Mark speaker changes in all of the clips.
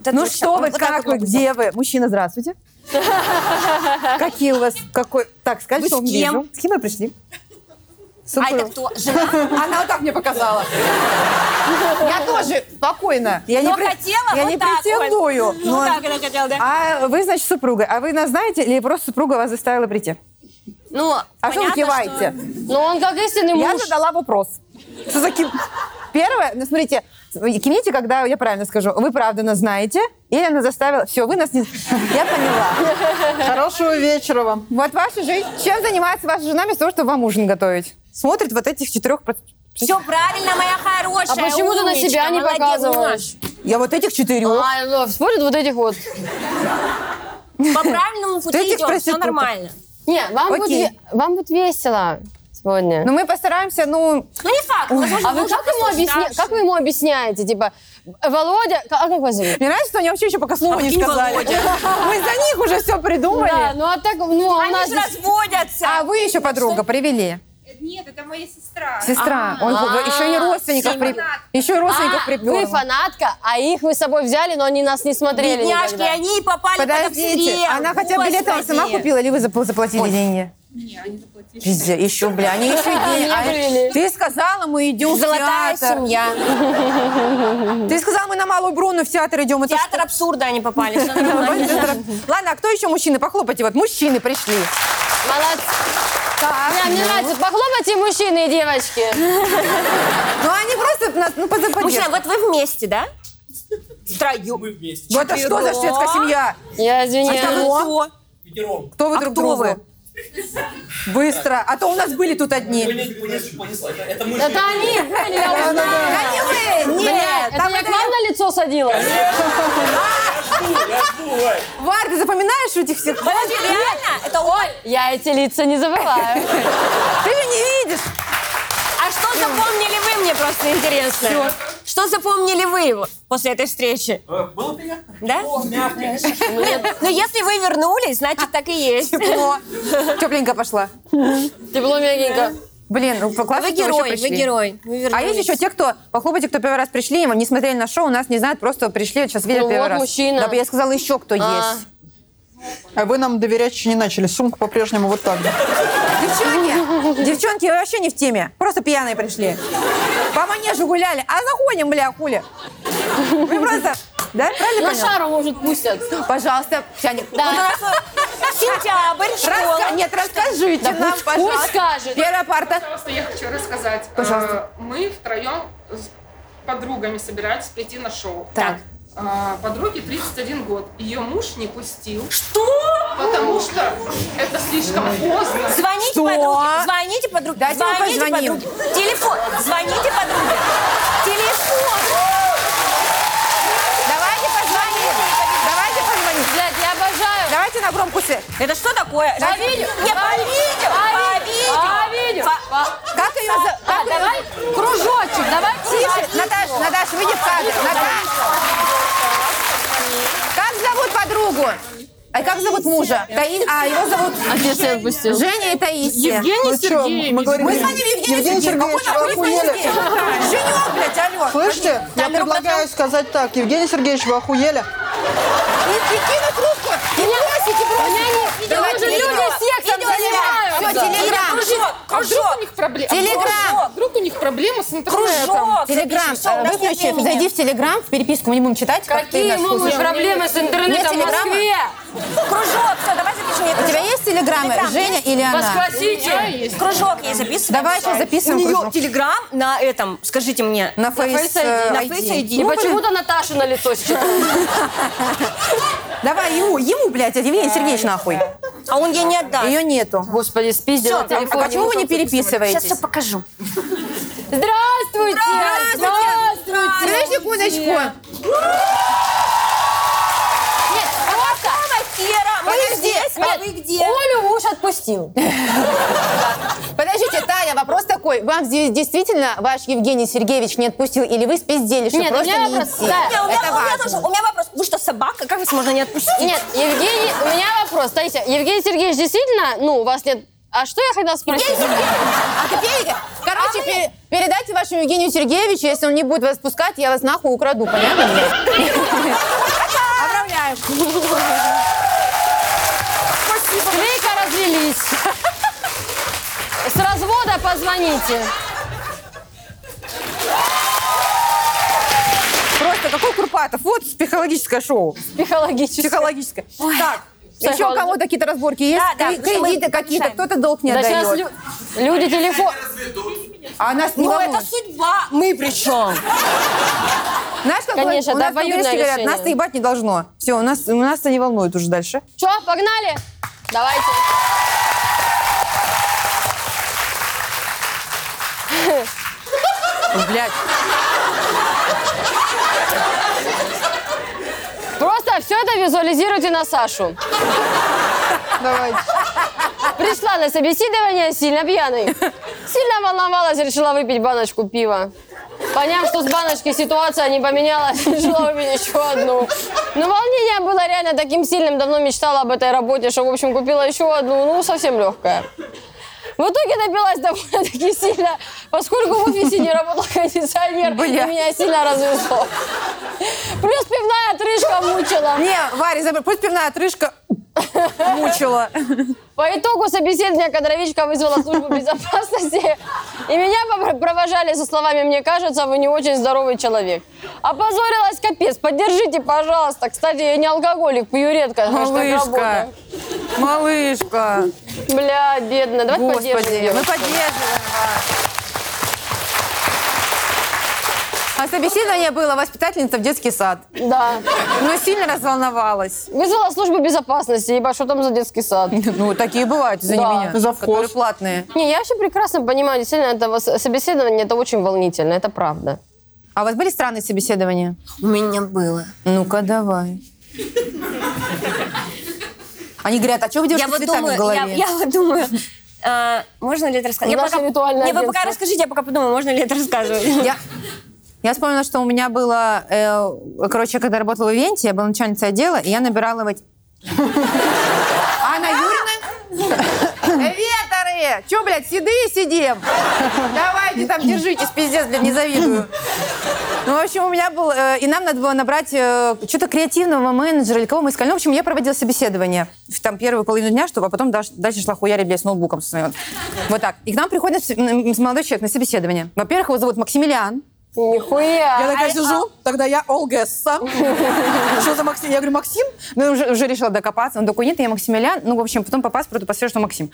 Speaker 1: это
Speaker 2: Ну
Speaker 1: точно.
Speaker 2: что вы,
Speaker 1: Вот
Speaker 2: как
Speaker 1: так
Speaker 2: вы,
Speaker 1: вот
Speaker 2: где вы? Мужчина, здравствуйте. Какие у вас, какой... Так, скажи,
Speaker 1: Вы
Speaker 2: что
Speaker 1: с кем?
Speaker 2: вижу. С кем мы пришли?
Speaker 1: А
Speaker 2: Супруг.
Speaker 1: это кто? Жена?
Speaker 2: Она вот так мне показала. Я тоже спокойно. Ну, Я
Speaker 1: Но
Speaker 2: не пре-
Speaker 1: хотела
Speaker 2: Я
Speaker 1: вот
Speaker 2: не
Speaker 1: так вот.
Speaker 2: претендую.
Speaker 1: Ну
Speaker 2: но-
Speaker 1: так она хотела, да?
Speaker 2: А вы, значит, супруга. А вы нас знаете или просто супруга вас заставила прийти?
Speaker 1: Ну,
Speaker 2: А что вы
Speaker 1: понятно,
Speaker 2: киваете?
Speaker 3: Но ну, он как истинный
Speaker 2: Я
Speaker 3: муж.
Speaker 2: задала вопрос. Что за ким? Первое, ну смотрите, кивните, когда я правильно скажу. Вы правда нас знаете? Или она заставила? Все, вы нас не... Я поняла.
Speaker 4: Хорошего вечера вам.
Speaker 2: Вот ваша жизнь. Чем занимается ваша жена вместо того, чтобы вам ужин готовить? Смотрит вот этих четырех... под-
Speaker 1: Все правильно, моя хорошая,
Speaker 3: А почему ты на
Speaker 1: умничка,
Speaker 3: себя не
Speaker 1: молодец,
Speaker 3: показываешь?
Speaker 2: Я вот этих четырех.
Speaker 3: А, ну, смотрят вот этих вот.
Speaker 1: Маш. По правильному
Speaker 2: Вот этих
Speaker 1: пути идем, все
Speaker 2: проституток.
Speaker 1: нормально.
Speaker 3: Не, вам, будет,
Speaker 2: Окей.
Speaker 3: ве- вам будет весело сегодня.
Speaker 2: Но А, ну, мы постараемся, ну...
Speaker 1: Ну не факт. возможно,
Speaker 3: а вы
Speaker 1: мужик
Speaker 3: как ему,
Speaker 1: просто
Speaker 3: объясня...
Speaker 1: уставший.
Speaker 3: как вы ему объясняете? Типа, «Э, Володя, как, а как вас зовут?
Speaker 2: Мне нравится, что они вообще еще пока слова не
Speaker 1: Какие
Speaker 2: сказали.
Speaker 1: Володя?
Speaker 2: Мы за них уже все
Speaker 3: Да,
Speaker 2: придумали.
Speaker 3: ну а так, ну а у
Speaker 1: Они
Speaker 3: нас
Speaker 1: же
Speaker 3: здесь-
Speaker 1: разводятся.
Speaker 2: А вы еще подруга привели.
Speaker 5: Нет, это моя сестра.
Speaker 2: Сестра. Он еще и родственников при... Еще и родственников
Speaker 3: А, вы
Speaker 2: припёрла.
Speaker 3: фанатка, а их вы с собой взяли, но они нас не смотрели
Speaker 1: Бедняжки,
Speaker 3: никогда.
Speaker 1: они и попали под
Speaker 2: Подождите,
Speaker 1: обстрел.
Speaker 2: она хотя бы билеты вам сама
Speaker 1: Господи.
Speaker 2: купила, или вы запла- заплатили деньги?
Speaker 5: Не, они заплатили.
Speaker 2: Пиздец, еще, бля, они еще
Speaker 3: Они были.
Speaker 2: деньги. А Ты сказала, мы идем в
Speaker 1: Золотая
Speaker 2: театр.
Speaker 1: семья.
Speaker 2: Ты сказала, мы на Малую Бруну в театр идем.
Speaker 1: В
Speaker 2: Это
Speaker 1: Театр абсурда они попали. всё
Speaker 2: что?
Speaker 1: нормально.
Speaker 2: Ладно, а кто еще мужчины? Похлопайте, вот мужчины пришли.
Speaker 3: Молодцы.
Speaker 2: Так,
Speaker 3: Да, мне нравится. Похлопайте мужчины и девочки.
Speaker 2: ну они просто нас, ну, позаподдержку.
Speaker 1: Мужчина, вот вы вместе, да? Втроем.
Speaker 6: Мы вместе.
Speaker 2: Вот это что за шведская семья?
Speaker 3: Я извиняюсь.
Speaker 1: А кто?
Speaker 6: Пятером.
Speaker 2: Кто вы
Speaker 1: А
Speaker 2: друг
Speaker 1: кто
Speaker 2: другу?
Speaker 1: вы?
Speaker 2: Быстро, а то у нас были тут одни.
Speaker 6: Понес- понес- понесла. Это мы.
Speaker 3: Это они были, я узнала.
Speaker 2: Да не вы,
Speaker 3: Бля,
Speaker 2: нет,
Speaker 3: это
Speaker 2: там
Speaker 3: я
Speaker 2: это
Speaker 3: к вам на лицо садилась.
Speaker 6: Я жду, Вань.
Speaker 2: Вар, ты запоминаешь этих всех?
Speaker 1: Подожди, реально? Это он?
Speaker 3: Я эти лица не забываю.
Speaker 2: Ты же не видишь.
Speaker 1: А что запомнили вы мне просто интересно? Что запомнили вы его после этой встречи?
Speaker 6: Э, Было приятно?
Speaker 1: Да?
Speaker 6: О, мягко.
Speaker 1: Нет, ну если вы вернулись, значит так и есть.
Speaker 2: Тепло. Тепленько пошла.
Speaker 3: Тепло мягенько.
Speaker 2: Блин, ну классно,
Speaker 1: А Вы
Speaker 2: что вообще
Speaker 1: герой, вы
Speaker 2: пришли.
Speaker 1: герой. Вы
Speaker 2: А
Speaker 1: вернулись.
Speaker 2: есть еще те, кто, похлопайте, кто первый раз пришли, не смотрели на шоу, нас не знают, просто пришли, вот сейчас видят
Speaker 3: Ну
Speaker 2: первый
Speaker 3: вот
Speaker 2: раз.
Speaker 3: мужчина.
Speaker 2: Да, я сказала еще кто
Speaker 3: А.
Speaker 2: есть.
Speaker 4: А вы нам доверять еще не начали. Сумка по-прежнему вот так же.
Speaker 2: Девчонки, девчонки, вы вообще не в теме, просто пьяные пришли. По манежу гуляли, а заходим, бля, хули. Вы просто, да, правильно
Speaker 3: На
Speaker 2: поняла?
Speaker 3: шару, может, пустят.
Speaker 2: Пожалуйста, Тяня,
Speaker 1: У
Speaker 3: Да.
Speaker 1: нас Сентябрь,
Speaker 2: раска-
Speaker 1: школа.
Speaker 2: нет, расскажите нам, пожалуйста.
Speaker 3: Пусть скажет.
Speaker 2: Первая парта.
Speaker 5: Пожалуйста, я хочу рассказать.
Speaker 2: Пожалуйста.
Speaker 5: Э, Мы втроем с подругами собирались прийти на шоу.
Speaker 2: Так.
Speaker 5: Э, Подруге 31 год. Ее муж не пустил,
Speaker 1: Что?
Speaker 5: потому что это слишком поздно.
Speaker 1: Звоните
Speaker 2: Что?
Speaker 1: подруге, звоните подруге,
Speaker 2: Дайте мы
Speaker 1: звоните
Speaker 2: позвоним.
Speaker 1: подруге. Телефон, звоните подруге. Телефон.
Speaker 2: Давайте позвоним. Давайте позвоним.
Speaker 3: Блядь, я обожаю.
Speaker 2: Давайте на громкую связь.
Speaker 1: Это что такое?
Speaker 3: По
Speaker 1: Раз-
Speaker 3: видео.
Speaker 1: Не, по видео. По
Speaker 3: По
Speaker 1: видео.
Speaker 3: видео.
Speaker 1: По-
Speaker 3: По-
Speaker 2: Как ее за...
Speaker 3: А, давай кружочек, давай
Speaker 2: Тише,
Speaker 3: кружочек.
Speaker 2: Наташа, Наташа, выйди в кадр. Наташа. Как зовут подругу? А как зовут мужа? Таи... А его зовут Женя и Таисия.
Speaker 4: Ну что, мы говорим...
Speaker 2: Мы с вами Евгений,
Speaker 4: Евгений Сергеевич, вы охуели?
Speaker 2: Женек, блядь, алло.
Speaker 4: Слышите? Я предлагаю сказать так. Евгений Сергеевич, вы охуели?
Speaker 2: И, и кинуть руску. И бросить, и бросить.
Speaker 3: Там же люди сексом
Speaker 2: Все,
Speaker 3: занимаются.
Speaker 2: телеграм.
Speaker 1: Кружок, кружок.
Speaker 2: Телеграм.
Speaker 5: Вдруг у них проблема с
Speaker 1: Кружок.
Speaker 2: Телеграм,
Speaker 1: Всё, у нас нет
Speaker 2: выключи,
Speaker 1: времени.
Speaker 2: зайди в Телеграм, в переписку, мы не будем читать, как ты
Speaker 3: Какие
Speaker 2: наш
Speaker 3: могут быть
Speaker 2: вкус.
Speaker 3: проблемы с интернетом в
Speaker 2: Нет телеграмма?
Speaker 3: Москве?
Speaker 1: Кружок, все, давай запишем. мне
Speaker 2: У тебя
Speaker 1: кружок.
Speaker 2: есть телеграммы,
Speaker 1: Телеграм
Speaker 2: Женя
Speaker 1: есть?
Speaker 2: или она?
Speaker 3: Воскресите.
Speaker 1: Кружок ей записываем.
Speaker 2: Давай сейчас записываем
Speaker 1: У нее
Speaker 2: кружок.
Speaker 1: телеграм на этом, скажите мне.
Speaker 2: На Face
Speaker 3: Face ID,
Speaker 2: э,
Speaker 1: на
Speaker 2: ID.
Speaker 1: Face ID.
Speaker 3: И
Speaker 1: Ну,
Speaker 3: почему-то Наташа на лицо сейчас.
Speaker 2: Давай ему, ему, блядь, Евгений Сергеевич, нахуй.
Speaker 1: А он ей не отдаст.
Speaker 2: Ее нету.
Speaker 3: Господи, спиздила
Speaker 2: А почему вы не
Speaker 1: Сейчас все
Speaker 2: переписываетесь?
Speaker 1: покажу.
Speaker 3: Здравствуйте! Здравствуйте!
Speaker 2: Подожди секундочку.
Speaker 3: Нет, просто!
Speaker 1: Кира, мы
Speaker 2: Подожди,
Speaker 1: здесь, а
Speaker 3: Нет,
Speaker 1: вы где?
Speaker 3: Олю муж отпустил.
Speaker 2: Подождите, Таня, вопрос такой. Вам здесь действительно ваш Евгений Сергеевич не отпустил? Или вы спиздели, что
Speaker 3: Нет, у
Speaker 2: просто
Speaker 3: меня
Speaker 2: не
Speaker 3: вопрос,
Speaker 2: идти?
Speaker 3: да.
Speaker 1: Не, у, меня,
Speaker 2: Это
Speaker 1: у меня
Speaker 2: важно.
Speaker 1: тоже- у меня вопрос. Вы что, собака? Как вас можно не отпустить?
Speaker 3: Нет, Евгений, у меня вопрос. Таисия, Евгений Сергеевич, действительно, ну, у вас нет... А что я хотела спросить?
Speaker 2: А теперь, короче, пере- передайте вашему Евгению Сергеевичу, если он не будет вас пускать, я вас нахуй украду, понятно?
Speaker 1: Какая поздравляем.
Speaker 3: С Клейко развелись. С развода позвоните.
Speaker 2: Просто какой Курпатов. Вот психологическое шоу.
Speaker 3: Психологически.
Speaker 2: Психологическое. Так, еще у
Speaker 3: психолог-
Speaker 2: кого-то какие-то разборки есть?
Speaker 1: Да, да,
Speaker 2: Кре-
Speaker 1: потому что мы
Speaker 2: Кредиты какие-то,
Speaker 1: решаем.
Speaker 2: кто-то долг не
Speaker 3: Да сейчас
Speaker 2: отдает.
Speaker 3: лю- люди телефон...
Speaker 2: А нас не
Speaker 1: Ну,
Speaker 2: волнует.
Speaker 1: это судьба. Мы причем.
Speaker 2: Знаешь, как
Speaker 3: Конечно,
Speaker 2: говорят, у нас в
Speaker 3: да,
Speaker 2: Конгрессе
Speaker 3: обоюдное
Speaker 2: говорят,
Speaker 3: решение.
Speaker 2: нас ебать не должно. Все, у нас, у нас это не волнует уже дальше.
Speaker 3: Че, погнали? Давайте.
Speaker 2: Блядь.
Speaker 3: Просто все это визуализируйте на Сашу.
Speaker 4: Давайте.
Speaker 3: Пришла на собеседование сильно пьяный. Сильно волновалась, решила выпить баночку пива. Поняв, что с баночки ситуация не поменялась, решила выпить еще одну. Но волнение было реально таким сильным, давно мечтала об этой работе, что, в общем, купила еще одну, ну, совсем легкая. В итоге напилась довольно-таки сильно, поскольку в офисе не работал кондиционер, и
Speaker 2: Бля.
Speaker 3: меня сильно развезло. Плюс пивная отрыжка мучила.
Speaker 2: Не, Варя, забыл, пусть пивная отрыжка мучила.
Speaker 3: По итогу собеседования кадровичка вызвала службу безопасности, и меня попро- провожали со словами «Мне кажется, вы не очень здоровый человек». Опозорилась капец, поддержите, пожалуйста. Кстати, я не алкоголик, пью редко. хэштег
Speaker 2: Малышка.
Speaker 3: работаю.
Speaker 2: Малышка.
Speaker 3: Бля, бедная, давай поддержим
Speaker 2: Господи, мы
Speaker 3: девушку.
Speaker 2: поддерживаем вас. А собеседование было воспитательница в детский сад.
Speaker 3: Да.
Speaker 2: Но Ну, сильно разволновалась.
Speaker 3: Вызвала службу безопасности, ибо что там за детский сад?
Speaker 2: Ну, такие бывают, извини
Speaker 3: Да.
Speaker 2: меня.
Speaker 4: Завхоз.
Speaker 2: Которые платные.
Speaker 3: Не, я вообще прекрасно понимаю, действительно, это вос- собеседование, это очень волнительно, это правда.
Speaker 2: А у вас были странные собеседования?
Speaker 1: У меня было.
Speaker 2: Ну-ка, давай. Они говорят, а что вы
Speaker 1: Я
Speaker 2: делаете с
Speaker 1: вот
Speaker 2: цветами в
Speaker 1: думаю, я,
Speaker 2: голове?
Speaker 1: я вот думаю, э, можно ли это рассказывать? Я
Speaker 3: Наше ритуальное
Speaker 1: не, вы пока
Speaker 3: агентство.
Speaker 1: расскажите, я пока подумаю, можно ли это рассказывать.
Speaker 2: Я- я вспомнила, что у меня было... э, короче, когда я работала в ивенте, я была начальницей отдела, и я набирала в эти... Анна Юрьевна? Ветры! Че, блядь, седые сидим? Давайте там держитесь, пиздец, блядь, не завидую. Ну, в общем, у меня был... э, и нам надо было набрать что-то креативного менеджера или кого мы искали. Ну, в общем, я проводила собеседование в там, первую половину дня, чтобы а потом дальше, дальше шла хуярить, блядь, с ноутбуком своим. Вот так. И к нам приходит с- м, молодой человек на собеседование. Во-первых, его зовут Максимилиан.
Speaker 4: Я
Speaker 2: А
Speaker 3: Нихуя.
Speaker 4: такая сижу, тогда я Олгесса. Что за Максим? Я говорю, Максим?
Speaker 2: Ну, я уже, уже решила докопаться. Он такой, нет, я Максимилиан. Ну, в общем, потом по паспорту посмотрю, что Максим.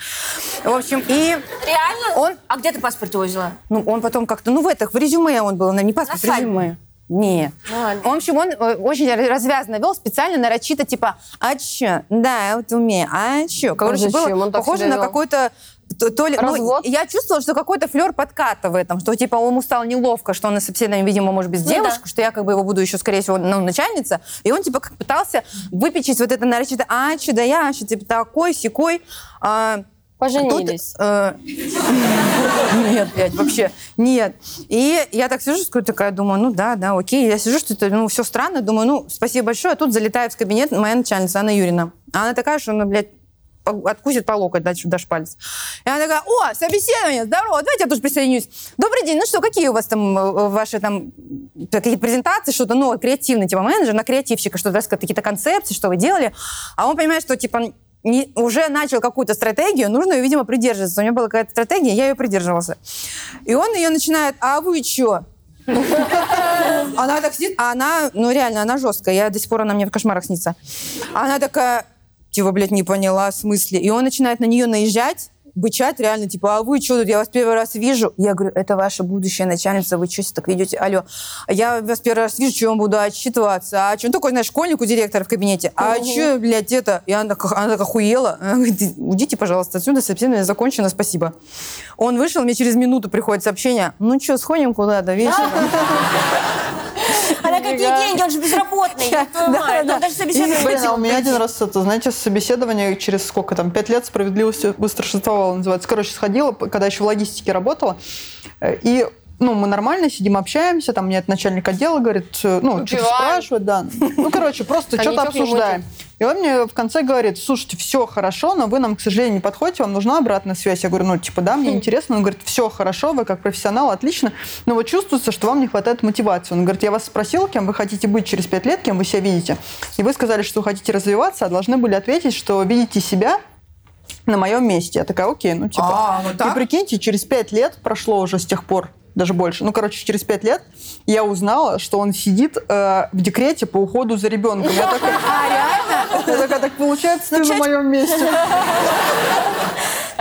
Speaker 2: В общем, и
Speaker 1: Реально?
Speaker 2: Он-
Speaker 1: А где ты паспорт возила?
Speaker 2: ну, он потом как-то... Ну, в этих, в резюме он был. Не паспорт, в
Speaker 1: На свадьбе?
Speaker 2: резюме. Не.
Speaker 1: Ну, ладно.
Speaker 2: В общем, он э, очень ра- развязно вел, специально нарочито, типа, а чё? Да, я вот умею. А чё? Короче,
Speaker 3: зачем
Speaker 2: было
Speaker 3: он так
Speaker 2: похоже
Speaker 3: себя
Speaker 2: на
Speaker 3: вел?
Speaker 2: какой-то... То, то ли, ну,
Speaker 3: Развод?
Speaker 2: я чувствовала, что какой-то флер подката в этом, что типа ему стало неловко, что он на собеседовании, видимо, может быть, с
Speaker 1: Ну да.
Speaker 2: девушкой, что я как бы его буду еще, скорее всего, ну, начальница, и он типа как пытался выпечить вот это нарочито, а чё, да я, чё, типа такой, сякой. А,
Speaker 3: Поженились.
Speaker 2: Тут, э, нет, блядь, вообще нет. И я так сижу, скажу, такая, думаю, ну да, да, окей. Я сижу, что это, ну, все странно, думаю, ну, спасибо большое. А тут залетаю в кабинет моя начальница, Анна Юрина. А Она такая, что она, блядь, по- откусит по локоть, дальше дашь палец. И она такая, о, собеседование, здорово, давайте я тоже присоединюсь. Добрый день, ну что, какие у вас там э, ваши там какие презентации, что-то новое, креативный, типа менеджер на креативщика, что-то рассказывает, какие-то концепции, что вы делали. А он понимает, что типа не- уже начал какую-то стратегию, нужно ее, видимо, придерживаться. У него была какая-то стратегия, я ее придерживался. И он ее начинает, а вы чё? Она так сидит, а она, ну реально, она жесткая, я до сих пор, она мне в кошмарах снится. Она такая, типа, блядь, не поняла, в смысле? И он начинает на нее наезжать, бычать реально, типа, а вы что тут, я вас первый раз вижу. Я говорю, это ваша будущая начальница, вы что так ведете? Алло, я вас первый раз вижу, что я вам буду отчитываться? А что, он такой, знаешь, школьник у директора в кабинете. А что, блядь, это? И она так, она так охуела. Она говорит, «Ты уйдите, пожалуйста, отсюда, собеседование закончено, спасибо. Он вышел, мне через минуту приходит сообщение, ну что, сходим куда-то вечером?
Speaker 1: А на какие
Speaker 3: Нифига.
Speaker 1: деньги? Он же безработный. я твою
Speaker 2: Да,
Speaker 1: мать.
Speaker 2: да.
Speaker 1: Он даже собеседование не
Speaker 4: Блин, а
Speaker 1: делал.
Speaker 4: у меня один раз это, знаете, собеседование через сколько там, пять лет справедливости быстро шествовало, называется. Короче, сходила, п- когда еще в логистике работала, э, и ну, мы нормально сидим, общаемся, там мне от начальника отдела говорит, э, ну, что-то
Speaker 3: Выпиваем.
Speaker 4: спрашивает, да. Ну, короче, просто что-то
Speaker 3: Коньячок, лимончик.
Speaker 4: обсуждаем. И он мне в конце говорит, слушайте, все хорошо, но вы нам, к сожалению, не подходите, вам нужна обратная связь. Я говорю, ну, типа, да, мне интересно. Он говорит, все хорошо, вы как профессионал, отлично, но вот чувствуется, что вам не хватает мотивации. Он говорит, я вас спросил, кем вы хотите быть через пять лет, кем вы себя видите. И вы сказали, что хотите развиваться, а должны были ответить, что видите себя на моем месте. Я такая, окей, ну, типа.
Speaker 2: А, вот так?
Speaker 4: И прикиньте, через пять лет прошло уже с тех пор, даже больше. Ну, короче, через пять лет я узнала, что он сидит э, в декрете по уходу за ребенком. Я такая, я такая, так получается, ты на моем месте.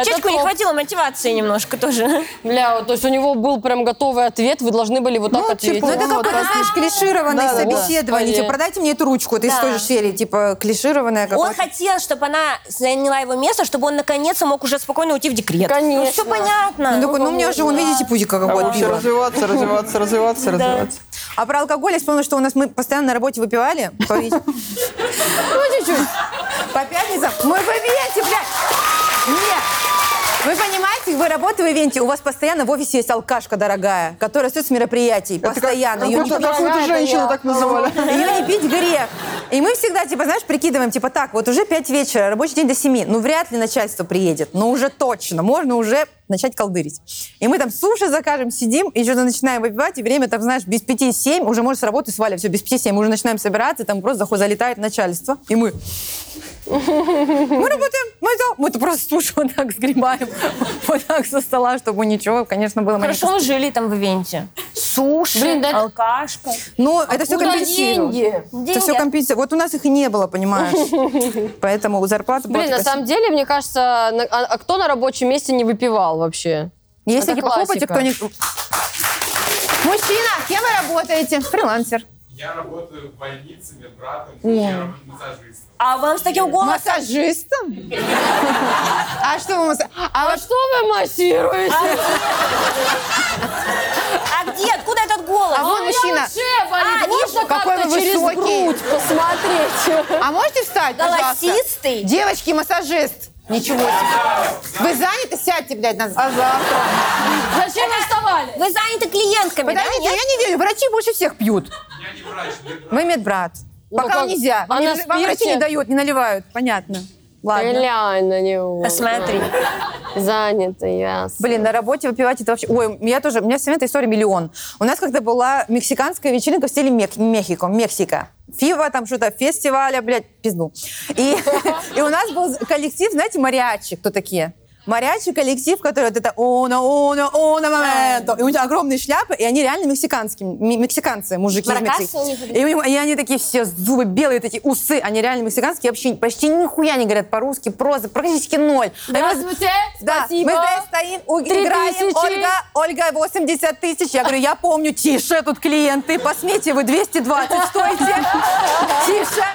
Speaker 1: Чечку не
Speaker 3: топ.
Speaker 1: хватило мотивации немножко тоже.
Speaker 3: Бля, вот, то есть у него был прям готовый ответ, вы должны были вот так
Speaker 4: Ну,
Speaker 3: ответить.
Speaker 4: типа,
Speaker 2: Ну, это
Speaker 4: Вот,
Speaker 2: какое-то,
Speaker 4: да.
Speaker 2: знаешь, клишированное
Speaker 4: Да, да, да.
Speaker 2: собеседование. Типа,
Speaker 3: Понятно.
Speaker 2: продайте мне эту ручку. Это из
Speaker 1: Да.
Speaker 2: той же серии, типа, клишированное
Speaker 1: Он
Speaker 2: какое-то.
Speaker 1: хотел, чтобы она заняла его место, чтобы он наконец-то мог уже спокойно уйти в декрет.
Speaker 3: Конечно.
Speaker 1: все понятно.
Speaker 2: Он такой, ну, у меня уже, вон, видите, пузика
Speaker 4: А
Speaker 2: какое
Speaker 4: вот все
Speaker 2: пиво.
Speaker 4: развиваться, развиваться, развиваться, развиваться.
Speaker 2: А про алкоголь я вспомнила, что у нас мы постоянно на работе выпивали. По ви- Ну, чуть-чуть. По пятницам. Мы в ивенте, блядь. Нет. Вы понимаете, вы работаете в ивенте, у вас постоянно в офисе есть алкашка дорогая, которая стоит с мероприятий. Постоянно. Её не
Speaker 4: Какую-то какую-то женщину так называли.
Speaker 2: Ее не пить грех. И мы всегда, типа, знаешь, прикидываем, типа, так, вот уже 5 вечера, рабочий день до 7, ну вряд ли начальство приедет, но уже точно, можно уже начать колдырить. И мы там суши закажем, сидим, и что-то начинаем выпивать, и время там, знаешь, без 5-7, уже может с работы свалим, все, без 5-7, уже начинаем собираться, там просто заход- залетает начальство, и мы... Мы работаем, мы то, мы то просто сушу вот так сгребаем, вот так со стола, чтобы ничего, конечно, было. мы не
Speaker 1: Хорошо жили там в ивенте. Суши,
Speaker 3: Блин, да это-
Speaker 1: алкашка.
Speaker 2: ну, это все
Speaker 3: Куда
Speaker 2: компенсирует.
Speaker 3: деньги?
Speaker 1: Деньги.
Speaker 2: Это все компенсирует. Вот у нас их и не было, понимаешь? Поэтому зарплата была
Speaker 3: Блин, на
Speaker 2: такая
Speaker 3: самом деле, мне кажется, на- а, а кто на рабочем месте не выпивал вообще?
Speaker 2: себе. Если
Speaker 3: это
Speaker 2: не похлопайте,
Speaker 3: классика.
Speaker 2: кто-нибудь... Мужчина, кем вы работаете? Фрилансер.
Speaker 7: Я работаю в больнице медбратом, я работаю массажистом.
Speaker 1: А вам с
Speaker 2: Ну,
Speaker 1: таким голосом?
Speaker 2: Массажистом? А что вы масса-
Speaker 3: А, что вы массируете?
Speaker 1: А где? Откуда этот голос?
Speaker 2: А вот мужчина.
Speaker 3: а, ну,
Speaker 1: А,
Speaker 3: можно
Speaker 2: вижу, какой
Speaker 3: как-то
Speaker 2: вы
Speaker 3: через
Speaker 2: высокий.
Speaker 3: грудь посмотреть?
Speaker 2: А можете встать, пожалуйста?
Speaker 1: Голосистый.
Speaker 2: Девочки, массажист. Ничего себе. Вы заняты? Сядьте, блядь, назад.
Speaker 4: А завтра?
Speaker 3: Зачем вы вставали?
Speaker 1: Вы заняты клиентками, да?
Speaker 2: Подождите,
Speaker 1: Нет?
Speaker 2: я не верю. Врачи больше всех пьют.
Speaker 7: Я не врач, медбрат.
Speaker 2: Вы медбрат. Пока
Speaker 3: как-
Speaker 2: вам нельзя. Вам
Speaker 3: а
Speaker 2: не-
Speaker 3: на
Speaker 2: вам врачи
Speaker 3: спирте?
Speaker 2: не дают, не наливают. Понятно. Ладно.
Speaker 3: Глянь на него.
Speaker 1: Посмотри.
Speaker 3: Занято, ясно.
Speaker 2: Блин, на работе выпивать это вообще... Ой, я тоже... У меня с этой истории миллион. У нас когда была мексиканская вечеринка в стиле Мек- Мехико, Мексика. Фива, там что-то, фестиваля, блядь, пизду. И, и у нас был коллектив, знаете, мариачи, кто такие? Мариачи коллектив, который вот это «Уно, уно, уно, моменто». И у них огромные шляпы, и они реально мексиканские, м- мексиканцы, мужики. из
Speaker 1: Маракасы
Speaker 2: Мексики.
Speaker 1: у них были?
Speaker 2: И, у них- и они такие все зубы белые, такие усы, они реально мексиканские, вообще почти нихуя не говорят по-русски, просто практически ноль. А я вас-
Speaker 3: Здравствуйте,
Speaker 2: да,
Speaker 3: спасибо.
Speaker 2: мы здесь стоим, у-
Speaker 3: Три
Speaker 2: играем.
Speaker 3: тысячи.
Speaker 2: Ольга, Ольга, 80 тысяч. Я говорю, я помню, тише, тут клиенты. Посмейте, вы 220 стоите. Тише.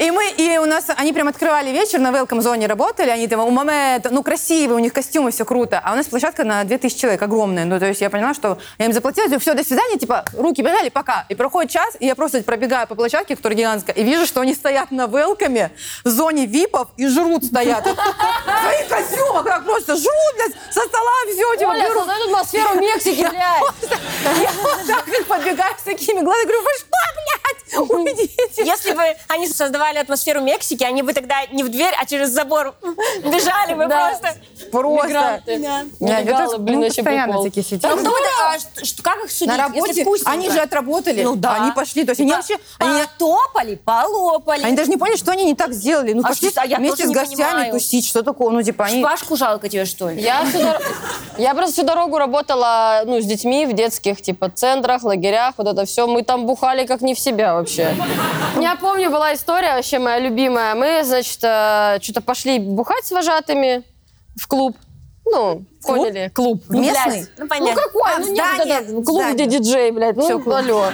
Speaker 2: И мы, и у нас, они прям открывали вечер, на велком-зоне работали, они там, у мамы, это, ну, красивые, у них костюмы, все круто. А у нас площадка на 2000 человек, огромная. Ну, то есть я поняла, что я им заплатила, говорю, все, до свидания, типа, руки подали, пока. И проходит час, и я просто пробегаю по площадке, которая гигантская, и вижу, что они стоят на велками в зоне випов и жрут стоят. В своих костюмах, как просто жрут, блядь, со стола все, типа,
Speaker 3: Оля,
Speaker 2: берут.
Speaker 3: создает атмосферу Мексики, блядь.
Speaker 2: Я вот так их подбегаю с такими глазами, говорю, вы что, блядь, уйдите.
Speaker 1: Если бы они создавали атмосферу Мексики, они бы тогда не в дверь, а через забор бежали бы
Speaker 3: Да.
Speaker 1: просто.
Speaker 2: Просто.
Speaker 3: Мигранты.
Speaker 2: Я
Speaker 3: Нелегалы,
Speaker 2: тоже,
Speaker 3: блин,
Speaker 2: ну,
Speaker 3: вообще
Speaker 2: постоянно
Speaker 3: прикол.
Speaker 2: такие сидят.
Speaker 1: Ну, кто это? А что- что- как их судить?
Speaker 2: На
Speaker 1: Если
Speaker 2: работе
Speaker 1: вкусненько?
Speaker 2: они же отработали.
Speaker 1: Ну да. А.
Speaker 2: Они пошли. То есть они
Speaker 1: По-
Speaker 2: вообще... Они,
Speaker 1: Потопали, полопали.
Speaker 2: они даже не поняли, что они не так сделали. Ну,
Speaker 1: А
Speaker 2: пошли
Speaker 1: что- а я
Speaker 2: вместе
Speaker 1: тоже
Speaker 2: с
Speaker 1: не
Speaker 2: гостями
Speaker 1: понимаю.
Speaker 2: тусить. Что такое? Ну, типа, они...
Speaker 1: Пашку жалко тебе, что ли?
Speaker 3: Я, всю дор- я просто всю дорогу работала ну, с детьми в детских типа центрах, лагерях, вот это все. Мы там бухали как не в себя вообще. Я помню, была история вообще моя любимая. Мы, значит, что-то пошли бухать с вожатыми в клуб. Ну, поняли, клуб.
Speaker 2: Местный?
Speaker 1: Ну,
Speaker 3: Ну
Speaker 1: понятно.
Speaker 3: какой?
Speaker 2: А,
Speaker 3: ну нет,
Speaker 2: здание,
Speaker 3: вот это клуб,
Speaker 2: здание.
Speaker 3: где диджей, блядь. Ну,
Speaker 2: Всё, клуб.
Speaker 3: алло.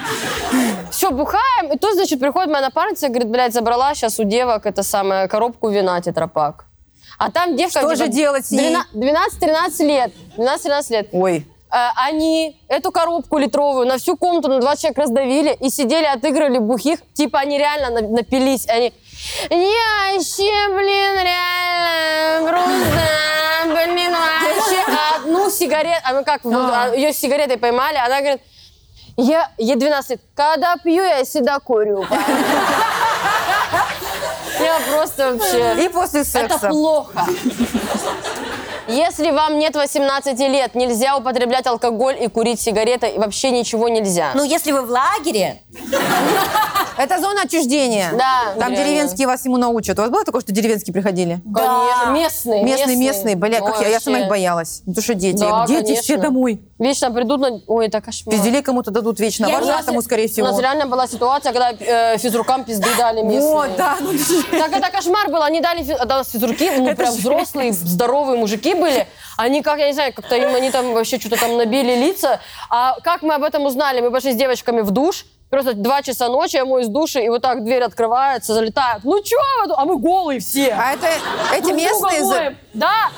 Speaker 3: Все, бухаем. И тут, значит, приходит моя напарница и говорит, блядь, забрала сейчас у девок это самое, коробку вина тетрапак. А там девка...
Speaker 2: Что же делать с ней?
Speaker 3: 12-13 лет. 12-13 лет.
Speaker 2: Ой.
Speaker 3: Э, Они эту коробку литровую на всю комнату на 20 человек раздавили и сидели, отыгрывали бухих. Типа они реально на- напились. Они, я вообще, блин, реально, грустно, блин, вообще. А одну си- сигарет, а мы как, вот, а, ее с сигаретой поймали, она говорит, я, ей 12 лет, когда пью, я всегда курю. Я просто вообще...
Speaker 2: И после секса.
Speaker 3: Это плохо. Если вам нет 18 лет, нельзя употреблять алкоголь и курить сигареты, и вообще ничего нельзя.
Speaker 1: Ну, если вы в лагере,
Speaker 2: Это зона отчуждения.
Speaker 3: Да,
Speaker 2: Там
Speaker 3: реально.
Speaker 2: деревенские вас ему научат. У вас было такое, что деревенские приходили?
Speaker 3: Конечно, местные,
Speaker 2: Местные, местные, бля, как я, я сама их
Speaker 3: Вообще.
Speaker 2: боялась. Ну, Потому что дети.
Speaker 3: Да,
Speaker 2: дети все
Speaker 3: конечно.
Speaker 2: домой.
Speaker 3: Вечно придут на... Ой, это кошмар.
Speaker 2: Пизделей кому-то дадут вечно.
Speaker 1: Я
Speaker 2: Вожатому,
Speaker 1: не-
Speaker 2: тому, скорее
Speaker 3: У
Speaker 2: всего.
Speaker 3: нас реально была ситуация, когда э, физрукам пизды дали местные.
Speaker 2: Вот, да. ну,
Speaker 3: Так это кошмар был. Они дали фи- да, физруки, ну, прям взрослые, здоровые мужики были. Они как, я не знаю, как-то им они там вообще что-то там набили лица. А как мы об этом узнали? Мы пошли с девочками в душ. Просто два часа ночи, я мою из души, и вот так дверь открывается, залетают. Ну чё вы тут? А мы голые все.
Speaker 2: А это эти
Speaker 1: Ну,
Speaker 3: Друг друга
Speaker 2: местные... за-
Speaker 3: моем. Да.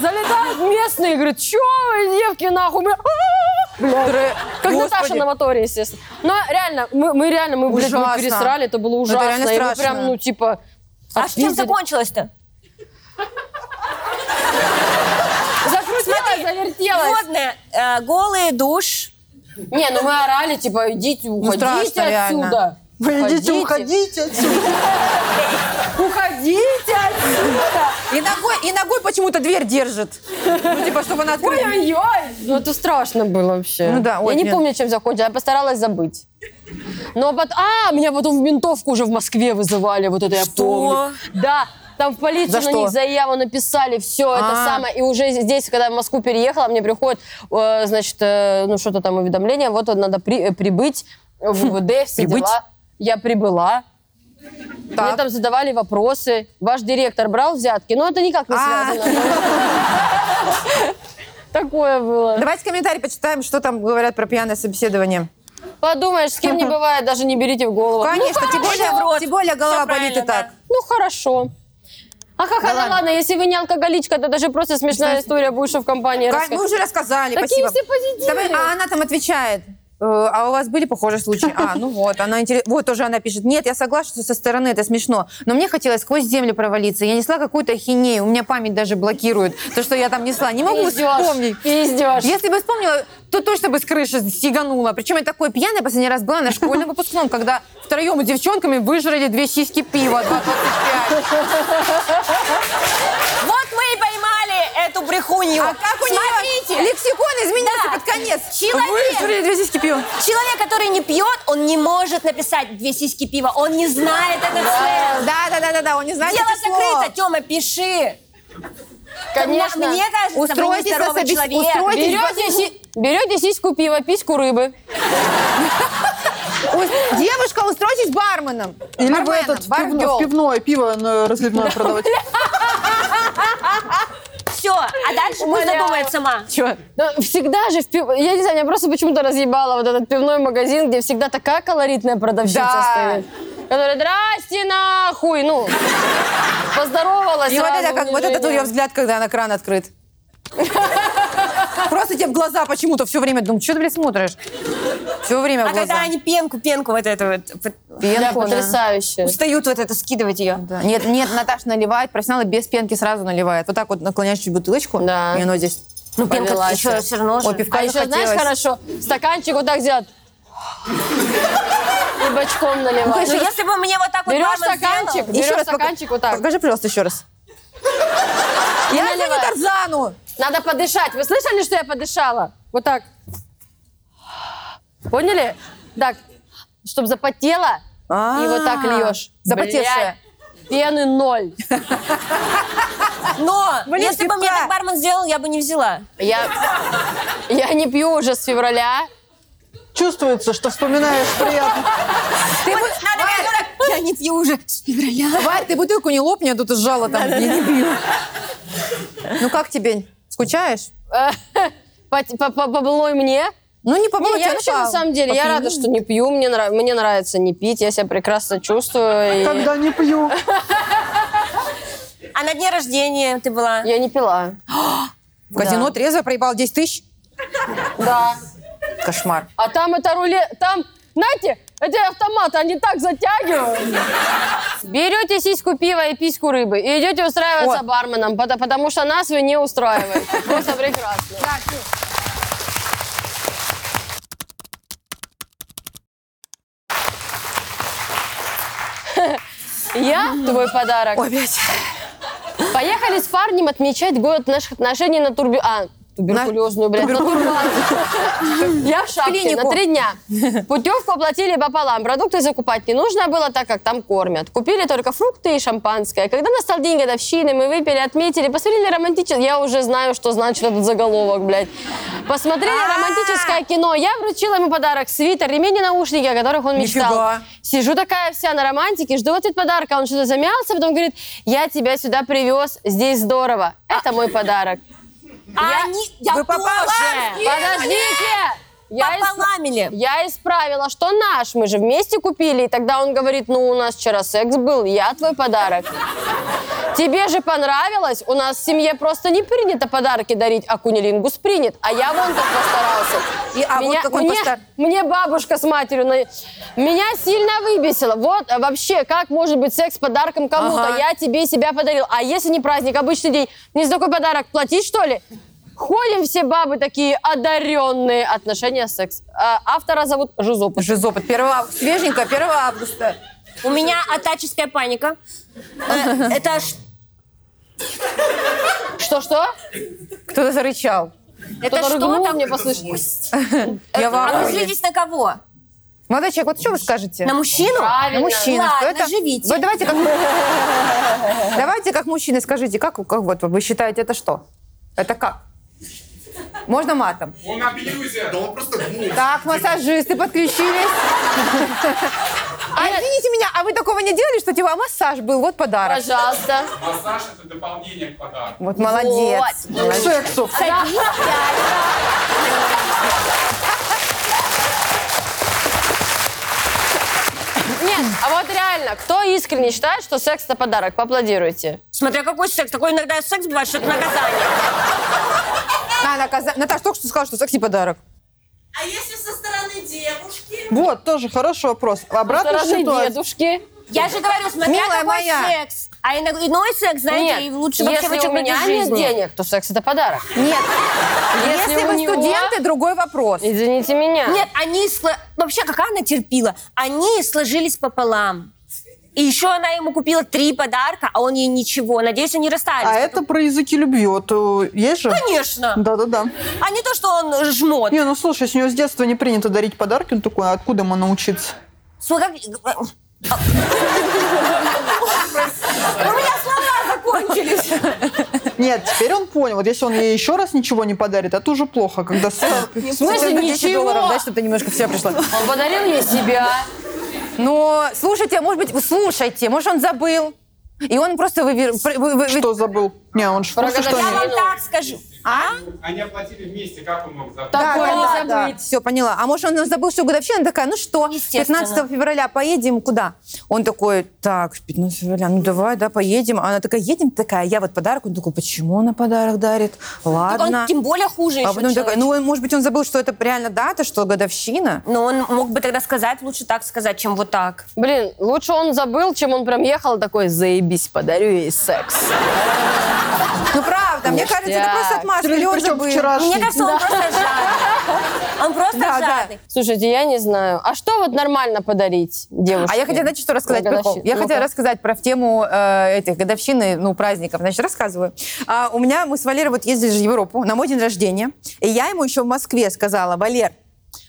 Speaker 3: Залетают местные и говорят, чё вы, девки, нахуй, бля, а-а-а!»
Speaker 2: Тре-
Speaker 3: Как Наташа
Speaker 2: Господи.
Speaker 3: на моторе, естественно. Но реально, мы, мы реально, мы, блядь, мы
Speaker 2: Ужасно.
Speaker 3: пересрали, это было
Speaker 2: Это
Speaker 3: ужасно.
Speaker 2: реально
Speaker 3: и мы
Speaker 2: страшно.
Speaker 3: прям, ну, типа...
Speaker 1: а с чем
Speaker 3: отпиздили.
Speaker 1: закончилось-то?
Speaker 3: Закрутилась, завертелась.
Speaker 1: Водная, э, голый душ.
Speaker 3: Не, ну мы орали, типа, идите, уходите
Speaker 2: Ну, страшно, реально.
Speaker 3: отсюда.
Speaker 4: Вы идите, уходите отсюда.
Speaker 3: Уходите отсюда.
Speaker 2: И ногой, и ногой почему-то дверь держит. Ну, типа, чтобы она открыла.
Speaker 3: Ой-ой-ой! Ну, это страшно было вообще.
Speaker 2: Ну да, ой,
Speaker 3: Я не
Speaker 2: нет.
Speaker 3: помню, чем закончила, я постаралась забыть. Но пот- А, меня потом в ментовку уже в Москве вызывали, вот это я помню. Да, там в полицию
Speaker 2: За
Speaker 3: на
Speaker 2: что?
Speaker 3: них заяву написали, все это
Speaker 2: А.
Speaker 3: самое. И уже здесь, когда я в Москву переехала, мне приходит, э, значит, э, ну что-то там, уведомление, вот надо при- э, прибыть в ВВД, все
Speaker 2: Прибыть?
Speaker 3: дела. Я прибыла. Мне
Speaker 2: Так.
Speaker 3: там задавали вопросы. Ваш директор брал взятки? Ну, это никак не
Speaker 2: А.
Speaker 3: связано. Такое было.
Speaker 2: Давайте комментарий почитаем, что там говорят про пьяное собеседование.
Speaker 3: Подумаешь, с кем не бывает, даже не берите в голову.
Speaker 2: Конечно, тем, более,
Speaker 1: в рот.
Speaker 2: тем более голова
Speaker 1: Всё
Speaker 2: болит и
Speaker 1: правильно,
Speaker 2: так.
Speaker 3: Ну, хорошо. А как, да ладно, если вы не алкоголичка, то даже просто смешная история будет, что в компании
Speaker 2: Кань,
Speaker 3: рассказать.
Speaker 2: мы уже рассказали,
Speaker 3: Такие
Speaker 2: спасибо.
Speaker 3: все позитивные.
Speaker 2: Давай, а она там отвечает. «Э, А у вас были похожие случаи? А, ну вот, она интересно. Вот тоже она пишет. Нет, я согласна, что со стороны это смешно, но мне хотелось сквозь землю провалиться. Я несла какую-то ахинею, у меня память даже блокирует. То, что я там несла, не могу вспомнить.
Speaker 1: А
Speaker 3: Пиздешь.
Speaker 2: Если бы вспомнила, то точно бы с крыши стеганула. Причем я такой пьяная последний раз была на школьном выпускном, когда втроем с девчонками выжрали две сиськи пива. 2,25.
Speaker 1: Вот мы и поймали эту брехунью.
Speaker 2: А как у
Speaker 1: Смотрите,
Speaker 2: нее лексикон изменился
Speaker 1: Да.
Speaker 2: под конец?
Speaker 1: Человек.
Speaker 2: Выжрали две сиськи пива.
Speaker 1: человек, который не пьет, он не может написать две сиськи пива. Он не знает этот сленг.
Speaker 2: Да, да, да, да, да, он не знает
Speaker 1: Дело
Speaker 2: это слово.
Speaker 1: закрыто, Тёма, пиши.
Speaker 3: Конечно.
Speaker 1: Мне кажется, вы
Speaker 2: Устройтесь
Speaker 1: не
Speaker 2: на
Speaker 1: здоровый
Speaker 2: собес-
Speaker 1: человек.
Speaker 2: устройтесь.
Speaker 3: Берете, си- берете сиську пива, письку рыбы.
Speaker 2: Ус- Девушка, устройтесь барменом.
Speaker 4: Или вы
Speaker 2: Барменом,
Speaker 4: этот в пив-
Speaker 2: бардём.
Speaker 4: в пивное пиво на разливное продавать.
Speaker 1: Все, а дальше пусть
Speaker 3: Умоляю.
Speaker 1: задумает сама.
Speaker 2: Чё?
Speaker 3: Да всегда же в пив... Я не знаю, меня просто почему-то разъебало вот этот пивной магазин, где всегда такая колоритная продавщица
Speaker 2: Да.
Speaker 3: стоит. Которая, здрасте, нахуй! Ну, поздоровалась
Speaker 2: И вот
Speaker 3: сразу,
Speaker 2: это как, вот этот
Speaker 3: унижение.
Speaker 2: ее взгляд, когда на кран открыт. Просто тебе в глаза почему-то все время думаю, что ты, блядь, смотришь? Все время в
Speaker 1: А когда
Speaker 2: глаза.
Speaker 1: они пенку, пенку вот эту вот вот,
Speaker 2: Пенку, да.
Speaker 3: Да, потрясающе.
Speaker 1: устают вот это скидывать ее.
Speaker 2: Да. Нет, нет, Наташа наливает, профессионалы без пенки сразу наливает. Вот так вот наклоняешь чуть бутылочку,
Speaker 3: Да.
Speaker 2: и оно здесь.
Speaker 1: Ну, пенка
Speaker 3: Повелась
Speaker 1: еще
Speaker 3: я.
Speaker 1: все равно же.
Speaker 2: Ой, пивка
Speaker 3: А еще, знаешь,
Speaker 2: захотелось.
Speaker 3: хорошо, стаканчик вот так делать. И бочком
Speaker 1: Ну,
Speaker 3: наливать.
Speaker 1: если бы мне вот так вот
Speaker 3: Берешь
Speaker 1: мама
Speaker 3: стаканчик,
Speaker 1: сделала-
Speaker 2: Ещё
Speaker 3: берешь
Speaker 2: раз пока-
Speaker 3: стаканчик вот так.
Speaker 2: Покажи, пожалуйста, еще раз.
Speaker 3: и
Speaker 2: Я звоню
Speaker 3: наливаешь.
Speaker 2: Тарзану.
Speaker 3: Надо подышать. Вы слышали, что я подышала? Вот так. Поняли? Так, чтобы запотело, и вот так
Speaker 2: А,
Speaker 3: льешь.
Speaker 2: запотевшая.
Speaker 3: Блядь, Пены ноль.
Speaker 1: Но
Speaker 2: Блин,
Speaker 1: если бы мне
Speaker 2: пивка.
Speaker 1: так бармен сделал, я бы не взяла.
Speaker 3: Я, я не пью уже с февраля.
Speaker 4: Чувствуется, что вспоминаешь приятно.
Speaker 2: Ты бу-
Speaker 1: Надо
Speaker 2: Варя,
Speaker 1: было так, я не пью уже с февраля.
Speaker 2: Варь, ты бутылку не лопни, а тут ты сжала там, я не пью. Ну как тебе? Скучаешь?
Speaker 3: Э, По, по, по- по былой мне.
Speaker 2: Ну не по
Speaker 3: Не, я вообще на самом деле, я рада, что не пью. Мне, нрав- мне нравится не пить, я себя прекрасно чувствую. и
Speaker 4: Когда не пью.
Speaker 1: А на дне рождения ты была?
Speaker 3: Я не пила.
Speaker 2: В казино трезво проебал 10 тысяч.
Speaker 3: Да.
Speaker 2: Кошмар.
Speaker 3: А там это руле... Там, знаете, эти автоматы, они так затягивают. Берете сиську пива и письку рыбы и идете устраиваться
Speaker 2: О.
Speaker 3: барменом, пота- потому что нас вы не устраиваете. Просто прекрасно. Я твой подарок.
Speaker 2: Ой, блядь.
Speaker 3: Поехали с парнем отмечать год наших отношений на турбю... А, туберкулезную, блядь, на турбазу. Я в шапке на
Speaker 2: клинику.
Speaker 3: три дня. Путевку оплатили пополам, продукты закупать не нужно было, так как там кормят. Купили только фрукты и шампанское. Когда настал день годовщины, мы выпили, отметили, посмотрели романтическое... Я уже знаю, что значит этот заголовок, блядь. Посмотрели романтическое кино. Я вручила ему подарок, свитер, ремень и наушники, о которых он мечтал.
Speaker 2: Нифига.
Speaker 3: Сижу такая вся на романтике, жду ответ подарка. а Он что-то замялся, потом говорит, я тебя сюда привез, здесь здорово. Это мой подарок.
Speaker 1: А они... Я
Speaker 2: Вы попавшие.
Speaker 1: тоже.
Speaker 3: Подождите! Я, ис-
Speaker 1: Пополамили.
Speaker 3: я исправила, что наш, мы же вместе купили. И тогда он говорит, ну, у нас вчера секс был, я твой подарок. Тебе же понравилось, у нас в семье просто не принято подарки дарить, а кунилингус принят. А я вон как постарался.
Speaker 2: И- а вот как он
Speaker 3: мне,
Speaker 2: постар-
Speaker 3: мне бабушка с матерью... на- Меня сильно выбесило. Вот а вообще, как может быть секс подарком кому-то?
Speaker 2: Ага.
Speaker 3: Я тебе себя подарил. А если не праздник, обычный день, мне за такой подарок платить, что ли? Ходим все бабы такие одаренные. Отношения секс. А, автора зовут Жузоп.
Speaker 2: Жизоп, от 1 августа. Свеженькая, 1 августа.
Speaker 1: У меня атаческая паника. Э, Это ж-
Speaker 3: Что-что?
Speaker 2: Кто-то зарычал.
Speaker 1: это
Speaker 3: Кто-то рыгнул,
Speaker 1: что
Speaker 3: мне послышалось.
Speaker 2: Я в
Speaker 1: А вы
Speaker 2: ахуе.
Speaker 1: злитесь на кого?
Speaker 2: Молодой человек, вот что вы скажете?
Speaker 1: На мужчину?
Speaker 3: Правильно.
Speaker 2: мужчину.
Speaker 1: Ладно,
Speaker 2: что это?
Speaker 1: живите.
Speaker 2: Вот давайте как... давайте как мужчины скажите, как, как вот вы считаете, это что? Это как? Можно матом.
Speaker 7: Он абьюзер.
Speaker 8: Да он просто гнул.
Speaker 2: Так, массажисты подключились. А
Speaker 3: Нет.
Speaker 2: извините меня, а вы такого не делали, что типа а массаж был, вот подарок.
Speaker 3: Пожалуйста.
Speaker 7: Массаж – это дополнение к подарку.
Speaker 2: Вот молодец.
Speaker 3: Вот.
Speaker 4: К
Speaker 2: Молодец.
Speaker 4: сексу.
Speaker 3: Садись, Нет, а вот реально, кто искренне считает, что секс это подарок? Поаплодируйте.
Speaker 1: Смотря какой секс. Такой иногда секс бывает, что это наказание.
Speaker 2: На, наказа- Наташа только что сказала, что секс не подарок.
Speaker 6: А если со стороны девушки?
Speaker 4: Вот, тоже хороший вопрос. Обратная
Speaker 3: Дорогие
Speaker 4: ситуация.
Speaker 3: дедушки.
Speaker 1: Я же говорю, смотря
Speaker 2: Милая
Speaker 1: какой
Speaker 2: моя.
Speaker 1: секс. А ино- иной секс, знаете, и лучше вообще
Speaker 3: если у
Speaker 1: вычеркнуть из
Speaker 3: меня нет
Speaker 1: жизни.
Speaker 3: денег, то секс это подарок.
Speaker 2: Нет.
Speaker 3: Если
Speaker 2: А Если,
Speaker 3: у
Speaker 2: вы
Speaker 3: него-
Speaker 2: студенты, другой вопрос.
Speaker 3: Извините меня.
Speaker 1: Нет, они... сло- Вообще, как она терпила? Они сложились пополам. И еще она ему купила три подарка, а он ей ничего. Надеюсь, они расстались.
Speaker 4: А это про языки любви. Вот э, есть же?
Speaker 1: Конечно.
Speaker 4: Да-да-да.
Speaker 1: А не то, что он жмот.
Speaker 4: Не, ну слушай, с нее с детства не принято дарить подарки, он такой, а откуда ему научиться?
Speaker 1: Смотри, как- У меня слова закончились.
Speaker 4: Нет, теперь он понял. Вот если он ей еще раз ничего не подарит, это уже плохо, когда сразу-
Speaker 2: В смысле
Speaker 3: 10 долларов, да,
Speaker 2: чтобы ты немножко в себя пришла.
Speaker 3: Он подарил ей себя.
Speaker 2: Но слушайте, может быть, вы слушайте, может, он забыл. И он просто вывер... пр- вы- вы- вы-
Speaker 4: что забыл. Не, он же в курсе, что
Speaker 1: Я
Speaker 3: Прогадал.
Speaker 4: они-
Speaker 1: вам
Speaker 2: Ну.
Speaker 1: так скажу. А?
Speaker 7: Они оплатили вместе, как он мог забыть?
Speaker 3: Такое не забыть.
Speaker 2: Все, поняла. А может, он забыл, что годовщина Она такая, ну что,
Speaker 1: Естественно.
Speaker 2: 15 февраля поедем куда? Он такой, так, 15 февраля, ну давай, да, поедем. А Она такая, едем, такая, я вот подарок. Он такой, почему она подарок дарит?
Speaker 1: Так он
Speaker 2: Ладно.
Speaker 1: тем более хуже
Speaker 2: а
Speaker 1: еще
Speaker 2: потом такая,
Speaker 1: человек.
Speaker 2: ну, он, может быть, он забыл, что это реально дата, что годовщина.
Speaker 1: Но он мог бы тогда сказать, лучше так сказать, чем вот так.
Speaker 3: Блин, лучше он забыл, чем он прям ехал такой, заебись, подарю ей секс.
Speaker 2: Ну, правда, мне кажется, это
Speaker 3: Ништяк.
Speaker 1: а,
Speaker 2: просто отмазка. или он
Speaker 4: Причем
Speaker 2: забыл.
Speaker 4: вчерашний.
Speaker 1: Мне кажется, он просто жадный. Он просто
Speaker 2: Да, да.
Speaker 1: жадный.
Speaker 3: Слушайте, я не знаю. А что вот нормально подарить девушке?
Speaker 2: А я хотела, знаете, что рассказать?
Speaker 3: На
Speaker 2: прикол?
Speaker 3: годовщину?
Speaker 2: Я хотела
Speaker 3: Ну-ка.
Speaker 2: рассказать про в тему э, этих годовщины, ну, праздников. Значит, рассказываю. А, у меня, мы с Валерой вот ездили же в Европу на мой день рождения, и я ему еще в Москве сказала, Валер,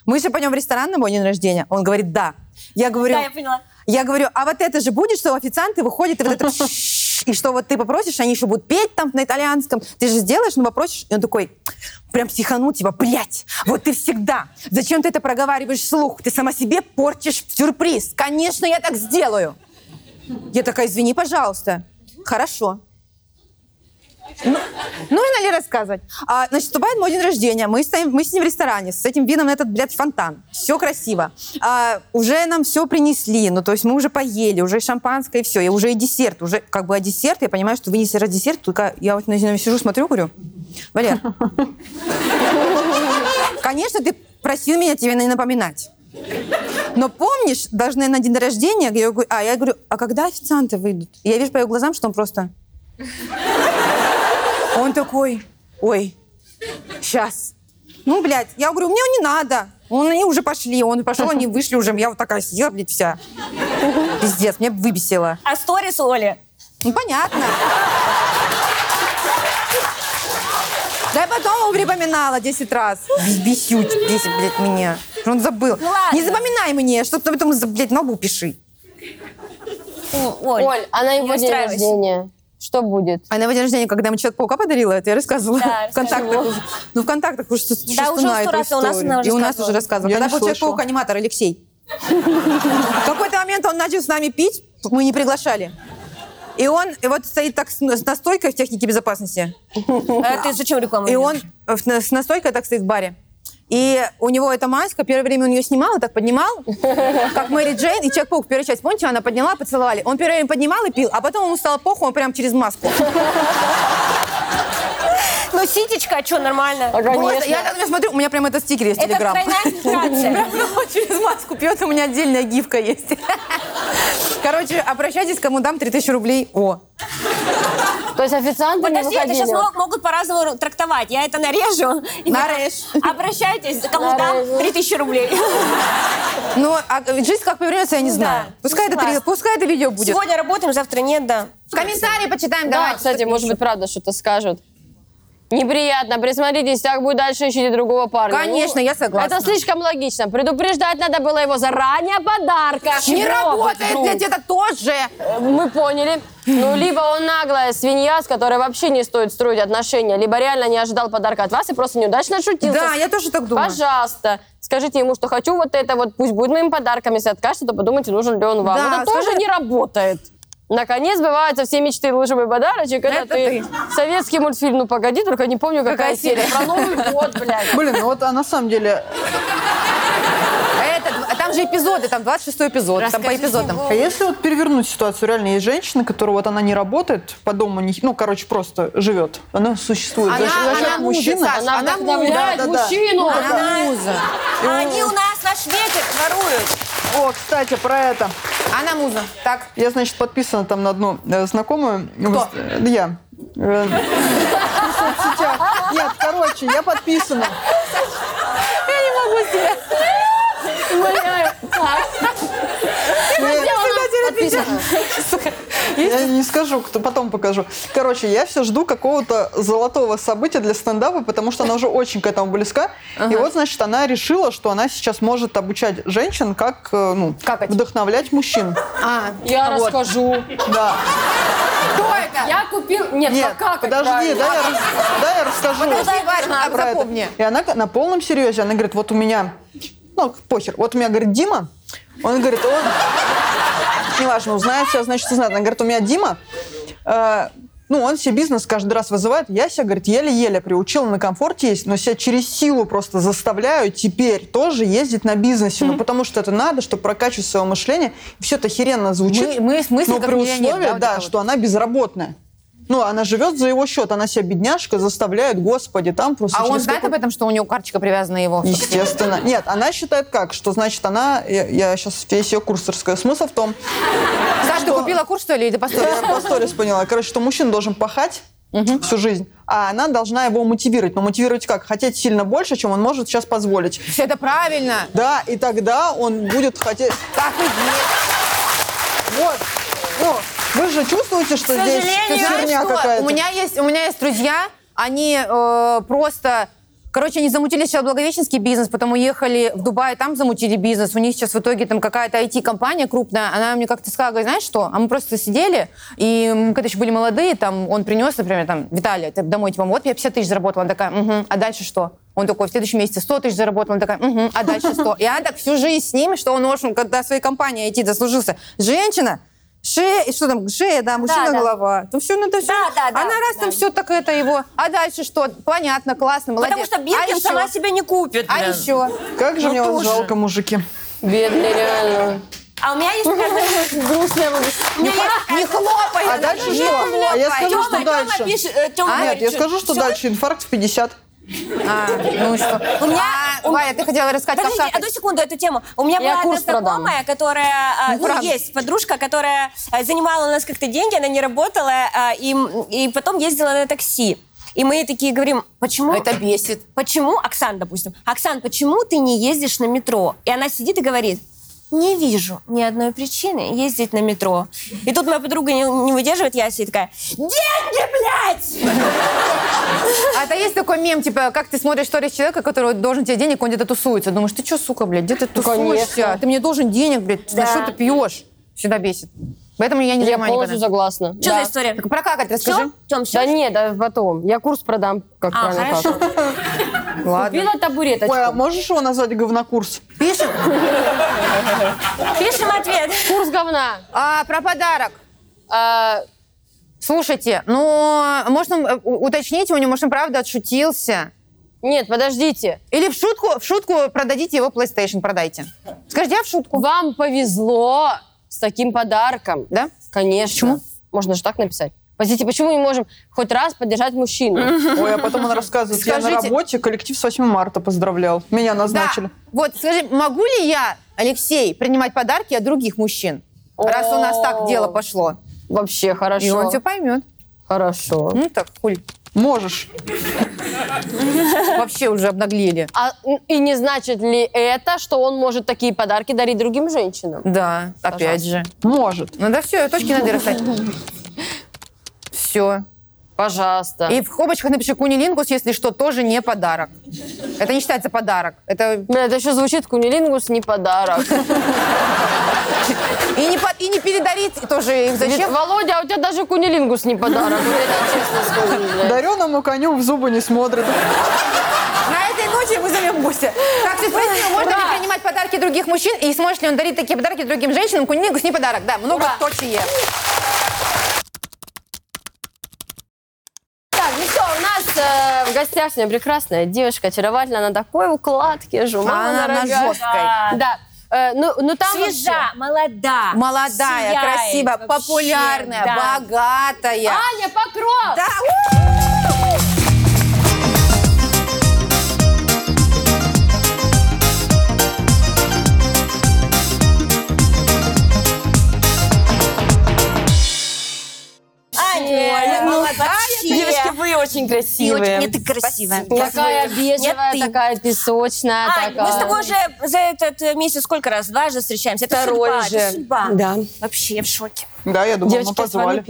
Speaker 2: мы же пойдем в ресторан на мой день рождения? Он говорит, да. Я говорю,
Speaker 1: Да, я поняла.
Speaker 2: я говорю, а вот это же будет, что официанты выходят, и вот это пш- и что вот ты попросишь, они еще будут петь там на итальянском, ты же сделаешь, но попросишь, и он такой, прям психанул, типа, блядь, вот ты всегда, зачем ты это проговариваешь вслух, ты сама себе портишь сюрприз, конечно, я так сделаю. Я такая, извини, пожалуйста. Хорошо. Ну, нужно ли рассказывать? А, значит, вступает мой день рождения. Мы, стоим, мы с ним в ресторане, с этим вином на этот, блядь, фонтан. Все красиво. А, уже нам все принесли. Ну, то есть мы уже поели, уже и шампанское, и все. И уже и десерт. Уже как бы а десерт. Я понимаю, что вынесли раз а десерт. Только я вот на него сижу, смотрю, говорю, Валер, конечно, ты просил меня тебе не напоминать. Но помнишь, даже, наверное, на день рождения, я говорю, а я говорю, а когда официанты выйдут? И я вижу по его глазам, что он просто... Он такой, ой, сейчас. Ну, блядь, я говорю, мне не надо. Он, они уже пошли, он пошел, они вышли уже, я вот такая сидела, блядь, вся. Пиздец, меня выбесило.
Speaker 1: А сторис Оли?
Speaker 2: Ну, понятно. Да я потом ему припоминала 10 раз. Бесючий, бесит, блядь, меня. Он забыл.
Speaker 1: Ну ладно.
Speaker 2: Не запоминай мне, что ты потом, блядь, на лбу пиши.
Speaker 1: О, Оль,
Speaker 3: Оль, а на
Speaker 1: не
Speaker 3: его день
Speaker 1: расстраивайся.
Speaker 3: рождения что будет?
Speaker 2: А на его день рождения, когда ему Человек-паука подарила, это я рассказывала.
Speaker 1: Да,
Speaker 2: в контактах. уже. Ну, в контактах уже что
Speaker 1: Да, уже сто раз, а у нас она уже
Speaker 2: И у нас
Speaker 1: рассказывала.
Speaker 2: уже рассказывала.
Speaker 4: Я
Speaker 2: Когда
Speaker 4: не
Speaker 2: был
Speaker 4: слышала.
Speaker 2: Человек-паук аниматор Алексей. В какой-то момент он начал с нами пить, мы не приглашали. И он и вот стоит так с с настойкой в технике безопасности.
Speaker 1: А ты зачем рекламу?
Speaker 2: И
Speaker 1: делаешь?
Speaker 2: он э, в- с настойкой так стоит в баре. И у него эта маска, первое время он ее снимал и так поднимал, как Мэри Джейн и Человек-паук, первая часть, помните, она подняла, поцеловали. Он первое время поднимал и пил, а потом ему стало похуй, он прям через маску.
Speaker 1: Ну, ситечка, а что, нормально?
Speaker 3: А,
Speaker 2: Просто
Speaker 3: конечно.
Speaker 2: я когда смотрю, у меня прям этот стикер есть в
Speaker 1: Это
Speaker 2: Телеграм.
Speaker 1: тройная фильтрация.
Speaker 2: Он через маску пьет, у меня отдельная гифка есть. Короче, обращайтесь, кому дам 3000 рублей. О,
Speaker 3: То есть официанты не
Speaker 1: Подожди, это
Speaker 3: выходили?
Speaker 1: сейчас могут по-разному трактовать. Я это нарежу. и потом
Speaker 2: Нарежь.
Speaker 1: Обращайтесь, кому
Speaker 3: Нарежу.
Speaker 1: дам 3000 рублей.
Speaker 2: ну, а жизнь как повернется, я не знаю.
Speaker 1: Да,
Speaker 2: Пускай это, три-
Speaker 1: согласна.
Speaker 2: пускай это видео будет.
Speaker 1: Сегодня работаем, завтра нет, да.
Speaker 2: Комментарии почитаем,
Speaker 3: Да,
Speaker 2: давайте.
Speaker 3: кстати, может быть, правда что-то скажут. Неприятно, присмотритесь, так будет дальше, ищите другого парня. Ну,
Speaker 2: Конечно, я согласна.
Speaker 3: Это слишком логично. Предупреждать надо было его заранее подарка.
Speaker 2: Не
Speaker 3: Чего
Speaker 2: работает,
Speaker 3: вдруг?
Speaker 2: блядь, это тоже.
Speaker 3: Э, Мы поняли. Ну, либо он наглая свинья, с которой вообще не стоит строить отношения, либо реально не ожидал подарка от вас и просто неудачно шутился.
Speaker 2: Да, я тоже так думаю.
Speaker 3: Пожалуйста, скажите ему, что хочу вот это вот, пусть будет моим подарком. Если откажется, то подумайте, нужен ли он вам.
Speaker 2: Да,
Speaker 3: это тоже
Speaker 2: скажи-
Speaker 3: не работает. Наконец, бывают со все мечты лучший подарочек.
Speaker 2: Это
Speaker 3: Это, ты.
Speaker 2: ты.
Speaker 3: Советский мультфильм, ну погоди, только не помню, какая,
Speaker 2: Какая серия.
Speaker 3: серия. Про Новый год, блядь.
Speaker 4: Блин, ну вот а на самом деле,
Speaker 2: Это, а там же эпизоды, там 26 эпизод, там по эпизодам.
Speaker 4: а если вот перевернуть ситуацию, реально есть женщина, которая вот она не работает по дому, не, ну, короче, просто живет, она существует за, счет- за счет
Speaker 2: она
Speaker 4: мужчины.
Speaker 2: муза, Саш,
Speaker 3: Она
Speaker 2: она
Speaker 3: вдохновляет
Speaker 4: мудра, да, да.
Speaker 3: мужчину.
Speaker 2: Она муза.
Speaker 1: А они у нас наш ветер воруют.
Speaker 4: О, кстати, про это.
Speaker 2: Она муза. Так.
Speaker 4: Я, значит, подписана там на одну э, знакомую. Кто? я. Э, в соцсетях. Нет, короче, я подписана.
Speaker 3: Бля,
Speaker 4: Э,
Speaker 3: подписано.
Speaker 4: Я не скажу, кто потом покажу. Короче, я все жду какого-то золотого события для стендапа, потому что она уже очень к этому близка. И вот, значит, она решила, что она сейчас может обучать женщин, как э, ну,
Speaker 2: Какать.
Speaker 4: вдохновлять мужчин.
Speaker 2: А,
Speaker 3: Я
Speaker 2: вот.
Speaker 3: расскажу.
Speaker 4: Да.
Speaker 2: Кто это?
Speaker 3: Я купил... Нет,
Speaker 4: Нет,
Speaker 3: как это
Speaker 4: подожди,
Speaker 3: правильно?
Speaker 4: да я, рас- да, я расскажу.
Speaker 2: Подожди, Варь, а,
Speaker 4: про это.
Speaker 2: запомни.
Speaker 4: И она на полном серьезе, она говорит, вот у меня, ну, похер, вот у меня, говорит, Дима, он говорит, он, неважно, узнает все, значит, узнает. Она говорит, у меня Дима, э, ну, он себе бизнес каждый раз вызывает. Я себя, говорит, еле-еле приучила на комфорте есть, но себя через силу просто заставляю теперь тоже ездить на бизнесе. Ну, потому что это надо, чтобы прокачивать свое мышление. И все это херенно звучит.
Speaker 2: Мы- мы в смысле
Speaker 4: но
Speaker 2: как
Speaker 4: при
Speaker 2: миллионер,
Speaker 4: условии,
Speaker 2: да,
Speaker 4: да,
Speaker 2: вот это вот?
Speaker 4: что что она безработная. Ну, она живет за его счет, она себя бедняжка заставляет, господи, там просто...
Speaker 2: А он
Speaker 4: через
Speaker 2: знает об
Speaker 4: какой-
Speaker 2: этом, что у него карточка привязана его?
Speaker 4: Естественно. Нет, она считает как, что значит она... Я, сейчас весь ее курс расскажу. Смысл в том,
Speaker 2: Саш, ты купила курс, что ли? Да постой.
Speaker 4: я по сторис поняла, короче, что мужчина должен пахать всю жизнь, а она должна его мотивировать. Но мотивировать как? Хотеть сильно больше, чем он может сейчас позволить.
Speaker 2: Все это правильно.
Speaker 4: Да, и тогда он будет хотеть...
Speaker 2: Так и есть.
Speaker 4: Вот. Ну, вы же чувствуете, что здесь
Speaker 2: Ты знаешь,
Speaker 4: херня
Speaker 2: что?
Speaker 4: какая-то.
Speaker 2: У меня есть, у меня есть друзья, они э, просто... Короче, они замутили сейчас благовещенский бизнес, потом уехали в Дубай, там замутили бизнес. У них сейчас в итоге там какая-то IT-компания крупная. Она мне как-то сказала, говорит, знаешь что? А мы просто сидели, и мы когда еще были молодые, там он принес, например, там, Виталий, ты домой, типа, вот я 50 тысяч заработала. Она такая, угу, а дальше что? Он такой, в следующем месяце 100 тысяч заработал. Он такая, угу, а дальше что? И она так всю жизнь с ним, что он, в общем, когда своей компании IT заслужился. Женщина, шея, и что там, шея, да, мужчина,
Speaker 1: да.
Speaker 2: голова. Там все, ну, это все.
Speaker 1: Да, да, да,
Speaker 2: Она раз
Speaker 1: да.
Speaker 2: там все так это его. А дальше что? Понятно, классно, молодец.
Speaker 1: Потому что Биркин
Speaker 2: а
Speaker 1: сама
Speaker 2: еще?
Speaker 1: себя не купит.
Speaker 2: А
Speaker 1: блин.
Speaker 2: еще?
Speaker 4: Как же
Speaker 2: Ну,
Speaker 4: мне вас
Speaker 2: тоже.
Speaker 4: жалко, мужики.
Speaker 3: Бедный, реально.
Speaker 1: А у меня есть...
Speaker 3: Грустная выпуск.
Speaker 1: У меня есть-
Speaker 2: Не хлопай!
Speaker 4: А дальше
Speaker 2: не
Speaker 4: что?
Speaker 2: хлопай.
Speaker 4: А я скажу,
Speaker 1: Тёма,
Speaker 4: что
Speaker 1: Тёма
Speaker 4: дальше. А,
Speaker 1: пишет, э, Тёма
Speaker 4: Нет,
Speaker 1: говорит,
Speaker 4: я
Speaker 1: что-
Speaker 4: скажу, что
Speaker 1: всё,
Speaker 4: дальше инфаркт в 50.
Speaker 2: А, ну и что? У меня... А, Варя, ты хотела рассказать, как
Speaker 1: Подождите, а
Speaker 2: как...
Speaker 1: одну секунду эту тему. У меня
Speaker 3: Я
Speaker 1: была одна
Speaker 3: курс продам.
Speaker 1: знакомая, которая, а, ну,
Speaker 2: правда.
Speaker 1: есть подружка, которая а, занимала у нас как-то деньги, она не работала, а, и, м, и потом ездила на такси. И мы ей такие говорим, почему?
Speaker 2: Это бесит.
Speaker 1: Почему, Оксан, допустим, Оксан, почему ты не ездишь на метро? И она сидит и говорит, не вижу ни одной причины ездить на метро. И тут моя подруга не, не выдерживает, я и такая, деньги, блядь!
Speaker 2: А это есть такой мем, типа, как ты смотришь сторис человека, который должен тебе денег, он где-то тусуется. Думаешь, ты что, сука, блядь, где ты тусуешься?
Speaker 3: конечно.
Speaker 2: Ты мне должен денег, блядь, за
Speaker 1: Да.
Speaker 2: что ты пьешь? Всегда бесит. Поэтому я не
Speaker 3: Я
Speaker 2: занимаюсь
Speaker 3: полностью
Speaker 2: никогда.
Speaker 3: согласна.
Speaker 1: Что
Speaker 3: Да.
Speaker 1: за история?
Speaker 2: Так прокакать расскажи.
Speaker 1: Все? Тем,
Speaker 3: Да нет, да потом. Я курс продам, как
Speaker 1: А,
Speaker 3: правильно
Speaker 1: хорошо.
Speaker 3: как. Купила табуреточку.
Speaker 4: Ой, а можешь его назвать говнокурс?
Speaker 2: Пишет.
Speaker 1: Пишем ответ.
Speaker 3: Курс говна.
Speaker 2: А, про подарок.
Speaker 3: А,
Speaker 2: Слушайте, ну, может, он, э, у- уточните у него, может, он правда отшутился.
Speaker 3: нет, подождите.
Speaker 2: Или в шутку, в шутку продадите его PlayStation, продайте. Скажите, я в шутку.
Speaker 3: Вам повезло с таким подарком.
Speaker 2: Да?
Speaker 3: Конечно. Почему? Можно же так написать. Простите, почему не можем хоть раз поддержать мужчину?
Speaker 4: Ой, а потом он рассказывает, я на
Speaker 2: Скажите-
Speaker 4: работе коллектив с 8 марта поздравлял. Меня назначили.
Speaker 2: Да. Вот, скажи, могу ли я, Алексей, принимать подарки от других мужчин? Раз у нас так дело пошло.
Speaker 3: Вообще хорошо.
Speaker 2: И он все поймет.
Speaker 3: Хорошо.
Speaker 2: Ну так, хуль.
Speaker 4: Можешь.
Speaker 2: Вообще уже обнаглели.
Speaker 3: А, м, и не значит ли это, что он может такие подарки дарить другим женщинам?
Speaker 2: Да, опять же.
Speaker 4: Может.
Speaker 2: Ну да все, точки надо расставить. Все.
Speaker 3: Пожалуйста.
Speaker 2: И в скобочках напиши кунилингус, если что, тоже не подарок. Это не считается подарок. Это
Speaker 3: Бля, это еще звучит кунилингус, не подарок.
Speaker 2: и не, по- и не передарить тоже им
Speaker 3: Блин,
Speaker 2: зачем.
Speaker 3: Володя, а у тебя даже кунилингус не подарок. Вот это честно скажу, бля.
Speaker 4: Дареному коню в зубы не смотрит.
Speaker 2: На этой ноте мы зовем гостя. Так, ты спросила, можно ли
Speaker 3: Ура!
Speaker 2: принимать подарки других мужчин и сможет ли он дарить такие подарки другим женщинам? Кунилингус не подарок, да, много
Speaker 3: Ура!
Speaker 2: точие.
Speaker 3: Так, ну что, у нас э, в гостях сегодня прекрасная девочка, очаровательная, на такой
Speaker 8: А
Speaker 3: укладке же, мама
Speaker 2: она на
Speaker 3: дорогая.
Speaker 2: жесткой.
Speaker 3: Да. Э, ну, ну там
Speaker 1: Свежа, молода.
Speaker 2: Молодая,
Speaker 1: сияет
Speaker 2: красивая,
Speaker 1: вообще,
Speaker 2: популярная,
Speaker 1: да.
Speaker 2: богатая.
Speaker 8: А!
Speaker 3: вообще- Аня Покров!
Speaker 2: Да,
Speaker 1: Аня,
Speaker 2: у,
Speaker 1: ну
Speaker 2: молодая.
Speaker 1: вообще.
Speaker 3: вы очень
Speaker 1: Ты очень-
Speaker 3: красивые.
Speaker 1: Нет, ты красивая.
Speaker 3: Такая бежевая,
Speaker 1: Нет, ты.
Speaker 3: такая песочная.
Speaker 1: Ань,
Speaker 3: такая.
Speaker 1: А, мы с тобой уже за этот э, месяц сколько раз? Дважды встречаемся. Это
Speaker 3: Второй
Speaker 1: судьба,
Speaker 3: же.
Speaker 1: это судьба.
Speaker 3: Да.
Speaker 1: Вообще, я в шоке.
Speaker 4: Да, я думала, мы
Speaker 3: Девочки, я с вами
Speaker 4: позвали. А?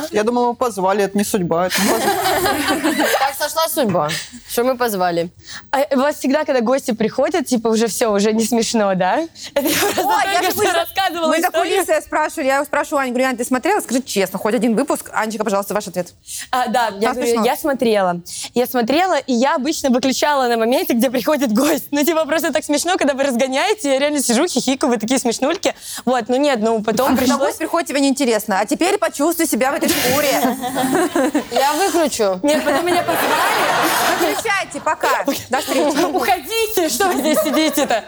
Speaker 3: первый.
Speaker 4: Я думала, мы позвали, это не судьба. это не позвали.
Speaker 3: Так сошла судьба, что мы позвали.
Speaker 8: А у вас всегда, когда гости приходят, типа уже все, уже не смешно, да? Это я просто
Speaker 2: Ой, я
Speaker 8: только
Speaker 2: же
Speaker 8: что
Speaker 2: вы-
Speaker 8: рассказывала
Speaker 2: Мы за
Speaker 8: историю.
Speaker 2: кулисы спрашивали, я спрашиваю, Ань, говорю, Ань, ты смотрела? Скажи честно, хоть один выпуск. Анечка, пожалуйста, ваш ответ.
Speaker 8: А, да, я,
Speaker 2: Как
Speaker 8: говорю,
Speaker 2: смешно?
Speaker 8: я смотрела. Я смотрела, и я обычно выключала на моменте, где приходит гость. Ну, типа, просто так смешно, когда вы разгоняете, я реально сижу, хихикаю, вы такие смешнульки. Вот, ну нет, ну потом
Speaker 3: А
Speaker 2: На
Speaker 8: пришлось...
Speaker 2: гость приходит, тебе неинтересно. А теперь почувствуй себя в этой шкуре.
Speaker 3: Я выключу.
Speaker 8: Нет, потом меня позвали.
Speaker 2: Выключайте, пока. До встречи.
Speaker 8: «Ну, Уходите, что вы здесь сидите-то?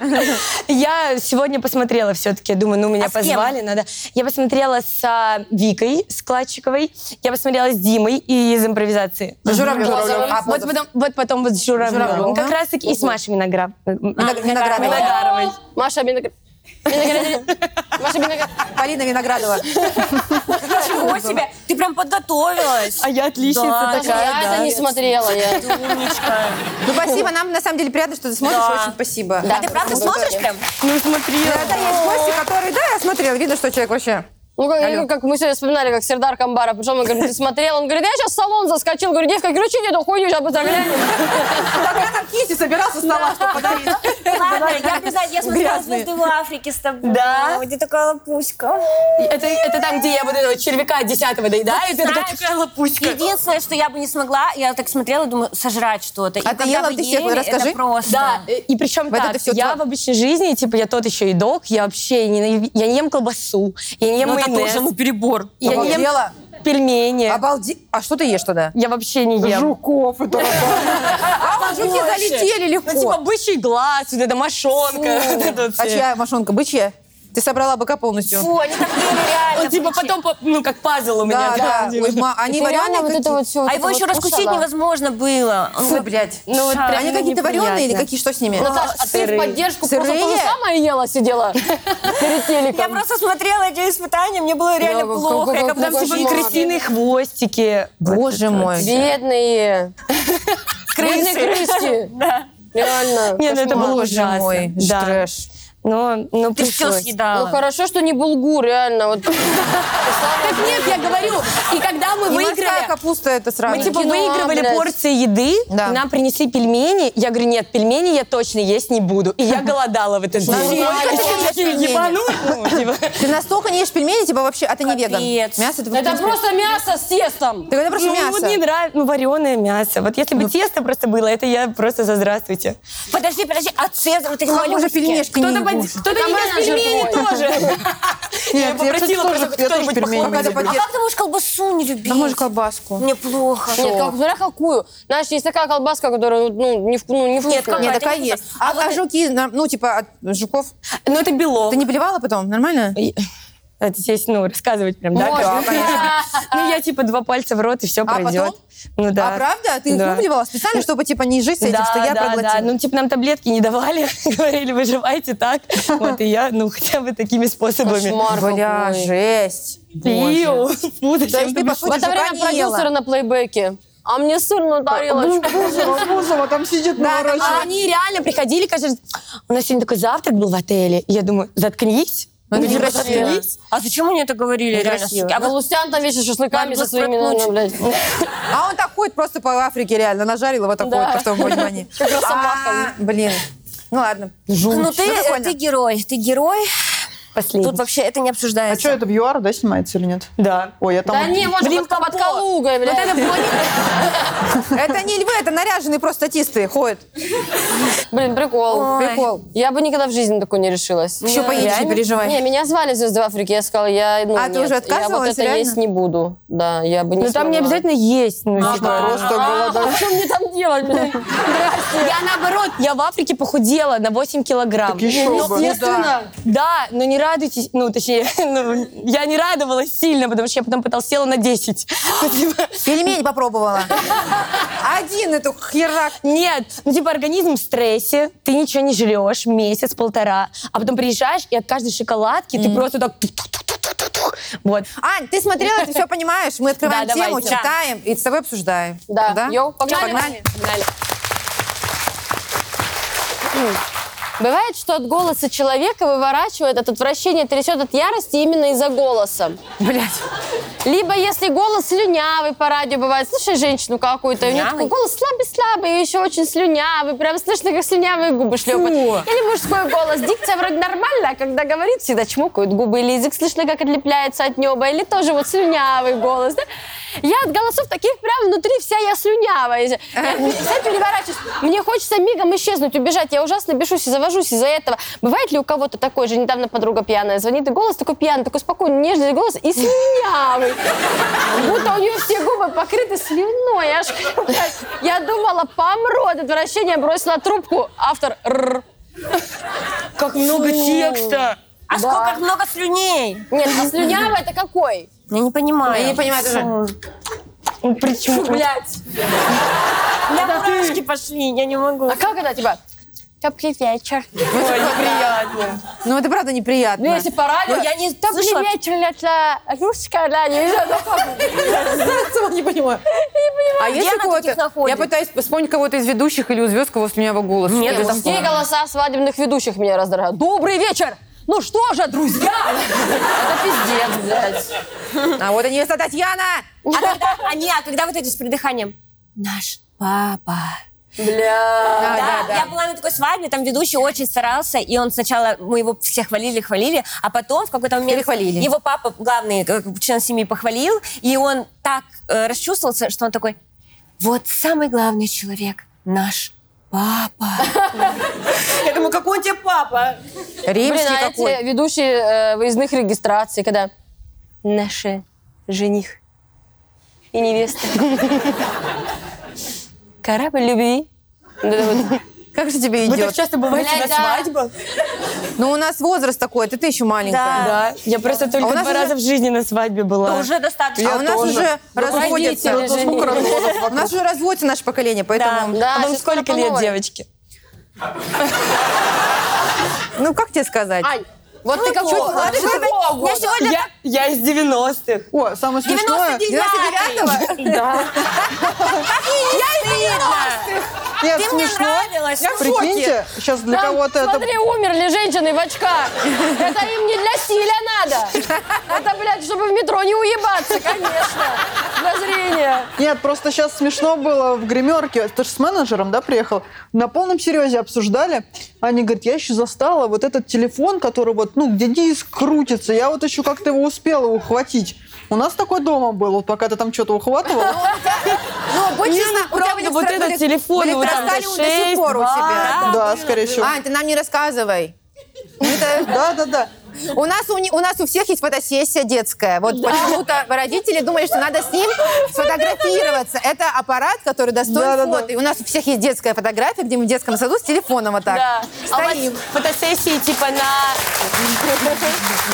Speaker 8: Я сегодня посмотрела все-таки, думаю, ну меня
Speaker 1: А с кем?
Speaker 8: позвали, надо. Я посмотрела с а, Викой Складчиковой, я посмотрела с Димой и из импровизации.
Speaker 2: Журавлев.
Speaker 3: Журавлев.
Speaker 2: Ну, А,
Speaker 8: Вот
Speaker 2: Позов.
Speaker 8: потом, вот потом вот с Журавлевым.
Speaker 2: Журавлевым.
Speaker 8: Как раз таки и с Машей Виноград... э,
Speaker 1: А,
Speaker 2: Виноградовой.
Speaker 8: Виноградовой.
Speaker 3: Маша Биноград... Биноград- Маша Биноград...
Speaker 2: Полина Виноградова.
Speaker 1: Ничего себе. Ты прям подготовилась.
Speaker 8: А я отличница
Speaker 1: Да,
Speaker 8: такая,
Speaker 3: Даже я
Speaker 8: да.
Speaker 3: это не смотрела. я-
Speaker 1: Умничка.
Speaker 2: Ну, спасибо, нам на самом деле приятно, что ты смотришь.
Speaker 1: Да.
Speaker 2: Очень спасибо.
Speaker 1: А ты правда смотришь прям?
Speaker 8: Ну смотри.
Speaker 2: Да, есть гости, которые, да, я смотрела, видно, что человек вообще...
Speaker 3: Ну, как, как мы сегодня вспоминали, как Сердар Камбаров пришел, мы говорим, ты смотрел? Он говорит, я сейчас в салон заскочил. Говорю, девка, ключи нету, хуйню сейчас позаглянем.
Speaker 2: Тогда там кисти собирал со стола, чтобы подарить.
Speaker 1: Ладно, я признаюсь, я смотрела
Speaker 2: Грязные.
Speaker 1: «Звезды в Африке» с тобой.
Speaker 8: Да?
Speaker 1: Ой, Ты такая лопуська.
Speaker 8: Это, это там, где я вот этого червяка десятого доедаю, и ты такая,
Speaker 1: Знаешь,
Speaker 8: такая лопуська.
Speaker 1: Единственное, что я бы не смогла, я так смотрела, думаю, сожрать что-то. И
Speaker 2: А ты
Speaker 1: когда
Speaker 2: ела?
Speaker 1: вы
Speaker 2: Ты всех
Speaker 1: ели,
Speaker 2: расскажи.
Speaker 1: Это просто.
Speaker 8: Да, э, и причем
Speaker 2: Вот
Speaker 8: так,
Speaker 2: это всё
Speaker 8: я
Speaker 2: твоё.
Speaker 8: в обычной жизни, типа, я тот еще едок, я вообще не, я не ем колбасу, я не ем майонез,
Speaker 1: перебор.
Speaker 8: я не ем
Speaker 2: Обалдела.
Speaker 8: пельмени,
Speaker 2: Обалде... А что ты ешь тогда?
Speaker 8: я вообще не ем.
Speaker 4: Жуков это
Speaker 2: А, жуки залетели
Speaker 8: Ну, типа,
Speaker 2: легко.
Speaker 8: бычий глаз, вот эта мошонка, вот это вот
Speaker 2: А
Speaker 8: всё.
Speaker 2: чья мошонка? Бычья? Ты собрала быка полностью?
Speaker 1: Фу, они так ели реально.
Speaker 8: Он, типа, потом, по- ну, как пазл у меня.
Speaker 2: Да, да. Ой, ма, они вареные
Speaker 3: Реально вот это
Speaker 2: какие-то?
Speaker 3: вот все.
Speaker 1: А его еще раскусить невозможно было. Он
Speaker 2: Фу, блядь.
Speaker 8: Ну, вот прям
Speaker 2: Они какие-то вареные или
Speaker 8: неприятно.
Speaker 2: какие? Что с ними?
Speaker 3: Наташа, а ты в
Speaker 8: Сырые.
Speaker 3: поддержку просто то же
Speaker 2: Сырые?
Speaker 3: самое ела, сидела перед
Speaker 1: Я
Speaker 3: телеком.
Speaker 1: просто смотрела эти испытания, мне было реально
Speaker 3: как-
Speaker 1: плохо. Я
Speaker 3: как-
Speaker 1: как
Speaker 3: как-
Speaker 1: будто
Speaker 8: Там,
Speaker 3: Какой
Speaker 8: типа,
Speaker 3: кошмар.
Speaker 8: крысиные хвостики.
Speaker 2: Боже мой.
Speaker 3: Бедные. Бедные крыски. Реально.
Speaker 8: Нет, ну это было
Speaker 2: Боже
Speaker 8: ужасно.
Speaker 2: мой, ж
Speaker 8: Да.
Speaker 2: трэш.
Speaker 8: но, но
Speaker 1: Ты все
Speaker 8: пришлось.
Speaker 1: съедала.
Speaker 3: Ну хорошо, что не булгур, реально. Вот.
Speaker 8: Так нет, я говорю, и когда мы
Speaker 2: И морская
Speaker 8: выиграли,
Speaker 2: капуста это сразу.
Speaker 8: мы типа
Speaker 3: Киноа,
Speaker 8: выигрывали
Speaker 3: блядь.
Speaker 8: порции еды,
Speaker 2: Да.
Speaker 8: и нам принесли пельмени. Я говорю, нет, пельмени я точно есть не буду. И я голодала в этот день.
Speaker 2: Нормально.
Speaker 8: Сколько ты
Speaker 2: Ешь
Speaker 8: хочешь
Speaker 2: пельмени.
Speaker 8: ебануть? Ну, типа.
Speaker 2: Ты настолько не ешь пельмени, типа вообще, а ты не веган.
Speaker 1: Капец.
Speaker 2: Мясо это, в
Speaker 3: Это
Speaker 2: принципе-
Speaker 3: просто мясо с тестом.
Speaker 2: Так это просто
Speaker 8: ну,
Speaker 2: мясо.
Speaker 8: вот не нравится, ну, вареное мясо. Вот если бы тесто просто было, это я просто за здравствуйте.
Speaker 1: Ну. Подожди, подожди, а Цезарь, вот эти
Speaker 2: Как можно
Speaker 1: малюсики?
Speaker 2: пельмешки
Speaker 8: Кто-то
Speaker 2: не
Speaker 8: под-
Speaker 2: ешь?
Speaker 8: кто-то не А ест
Speaker 3: менеджер
Speaker 8: пельмени
Speaker 3: твой.
Speaker 8: тоже.
Speaker 4: Нет, я, кстати,
Speaker 8: попросила
Speaker 4: тоже,
Speaker 8: просто
Speaker 4: я тоже
Speaker 8: кто-нибудь
Speaker 4: пельмени не
Speaker 2: похлопать.
Speaker 4: люблю.
Speaker 1: А как ты можешь колбасу не
Speaker 8: А
Speaker 1: любить?
Speaker 2: Какую же колбаску?
Speaker 1: Мне плохо.
Speaker 3: Нет, как, смотря какую. Знаешь, есть такая колбаска, которая ну, не, вку- ну, не вкусная.
Speaker 1: какая-
Speaker 2: Нет,
Speaker 1: это
Speaker 2: такая
Speaker 1: не
Speaker 2: есть.
Speaker 1: вкусно.
Speaker 2: А,
Speaker 1: А вот
Speaker 2: а
Speaker 1: это-
Speaker 2: жуки, на- ну, типа, от жуков.
Speaker 8: Ну, это белок.
Speaker 2: Ты не блевала потом? Нормально?
Speaker 8: Это здесь, ну, рассказывать прям, да?
Speaker 3: Можно.
Speaker 8: как? Ну, я типа два пальца в рот, и все
Speaker 2: А
Speaker 8: пройдет.
Speaker 2: потом?
Speaker 8: Ну, да.
Speaker 2: А правда? Ты их
Speaker 8: Да.
Speaker 2: ну, блевала специально, чтобы, типа, не жить с этим,
Speaker 8: да,
Speaker 2: что я
Speaker 8: да, да.
Speaker 2: проглотила?
Speaker 8: Ну, типа, нам таблетки не давали, говорили, выживайте так. Вот, и я, ну, хотя бы такими способами.
Speaker 3: Кошмар
Speaker 2: Бля,
Speaker 3: какой.
Speaker 2: жесть.
Speaker 8: Пью, фу,
Speaker 2: То
Speaker 8: зачем
Speaker 2: есть ты,
Speaker 8: ты
Speaker 2: по
Speaker 8: пришла?
Speaker 3: В
Speaker 2: сути,
Speaker 3: это
Speaker 2: жука
Speaker 3: время
Speaker 2: не ела.
Speaker 3: продюсер ну, на плейбеке. А мне сырную тарелочку.
Speaker 4: Бузова, Бузова, там сидит
Speaker 2: Да,
Speaker 4: навороченная.
Speaker 8: А они реально приходили, кажется, у нас сегодня такой завтрак был в отеле. И Я думаю, заткнись.
Speaker 2: Ну,
Speaker 8: Ну,
Speaker 2: это
Speaker 8: типа,
Speaker 2: некрасиво.
Speaker 8: заткнись.
Speaker 1: А зачем они это говорили? Реально,
Speaker 2: Некрасиво.
Speaker 1: суки? А
Speaker 3: А
Speaker 1: вот
Speaker 3: Галустян там вечно шашлыками
Speaker 1: Надо
Speaker 3: со своими,
Speaker 1: было
Speaker 3: наверное, блядь.
Speaker 2: А он так ходит просто по Африке, реально, нажарил его так
Speaker 3: Да.
Speaker 2: вот, потом в бульмане.
Speaker 3: Как раз
Speaker 2: А,
Speaker 3: собака.
Speaker 2: Блин. Ну ладно.
Speaker 1: Ну ты,
Speaker 2: Ну, ты понял.
Speaker 1: ты герой, ты герой.
Speaker 8: Последний.
Speaker 1: Тут вообще это не
Speaker 4: А
Speaker 1: обсуждается.
Speaker 4: что, это в ЮАР, да, снимается или нет?
Speaker 8: Да.
Speaker 4: Ой, я там...
Speaker 3: Да не, вот
Speaker 8: Блин,
Speaker 3: же под, под
Speaker 8: Попо.
Speaker 3: Калугой, блядь.
Speaker 2: Это не львы, это наряженные просто статисты ходят.
Speaker 3: Блин, прикол.
Speaker 1: Ой.
Speaker 2: Прикол.
Speaker 3: Я бы никогда в жизни такой не решилась. Ну,
Speaker 2: Еще поедешь, не
Speaker 8: реально?
Speaker 2: переживай.
Speaker 3: Не, меня звали звезды Африки, я сказала, я, ну,
Speaker 2: А, ты
Speaker 3: нет,
Speaker 2: уже
Speaker 3: Я вот
Speaker 2: отказывалась,
Speaker 3: это
Speaker 2: реально?
Speaker 3: есть не буду. Да, я бы не
Speaker 8: Ну, там
Speaker 3: смогла.
Speaker 8: не обязательно есть. Ну, типа,
Speaker 4: Просто голодаю.
Speaker 3: Что мне там делать, блядь?
Speaker 8: Я наоборот, я в Африке похудела на 8 килограмм.
Speaker 4: Так еще
Speaker 8: Ну,
Speaker 4: бы.
Speaker 8: естественно. Да, но не радуйтесь, ну, точнее, ну, я не радовалась сильно, потому что я потом потолстела на 10. Ну, типа,
Speaker 2: Пельмени попробовала. Один эту херак.
Speaker 8: Нет, ну, типа, организм в стрессе, ты ничего не жрешь месяц-полтора, а потом приезжаешь, и от каждой шоколадки ты просто так... тух-тух-тух-тух-тух-тух. Вот.
Speaker 2: Ань, ты смотрела, ты все понимаешь. Мы открываем
Speaker 8: Да,
Speaker 2: тему,
Speaker 8: давайте.
Speaker 2: читаем и с тобой обсуждаем.
Speaker 3: Да. Йоу, погнали.
Speaker 2: Погнали.
Speaker 8: Погнали.
Speaker 3: Бывает, что от голоса человека выворачивает, от отвращения трясет от ярости именно из-за голоса.
Speaker 2: Блять.
Speaker 3: Либо если голос слюнявый по радио бывает, слушай женщину какую-то, и у нее
Speaker 1: Слюнявый?
Speaker 3: такой голос слабый-слабый, и еще очень слюнявый, прям слышно, как слюнявые губы шлепают. Или мужской голос, дикция вроде нормальная, а когда говорит, всегда чмокают губы, или язык слышно, как отлепляется от неба, или тоже вот слюнявый голос. да. Я от голосов таких прям внутри вся я слюнявая. Я вся переворачиваюсь. Мне хочется мигом исчезнуть, убежать. Я ужасно бешусь и завожусь из-за этого. Бывает ли у кого-то такой же? Недавно подруга пьяная звонит, и голос такой пьяный, такой спокойный, нежный голос и слюнявый. Будто у нее все губы покрыты слюной. Аж, блядь. я думала, помру от отвращения, бросила трубку. Автор «Рррр».
Speaker 8: Как много текста!
Speaker 1: Ну. А сколько как много слюней?
Speaker 3: Нет, а слюнявый это какой?
Speaker 1: Я не понимаю.
Speaker 2: Я не понимаю, ты же-
Speaker 8: Ну, Причем...
Speaker 3: Блять.
Speaker 1: У меня мурашки пошли, я не могу.
Speaker 3: А как это, типа? Добрый вечер.
Speaker 8: Ой, неприятно.
Speaker 2: Ну, это правда неприятно.
Speaker 3: Ну, если по радио,
Speaker 1: Ну, я не
Speaker 3: Добрый
Speaker 1: слышала.
Speaker 3: вечер, это русская радио. Не знаю, ну,
Speaker 2: Сама не понимаю. А
Speaker 1: Где
Speaker 2: если
Speaker 1: она таких
Speaker 2: кого-то... Я
Speaker 1: находит?
Speaker 2: пытаюсь вспомнить кого-то из ведущих или у звезд, кого слюнявого голоса.
Speaker 1: Нет,
Speaker 2: Что это
Speaker 1: это
Speaker 2: такое?
Speaker 3: Все голоса свадебных ведущих меня раздражают. Добрый вечер! Ну что же, друзья? Это пиздец, блядь.
Speaker 2: А вот и невеста Татьяна!
Speaker 1: А когда, а не, а когда вот эти с придыханием? Наш папа.
Speaker 3: Бля.
Speaker 2: Да,
Speaker 1: да,
Speaker 2: А, да, да.
Speaker 1: я была на такой свадьбе, там ведущий очень старался, и он сначала, мы его все хвалили, хвалили, а потом в какой-то момент
Speaker 2: Перехвалили.
Speaker 1: его папа, главный э, член семьи, похвалил, и он так э, расчувствовался, что он такой, вот самый главный человек, наш папа.
Speaker 8: Я думаю, какой он тебе папа?
Speaker 2: Римский
Speaker 3: Блин, а
Speaker 2: какой.
Speaker 3: эти ведущие э, выездных регистраций, когда
Speaker 8: Наши жених и невеста. Корабль любви.
Speaker 3: ну, это вот,
Speaker 2: Как же тебе
Speaker 8: Вы так
Speaker 2: идет?
Speaker 8: часто бываете
Speaker 3: Блядь,
Speaker 8: на
Speaker 3: да.
Speaker 8: свадьбах?
Speaker 2: Ну, у нас возраст такой, ты, ты еще
Speaker 3: А.
Speaker 2: маленькая.
Speaker 8: Да. Я просто только
Speaker 2: у нас
Speaker 8: два
Speaker 2: уже-
Speaker 8: раза в жизни на свадьбе была.
Speaker 1: Да уже достаточно.
Speaker 2: А у нас уже разводятся.
Speaker 3: родители женились.
Speaker 4: Сколько разводов
Speaker 2: У нас уже разводится наше поколение, поэтому...
Speaker 3: Да,
Speaker 8: а вам
Speaker 3: сейчас скоро
Speaker 8: сколько
Speaker 3: по
Speaker 8: лет,
Speaker 3: новой.
Speaker 8: девочки?
Speaker 2: Ну, как тебе сказать?
Speaker 3: Ань, вот ты как
Speaker 2: Ой,
Speaker 3: чё-
Speaker 2: а ты какого
Speaker 1: Я сегодня
Speaker 8: Я, я из 90-х.
Speaker 4: О, самое смешное...
Speaker 1: 99-го.
Speaker 2: Да.
Speaker 1: Я из 90-х.
Speaker 4: Нет,
Speaker 1: Ты мне
Speaker 4: смешно.
Speaker 1: нравилась.
Speaker 2: Я в шоке.
Speaker 4: Прикиньте, сейчас для
Speaker 3: Там,
Speaker 4: кого-то это...
Speaker 3: смотри, умерли женщины в очках. Это им не для стиля надо. Это, блядь, чтобы в метро не уебаться, конечно. Для зрения.
Speaker 4: Нет, просто сейчас смешно было в гримерке. Ты же с менеджером, да, приехал? На полном серьезе обсуждали. Они говорят, я еще застала вот этот телефон, который вот, ну, где диск крутится. Я вот еще как-то его успела ухватить. У нас такой дома был, вот пока ты там что-то ухватывал.
Speaker 2: Ну, будь честна, у тебя
Speaker 8: правда,
Speaker 2: будет
Speaker 8: вот
Speaker 2: стра-
Speaker 8: этот
Speaker 2: будет-
Speaker 8: телефон,
Speaker 2: будет
Speaker 8: вот там
Speaker 2: проскальзывать
Speaker 8: шесть,
Speaker 2: до сих пор у
Speaker 8: два.
Speaker 2: тебя.
Speaker 4: Да, скорее всего.
Speaker 2: Ань, ты нам не рассказывай. Это-
Speaker 4: Да, да, да.
Speaker 2: у, нас, у, не- у нас у всех есть фотосессия детская. Вот почему-то родители думали, что надо с ним сфотографироваться. Это аппарат, который достоин
Speaker 4: Да-да-да.
Speaker 2: фото. И у нас у всех есть детская фотография, где мы в детском саду с телефоном вот так
Speaker 8: Да. А у вас
Speaker 2: стоим.
Speaker 8: фотосессии типа на...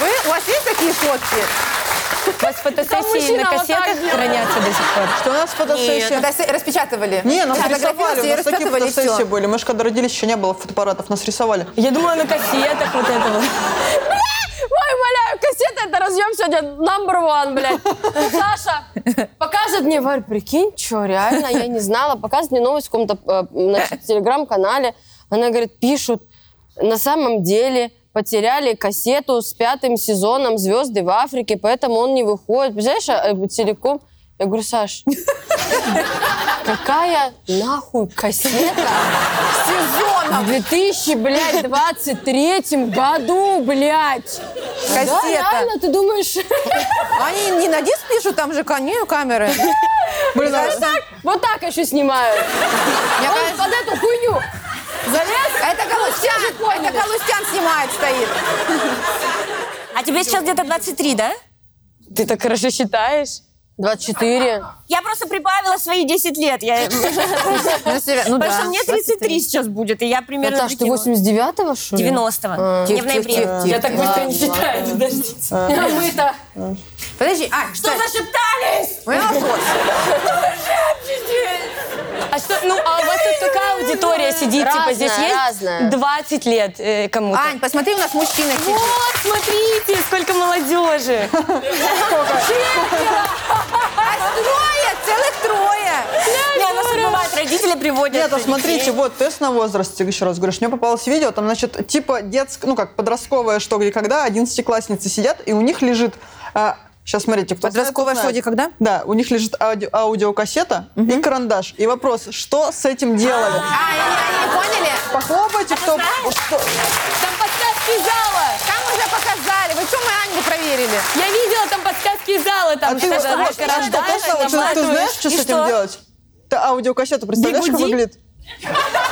Speaker 2: Вы, у вас есть такие фотки?
Speaker 8: У вас фотосессии
Speaker 3: мужчина
Speaker 8: на
Speaker 3: вот так
Speaker 8: кассетах
Speaker 3: делает.
Speaker 8: хранятся до сих пор?
Speaker 4: Что у нас фотосессия?
Speaker 2: Когда се- распечатывали?
Speaker 4: Не, нас
Speaker 2: Фотографировались
Speaker 4: рисовали.
Speaker 2: и
Speaker 4: У нас такие
Speaker 2: распечатывали, и всё.
Speaker 4: фотосессии были. Мы же когда родились, еще не было фотоаппаратов. Нас рисовали.
Speaker 8: Я думала, на кассетах вот это вот.
Speaker 3: Ой, умоляю, кассета, это разъем сегодня number one, блядь. Саша показывает мне, Варь, прикинь, что, реально, я не знала. Показывает мне новость в каком-то э, значит, телеграм-канале. Она говорит, пишут, на самом деле потеряли кассету с пятым сезоном «Звезды в Африке», поэтому он не выходит. Представляешь, э, телеком... Я говорю, Саш, какая нахуй кассета сезона в 2023 году, блядь?
Speaker 2: Кассета.
Speaker 3: Да, реально, ты думаешь,
Speaker 2: Они не на диск пишут, там же коню камеры.
Speaker 4: Блин, а-
Speaker 3: вот так еще снимают.
Speaker 2: Мне
Speaker 3: Он
Speaker 2: кажется,
Speaker 3: под эту хуйню.
Speaker 2: залез. Это Галустян,
Speaker 3: же поняли.
Speaker 2: это Галустян снимает, стоит.
Speaker 1: А тебе сейчас где-то 23, да?
Speaker 8: Ты так хорошо считаешь.
Speaker 3: 24.
Speaker 1: Я просто прибавила свои 10 лет. Я...
Speaker 2: Ну, серьезно, ну
Speaker 1: Потому
Speaker 2: да.
Speaker 1: что мне 33 сейчас будет, и я примерно
Speaker 3: Наташ, ты
Speaker 1: прикинула.
Speaker 3: 89-го, что ли?
Speaker 1: 90-го.
Speaker 8: Э,
Speaker 1: Я в ноябре.
Speaker 2: Я так
Speaker 8: быстро не считаю, подождите.
Speaker 3: А мы-то...
Speaker 2: Подожди, а, что
Speaker 1: зашептались?
Speaker 2: У меня вопрос.
Speaker 8: А что, ну, а у вас тут какая аудитория сидит? Типа
Speaker 3: Разная,
Speaker 8: здесь есть
Speaker 3: разная.
Speaker 8: 20 лет э, кому-то.
Speaker 2: Ань, посмотри, у нас мужчина сидит.
Speaker 8: А, Вот, смотрите, сколько молодежи.
Speaker 2: Аж трое, целых трое.
Speaker 1: Не, у нас так бывает, родители приводят.
Speaker 4: Нет, а
Speaker 1: детей.
Speaker 4: смотрите, вот тест на возраст, еще раз говоришь. Мне попалось видео, там, значит, типа детское, ну как, подростковое что, где когда, одиннадцатиклассницы сидят, и у них лежит... сейчас смотрите, кто знает,
Speaker 2: Подростковое
Speaker 4: тот знает.
Speaker 2: что, где, когда?
Speaker 4: Да, у них лежит ауди- аудиокассета и карандаш. И вопрос, что с этим делали?
Speaker 2: А, они- они поняли?
Speaker 4: Похлопайте, кто... что- а
Speaker 8: Там подсказки из зала.
Speaker 2: Там уже показали. Вы что, мы Аню не проверили?
Speaker 8: Я видела там подсказки из зала.
Speaker 4: А
Speaker 8: Там
Speaker 4: ты вот
Speaker 8: что-то
Speaker 4: вот,
Speaker 8: карандаш,
Speaker 4: знаешь, что тест на возраст, ты- ты
Speaker 8: наматываешь.
Speaker 4: знаешь, что
Speaker 8: И
Speaker 4: с этим делать? Ты аудиокассету представляешь, как
Speaker 8: Бигуди?
Speaker 4: выглядит?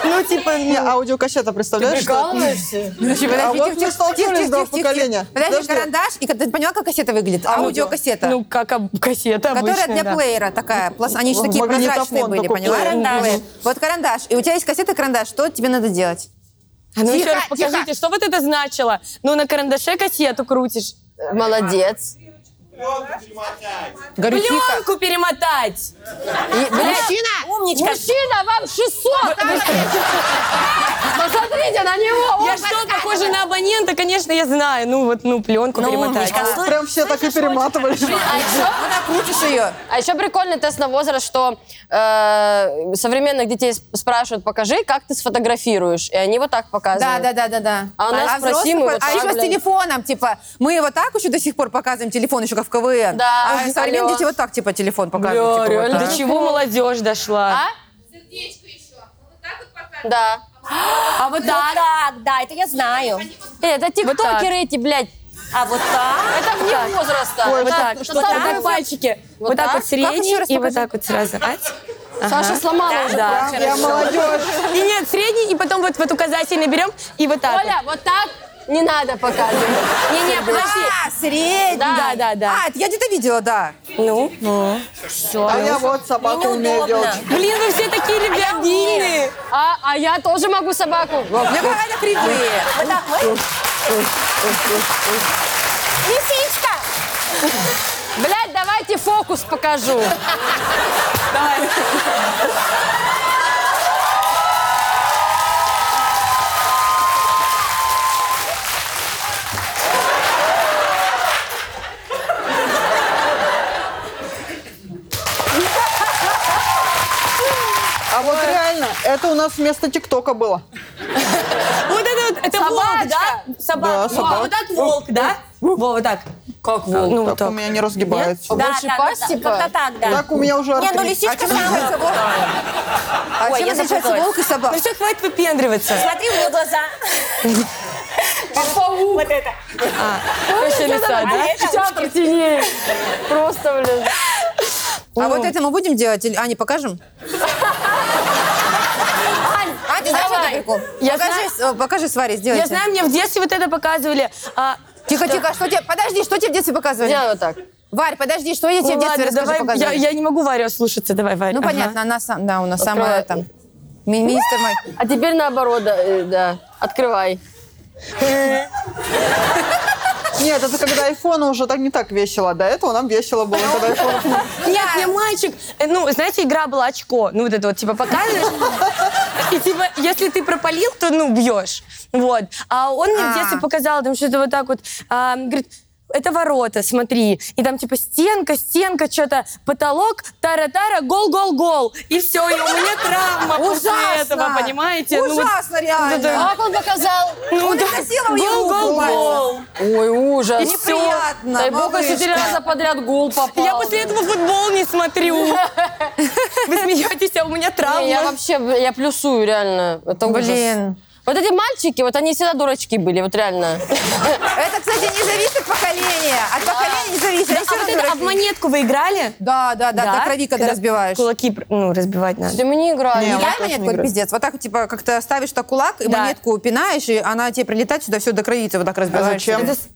Speaker 8: Ну, типа,
Speaker 4: Не, аудиокассета представляешь, что...
Speaker 3: Прикалываешься?
Speaker 4: А вот мы столкнулись два поколения.
Speaker 2: Подожди,
Speaker 4: Подожди.
Speaker 2: карандаш, и ты поняла, как кассета выглядит? Аудиокассета.
Speaker 8: Ну, как об- кассета
Speaker 2: Которая
Speaker 8: обычная,
Speaker 2: для
Speaker 8: да.
Speaker 2: плеера такая. пласт- Они же такие
Speaker 4: Магнитофон
Speaker 2: прозрачные были,
Speaker 4: такой
Speaker 2: поняла?
Speaker 4: плеер.
Speaker 1: Карандаш.
Speaker 2: Вот карандаш. И у тебя есть кассета карандаш. Что тебе надо делать?
Speaker 8: А ну еще
Speaker 2: Тихо,
Speaker 8: раз покажите,
Speaker 2: тихо.
Speaker 8: что вот это значило? Ну, на карандаше кассету крутишь.
Speaker 3: Молодец.
Speaker 2: Говорю, тихо.
Speaker 8: Пленку перемотать. Э,
Speaker 2: Мужчина!
Speaker 1: Умничка.
Speaker 3: Мужчина, вам 600! Посмотрите на него!
Speaker 8: Я что, похожа на абонента, конечно, я знаю. Ну, вот, ну, пленку
Speaker 1: Ну,
Speaker 8: перемотать.
Speaker 1: умничка. Слышь,
Speaker 4: Прям все так и перематывались.
Speaker 3: А еще
Speaker 2: Ну, так крутишь ее.
Speaker 3: А еще прикольный тест на возраст, что э, современных детей сп- спрашивают, покажи, как ты сфотографируешь. И они вот так
Speaker 2: Да,
Speaker 3: показывают.
Speaker 2: да, да, да, да.
Speaker 3: А у нас спроси,
Speaker 2: взрослых
Speaker 3: мы
Speaker 2: по-
Speaker 3: вот
Speaker 2: а
Speaker 3: так,
Speaker 2: еще с
Speaker 3: блядь.
Speaker 2: телефоном, типа, мы вот так еще до сих пор показываем телефон, еще как в КВН.
Speaker 3: Да,
Speaker 2: А
Speaker 3: алло.
Speaker 2: современные дети вот так, типа, телефон показывают.
Speaker 8: Бля,
Speaker 2: типа, вот
Speaker 8: реально,
Speaker 2: так.
Speaker 8: до чего молодежь дошла?
Speaker 3: А?
Speaker 6: Сердечко еще. Ну, вот так вот показывай.
Speaker 3: Да.
Speaker 8: А вот
Speaker 1: Да, так, да, это я знаю.
Speaker 3: Э, это тиктокеры эти, блядь.
Speaker 1: А вот так.
Speaker 3: Это вне возраста.
Speaker 8: Вот так,
Speaker 3: Это
Speaker 8: вот
Speaker 3: самое-
Speaker 8: так пальчики.
Speaker 3: Вот
Speaker 1: А?
Speaker 8: Вот так
Speaker 3: так?
Speaker 8: вот
Speaker 2: Как еще раз
Speaker 8: средний и вот
Speaker 2: покажи?
Speaker 8: так вот сразу. Ать.
Speaker 3: Саша сломала уже.
Speaker 8: Да.
Speaker 4: Я молодежь.
Speaker 8: И нет, средний, и потом вот, вот указательный берем, и вот так.
Speaker 3: Оля, вот так не надо показывать. Не-не, подожди.
Speaker 2: А, средний.
Speaker 8: Да, да, да.
Speaker 2: А, это я где-то видела, да.
Speaker 8: вот. Ну.
Speaker 4: А я вот собаку
Speaker 1: Неудобно.
Speaker 4: умею делать.
Speaker 8: Блин, вы все такие любвеобильные.
Speaker 3: А, а я тоже могу собаку.
Speaker 2: Мне говорят, кривые.
Speaker 1: Вот так вот. Лисичка.
Speaker 3: Блядь, давайте фокус покажу.
Speaker 4: А вот реально, это у нас вместо ТикТока было.
Speaker 8: Вот это вот, это волк, да?
Speaker 4: Да,
Speaker 8: Собака.
Speaker 4: собака.
Speaker 8: Вот так волк, да? Вот так. Как волк? Ну,
Speaker 4: так, у меня не разгибается.
Speaker 1: Да,
Speaker 3: Больше
Speaker 1: да,
Speaker 3: пасть,
Speaker 1: да, да,
Speaker 3: типа?
Speaker 1: Как-то так, да.
Speaker 4: Так у меня уже
Speaker 1: Не, ну
Speaker 4: артрит.
Speaker 1: лисичка самая.
Speaker 2: Различается волк- А
Speaker 1: Ой,
Speaker 2: чем
Speaker 1: я
Speaker 2: различается
Speaker 1: запуталась.
Speaker 2: волк и собака?
Speaker 8: Ну все, хватит выпендриваться.
Speaker 1: Смотри в ее глаза. Вот это.
Speaker 8: Ну,
Speaker 3: Вообще
Speaker 8: А, лиса, да?
Speaker 3: Театр теней. Просто, блин.
Speaker 2: А вот это мы будем делать? или- А, не покажем? А, ты знаешь
Speaker 3: давай.
Speaker 2: этот прикол?
Speaker 8: Я
Speaker 2: Покажи, с- э, Покажи, Свари,
Speaker 8: Я
Speaker 2: сделайте.
Speaker 8: знаю, мне в детстве вот это показывали. А,
Speaker 2: Тихо, тихо, а что тебе... Подожди, что тебе в детстве показывали?
Speaker 3: Делай вот так.
Speaker 2: Варь, подожди, что я тебе в
Speaker 8: ну
Speaker 2: детстве
Speaker 8: ладно,
Speaker 2: расскажи,
Speaker 8: давай, я,
Speaker 2: показывали?
Speaker 8: я не могу Варю слушаться, давай, Варя.
Speaker 2: Ну,
Speaker 8: Ага.
Speaker 2: понятно, она сам, да, у нас
Speaker 3: Открывай.
Speaker 2: самая там... ми- Министр мой.
Speaker 3: А теперь наоборот, да, э, да. Открывай.
Speaker 4: Нет, это когда айфона уже так не так весело. До этого нам весело было, А когда айфонов не
Speaker 8: Нет, я мальчик. Э, Ну, знаете, игра была очко. Ну, вот это вот, типа, показываешь. И, типа, если ты пропалил, то, ну, бьешь. Вот. А он мне в детстве
Speaker 2: А.
Speaker 8: показал, там, что-то вот так вот, а, говорит, это ворота, смотри. И там, типа, стенка, стенка, что-то, потолок, тара-тара, гол-гол-гол. И все, и у меня травма после этого, понимаете? Ну, вот-
Speaker 2: Ужасно, реально.
Speaker 8: вот это-
Speaker 3: Как он показал?
Speaker 8: Ну,
Speaker 2: Он
Speaker 8: да.
Speaker 2: изнасиловал ей руку,
Speaker 8: Гол-гол-гол.
Speaker 3: Ой, ужас.
Speaker 8: И всё.
Speaker 2: Неприятно,
Speaker 3: Дай бог, если
Speaker 2: малышка.
Speaker 3: три раза подряд гол попал.
Speaker 8: Я после этого футбол не смотрю. Вы смеетесь, а у
Speaker 3: Не,
Speaker 8: меня
Speaker 3: Я
Speaker 8: травма.
Speaker 3: вообще, бля, я плюсую, реально. Это ужас.
Speaker 2: Блин.
Speaker 3: Вот эти мальчики, вот они всегда дурачки были, вот реально.
Speaker 2: Это, кстати, не зависит от поколения. От поколения не зависит. Они
Speaker 8: А
Speaker 2: всё
Speaker 8: вот
Speaker 2: равно
Speaker 8: это, а в
Speaker 2: дураки.
Speaker 8: монетку вы играли?
Speaker 2: Да, да, да, так крови, когда разбиваешь.
Speaker 8: Кулаки, пр- ну, разбивать надо.
Speaker 3: Если мы не играли.
Speaker 4: Не,
Speaker 3: Я-
Speaker 4: вот
Speaker 2: Я
Speaker 4: так
Speaker 2: монетку
Speaker 4: не
Speaker 2: это
Speaker 4: играю.
Speaker 2: пиздец. Вот так, типа, как-то ставишь так кулак, и
Speaker 8: Да.
Speaker 2: монетку пинаешь, и она тебе прилетает сюда, все до крови, ты вот так разбиваешь.
Speaker 4: зачем?
Speaker 2: Это с-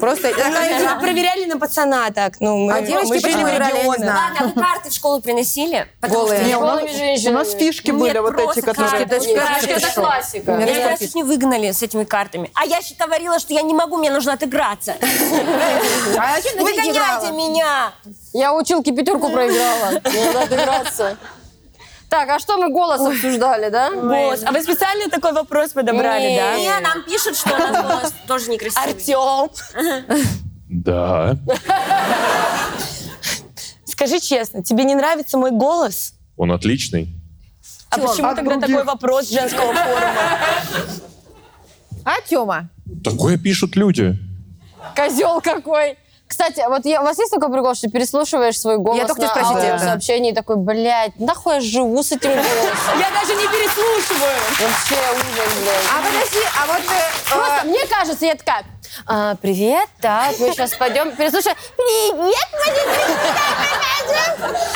Speaker 2: Просто...
Speaker 8: Ну, типа, проверяли на пацана так. Ну, мы,
Speaker 2: А
Speaker 8: мы
Speaker 2: девочки
Speaker 8: жили
Speaker 2: почему
Speaker 8: в
Speaker 2: играли, я не
Speaker 8: регионах.
Speaker 2: знаю.
Speaker 1: Ладно, а вы карты в школу приносили? Потому
Speaker 2: Голые.
Speaker 1: что
Speaker 4: Не, у нас,
Speaker 3: Голыми женщинами.
Speaker 4: у нас фишки
Speaker 1: Нет,
Speaker 4: были вот эти,
Speaker 1: просто
Speaker 4: которые...
Speaker 1: карты.
Speaker 3: Нет,
Speaker 1: Карточки
Speaker 3: это
Speaker 1: шоу.
Speaker 3: классика.
Speaker 2: Меня
Speaker 1: Меня ни разу чуть не выгнали с этими картами. А я еще говорила, что я не могу, мне нужно отыграться.
Speaker 2: А зачем ты играла?
Speaker 1: Выгоняйте меня!
Speaker 3: Я училки пятерку проиграла. Мне надо играться. Так, а что мы голос обсуждали, да?
Speaker 8: Босс, а вы специально такой вопрос подобрали, да?
Speaker 1: Не, нам пишут, что у нас голос тоже некрасивый.
Speaker 8: Артем,
Speaker 9: Да.
Speaker 8: скажи честно, тебе не нравится мой голос?
Speaker 9: Он отличный.
Speaker 8: А
Speaker 1: Артём,
Speaker 8: почему
Speaker 4: от
Speaker 8: тогда
Speaker 4: других.
Speaker 8: такой вопрос женского форума?
Speaker 2: А, Тёма?
Speaker 9: Такое пишут люди.
Speaker 3: Козел какой. Кстати, вот я, у вас есть такой прикол, что переслушиваешь свой голос
Speaker 2: Я только
Speaker 3: на
Speaker 2: хотела спросить это.
Speaker 3: сообщении и такой, блядь, нахуй я живу с этим голосом?
Speaker 8: Я даже не переслушиваю.
Speaker 3: Вообще ужас, блядь.
Speaker 2: А подожди, а вот... э,
Speaker 3: Просто
Speaker 2: э,
Speaker 3: мне кажется, я такая, «А, привет, так, мы сейчас пойдем, переслушаем. Привет, мы не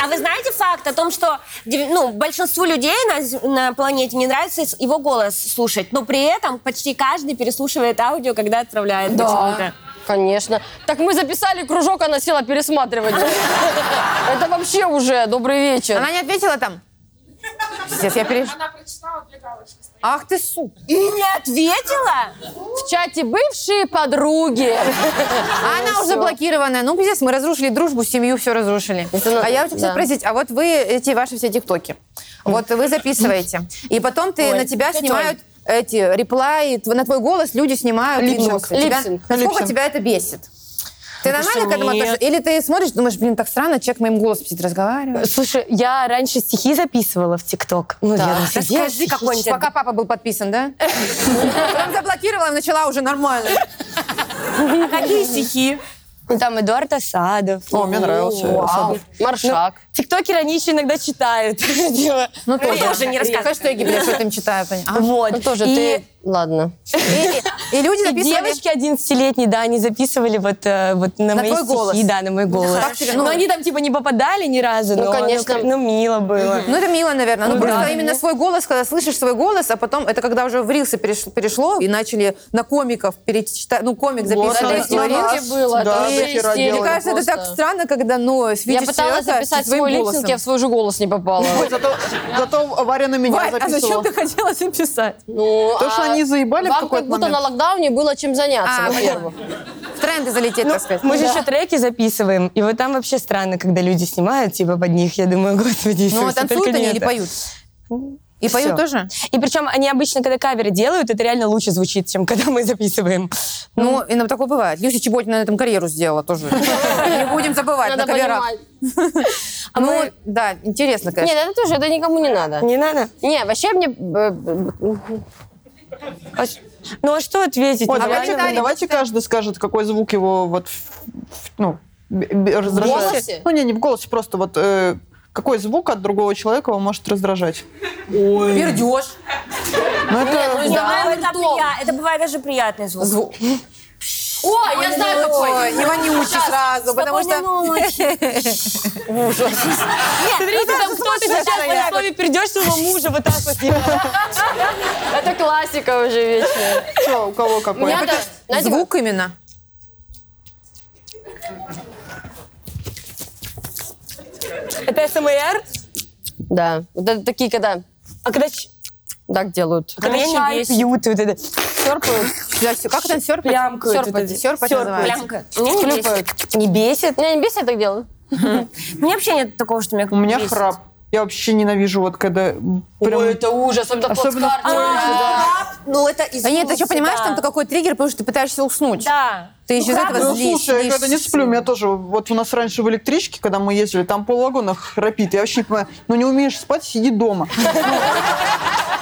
Speaker 1: А вы знаете факт о том, что дев- ну, большинству людей на, з- на планете не нравится с- его голос слушать, но при этом почти каждый переслушивает аудио, когда отправляет почему-то.
Speaker 3: Конечно. Так мы записали кружок, она села пересматривать. Это вообще уже добрый вечер.
Speaker 2: Она не ответила там? Пиздец, я переш...
Speaker 5: Она прочитала две галочки.
Speaker 2: Ах ты, сука.
Speaker 1: И не ответила?
Speaker 3: В чате бывшие подруги.
Speaker 2: А она уже заблокированная. Ну, пиздец, мы разрушили дружбу, семью, все разрушили.
Speaker 3: Это надо,
Speaker 2: А я хочу
Speaker 3: да.
Speaker 2: спросить, а вот вы эти ваши все тиктоки, вот вы записываете, и потом ты
Speaker 3: Ой,
Speaker 2: на тебя
Speaker 3: это
Speaker 2: снимают эти реплаи, тв- на твой голос люди снимают
Speaker 4: Липсинг.
Speaker 2: видосы. Тебя-
Speaker 3: Липсинг.
Speaker 2: Насколько
Speaker 4: Липсинг.
Speaker 2: тебя это бесит? Ты нормально к этому
Speaker 8: нет.
Speaker 2: относишься? Или ты смотришь, думаешь, блин, так странно, человек моим голосом сидит, разговаривает.
Speaker 8: Слушай, я раньше стихи записывала в ТикТок. Ну, я там сидела,
Speaker 2: Расскажи
Speaker 8: стихи
Speaker 2: какой-нибудь. Пока папа был подписан, да? Потом заблокировала и начала уже нормально.
Speaker 8: А какие стихи? Ну, Там Эдуард Асадов.
Speaker 4: О, мне нравился
Speaker 8: Вау.
Speaker 4: Асадов.
Speaker 3: Маршак.
Speaker 8: Тиктокеры, они еще иногда читают. Типа,
Speaker 2: Ну, тоже.
Speaker 1: тоже не рассказывай.
Speaker 2: Хэштеги, блин, что там читаю. поня- А.
Speaker 8: Вот.
Speaker 3: Ну тоже
Speaker 8: И-
Speaker 3: ты... Ладно.
Speaker 2: И люди
Speaker 8: И
Speaker 2: записывали...
Speaker 8: девочки 11-летние, да, они записывали вот, э, вот
Speaker 2: На
Speaker 8: на, мои
Speaker 2: твой
Speaker 8: стихи,
Speaker 2: голос.
Speaker 8: да, на мой голос.
Speaker 2: хорошо.
Speaker 8: но они там типа не попадали ни разу,
Speaker 3: Ну,
Speaker 8: но оно
Speaker 3: конечно.
Speaker 8: как- ну, мило было.
Speaker 2: Ну, это мило, наверное. Ну,
Speaker 8: Ну,
Speaker 2: просто
Speaker 8: да.
Speaker 2: именно свой голос, когда слышишь свой голос, а потом это когда уже в рилсы переш- перешло, и начали на комиков перечитать, ну, комик записывать.
Speaker 3: Это
Speaker 4: на- на
Speaker 2: рилсы.
Speaker 3: истерики
Speaker 4: раз,
Speaker 3: было.
Speaker 4: да,
Speaker 3: это вообще
Speaker 4: дохера
Speaker 3: истерика
Speaker 2: Мне кажется, это
Speaker 3: просто.
Speaker 2: так странно, когда, ну, видишь
Speaker 3: Я пыталась
Speaker 2: человека
Speaker 3: записать
Speaker 2: со своим
Speaker 3: свой
Speaker 2: голосом.
Speaker 3: липсинг, я в свой же голос не попала.
Speaker 4: Ой, зато, зато Варя на меня
Speaker 2: Варь, а зачем
Speaker 4: записывала.
Speaker 2: ты хотела записать?
Speaker 3: Ну,
Speaker 4: То, что они заебали в
Speaker 3: вам
Speaker 4: какой-то
Speaker 3: как будто
Speaker 4: момент.
Speaker 3: на локдауне было чем заняться,
Speaker 2: А,
Speaker 3: во-первых.
Speaker 2: В тренды залететь, так сказать.
Speaker 8: Ну, Мы же еще треки записываем, и вот там вообще странно, когда люди снимают, типа, под них, я думаю, господи,
Speaker 2: Ну, а
Speaker 8: Иисусе,
Speaker 2: танцуют
Speaker 8: только
Speaker 2: они
Speaker 8: не
Speaker 2: или
Speaker 8: это».
Speaker 2: поют? И
Speaker 8: Всё.
Speaker 2: поют тоже?
Speaker 8: И причем они обычно, когда каверы делают, это реально лучше звучит, чем когда мы записываем.
Speaker 2: Ну, и нам такое бывает. Люся Чеботина на этом карьеру сделала тоже. Не будем забывать, на
Speaker 3: Надо
Speaker 2: каверах.
Speaker 3: понимать. А
Speaker 2: ну,
Speaker 3: мы-
Speaker 2: да, интересно, конечно.
Speaker 3: Нет, это тоже, это никому не надо.
Speaker 8: Не надо?
Speaker 3: Не, вообще мне... э, э,
Speaker 8: А с- ну а что ответить?
Speaker 4: Ой,
Speaker 8: Ну,
Speaker 4: давайте,
Speaker 8: реально,
Speaker 4: давайте каждый скажет, какой звук его вот, в- в- ну, б- б- раздражает.
Speaker 3: голосе?
Speaker 4: Ну, не, не в голосе, просто вот э, какой звук от другого человека его может раздражать.
Speaker 2: Пердеж.
Speaker 4: Ну, это...
Speaker 1: Не, ну, это,
Speaker 3: ртом.
Speaker 1: прия- это бывает даже приятный звук.
Speaker 2: Звук.
Speaker 3: О, я знаю какой.
Speaker 2: Его не учи сразу, потому
Speaker 1: Спокойной
Speaker 2: что...
Speaker 1: ночи. ну,
Speaker 8: Смотрите, там кто-то сейчас на слове перейдешь своего мужа вот так вот.
Speaker 3: Это классика уже вечная.
Speaker 4: Что, у кого какой?
Speaker 3: У меня даже, знаете,
Speaker 2: Звук именно.
Speaker 8: Это СМР?
Speaker 3: как- Да, вот это такие, когда
Speaker 8: А когда, ч-
Speaker 3: так делают.
Speaker 8: когда
Speaker 3: Меня
Speaker 8: чай
Speaker 3: бесит.
Speaker 8: пьют, и вот это
Speaker 3: Серпают.
Speaker 2: Да, всё. Как это серпать?
Speaker 8: плямкают. вот
Speaker 2: Серпать,
Speaker 8: эти.
Speaker 2: серпать называется.
Speaker 1: Лямка. Мне не бесит.
Speaker 8: Хлюпают. Не бесит?
Speaker 3: Меня не бесит, я так делаю.
Speaker 1: типа, Мне вообще нет такого, что меня
Speaker 4: У меня
Speaker 1: бесит.
Speaker 4: храп. Я вообще ненавижу, вот когда... м, Прям...
Speaker 3: Ой, это ужас, особенно, в
Speaker 4: Особенно в
Speaker 3: плацкарте.
Speaker 1: Ну, это из
Speaker 2: Да А нет, ты что,
Speaker 1: ужаса,
Speaker 2: понимаешь,
Speaker 1: да.
Speaker 2: там такой триггер, потому что ты пытаешься уснуть.
Speaker 1: Да.
Speaker 2: Ты еще из этого
Speaker 4: Ну,
Speaker 2: злишь.
Speaker 4: слушай, я когда не
Speaker 2: злишься.
Speaker 4: сплю, у меня тоже... Вот у нас раньше в электричке, когда мы ездили, там полвагона храпит. Я вообще не понимаю. Ну, не умеешь спать, сиди дома.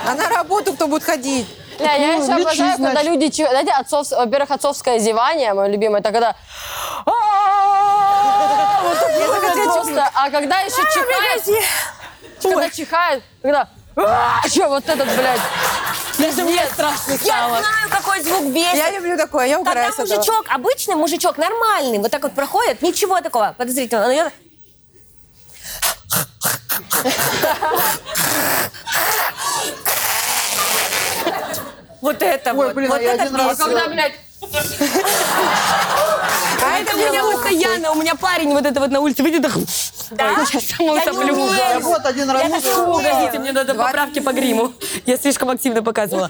Speaker 2: А на работу кто будет ходить?
Speaker 3: Бля, я
Speaker 4: Ну,
Speaker 3: еще
Speaker 4: лечись,
Speaker 3: обожаю, когда
Speaker 4: значит.
Speaker 3: люди... чё- Знаете, отцов- во-первых, отцовское зевание, мое любимое, это когда... Вот так вот просто. А когда еще чихает... Когда чихает, когда... Че, вот этот, блядь.
Speaker 8: Даже мне страшно
Speaker 1: Я
Speaker 8: стало.
Speaker 1: знаю, какой звук бесит.
Speaker 2: Я люблю такое, я
Speaker 1: Когда
Speaker 2: угораю с этого.
Speaker 1: мужичок, обычный мужичок, нормальный, вот так вот проходит, ничего такого подозрительного. Но я- Вот это
Speaker 4: Ой,
Speaker 1: вот.
Speaker 4: блин,
Speaker 1: вот
Speaker 4: а я
Speaker 1: это
Speaker 4: один раз-
Speaker 1: бесит.
Speaker 3: Когда, блядь,
Speaker 2: А
Speaker 8: Это у меня постоянно, у меня парень вот это вот на улице выйдет, да,
Speaker 1: Да?
Speaker 8: он
Speaker 1: Я не
Speaker 8: соблю.
Speaker 1: умею.
Speaker 4: Я вот один раз...
Speaker 1: Я
Speaker 8: Фу, Погодите, мне надо поправки по гриму. Я слишком активно показывала.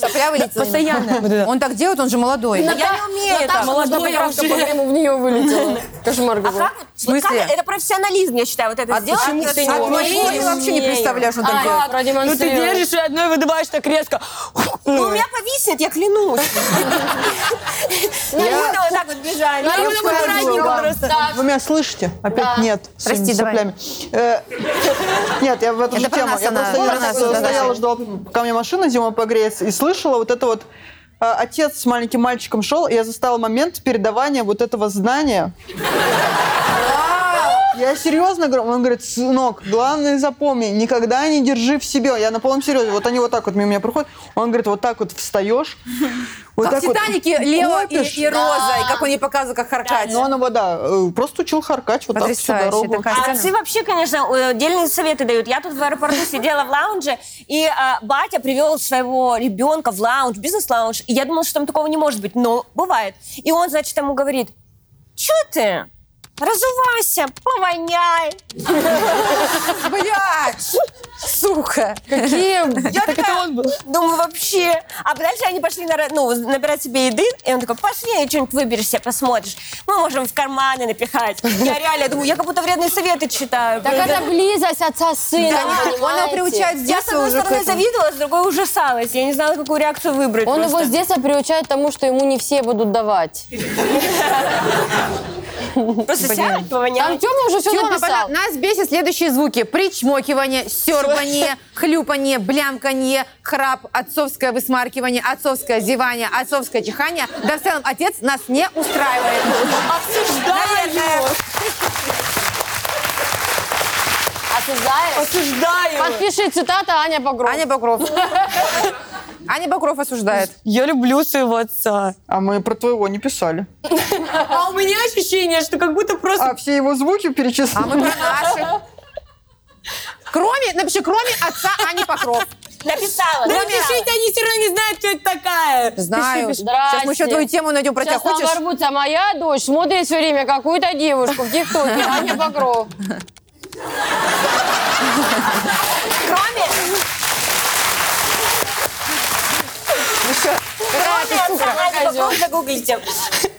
Speaker 2: Соплявый лицо.
Speaker 8: Постоянно. Вот это.
Speaker 2: Он так делает, он же молодой.
Speaker 1: Я не умею это.
Speaker 8: Молодой я
Speaker 3: поправка по
Speaker 8: уже.
Speaker 3: гриму в нее вылетела. Кошмар
Speaker 1: А
Speaker 3: какой.
Speaker 1: как? вот- вот как
Speaker 2: смысле?
Speaker 1: это? Это профессионализм, я считаю, вот это
Speaker 8: А
Speaker 1: сделать.
Speaker 2: почему
Speaker 1: это
Speaker 2: ты не
Speaker 1: всё.
Speaker 2: умеешь?
Speaker 1: Отмочить.
Speaker 2: Ой, вообще не представляешь, он так
Speaker 3: А,
Speaker 2: делает.
Speaker 8: Ну ты
Speaker 3: продемонстрировала.
Speaker 8: держишь и одной выдуваешь так резко.
Speaker 1: Ну, у меня повиснет, я клянусь. Я буду вот так вот бежать.
Speaker 3: Ну,
Speaker 8: Прям
Speaker 3: я
Speaker 8: аккуратненько
Speaker 3: скажу.
Speaker 8: просто.
Speaker 3: Так,
Speaker 4: Вы меня слышите? Опять
Speaker 3: Да.
Speaker 4: нет. с этими
Speaker 2: Прости, давай.
Speaker 4: соплями. Э, Нет, я в эту
Speaker 2: Это
Speaker 4: же
Speaker 2: про
Speaker 4: тему.
Speaker 2: нас
Speaker 4: Я
Speaker 2: она,
Speaker 4: просто я
Speaker 2: про нас,
Speaker 4: просто
Speaker 2: да, да.
Speaker 4: стояла, ждала, пока мне машина зима погреется, и слышала вот это вот э, отец с маленьким мальчиком шел, и я застала момент передавания вот этого знания. Я серьезно говорю, он говорит, сынок, главное запомни, никогда не держи в себе. Я на полном серьезе, вот они вот так вот мимо меня проходят, он говорит, вот так вот встаешь, вот
Speaker 2: Как в
Speaker 4: так вот
Speaker 2: «Титанике» Лео и-
Speaker 4: лопишь.
Speaker 2: и Роза, и как он ей показывает, как харкать.
Speaker 4: Но она вода, э, просто учил харкач вот так всю
Speaker 2: Потрясающе,
Speaker 4: дорогу.
Speaker 2: такая
Speaker 1: А
Speaker 2: сцена.
Speaker 1: отцы вообще, конечно, э, дельные советы дают. Я тут в аэропорту сидела в лаунже, и а, батя привел своего ребенка в лаунж, бизнес-лаунж, и я думала, что там такого не может быть, но бывает. И он, значит, ему говорит, что ты? Разувайся, повоняй.
Speaker 2: Блядь! Сука!
Speaker 3: какие...
Speaker 1: Я такая, думаю, вообще. А дальше они пошли на, ну, набирать себе еды, и он такой, пошли, что-нибудь выберешь себе, посмотришь. Мы можем в карманы напихать. Я реально думаю, я как будто вредные советы читаю.
Speaker 3: Так а это близость отца с сыном,
Speaker 2: Он его
Speaker 3: понимаете?
Speaker 2: приучает с
Speaker 1: Я, с
Speaker 2: детства
Speaker 1: одной
Speaker 2: уже к
Speaker 1: стороны,
Speaker 2: этому.
Speaker 1: завидовала, с другой ужасалась. Я не знала, какую реакцию выбрать.
Speaker 3: Он его
Speaker 1: просто.
Speaker 3: с детства приучает тому, что ему не все будут давать.
Speaker 1: просто сядет, повонял.
Speaker 3: Там Тёма уже все
Speaker 2: Тёма,
Speaker 3: написал.
Speaker 2: пожалуйста, нас бесит следующие звуки. Причмокивание, серпание, хлюпание, блямканье, храп, отцовское высмаркивание, отцовское зевание, отцовское чихание. Да в целом отец нас не устраивает. Наверное.
Speaker 3: Осуждаешь?
Speaker 8: Осуждаю.
Speaker 3: А Подпиши цитата Аня Багров.
Speaker 2: Аня Бакров. Аня Бакров осуждает.
Speaker 8: Я люблю своего отца.
Speaker 4: А мы про твоего не писали.
Speaker 8: А у меня ощущение, что как будто просто...
Speaker 4: А все его звуки перечислили.
Speaker 2: А мы про наши. Кроме, напиши, кроме отца Ани Покров.
Speaker 1: Написала.
Speaker 8: Да
Speaker 1: написала.
Speaker 8: пишите, они все равно не знают, кто это такая.
Speaker 2: Знаю.
Speaker 8: Пиши, пиши.
Speaker 2: Сейчас мы еще
Speaker 3: Здрасте.
Speaker 2: твою тему найдем про тебя.
Speaker 3: Сейчас там
Speaker 2: Хочешь?
Speaker 3: ворвутся. Моя дочь смотрит все время какую-то девушку в ТикТоке. а Аня Багров.
Speaker 2: Ну
Speaker 1: Кроме отца, Надя,
Speaker 3: Козёл.
Speaker 1: попробуй загуглите.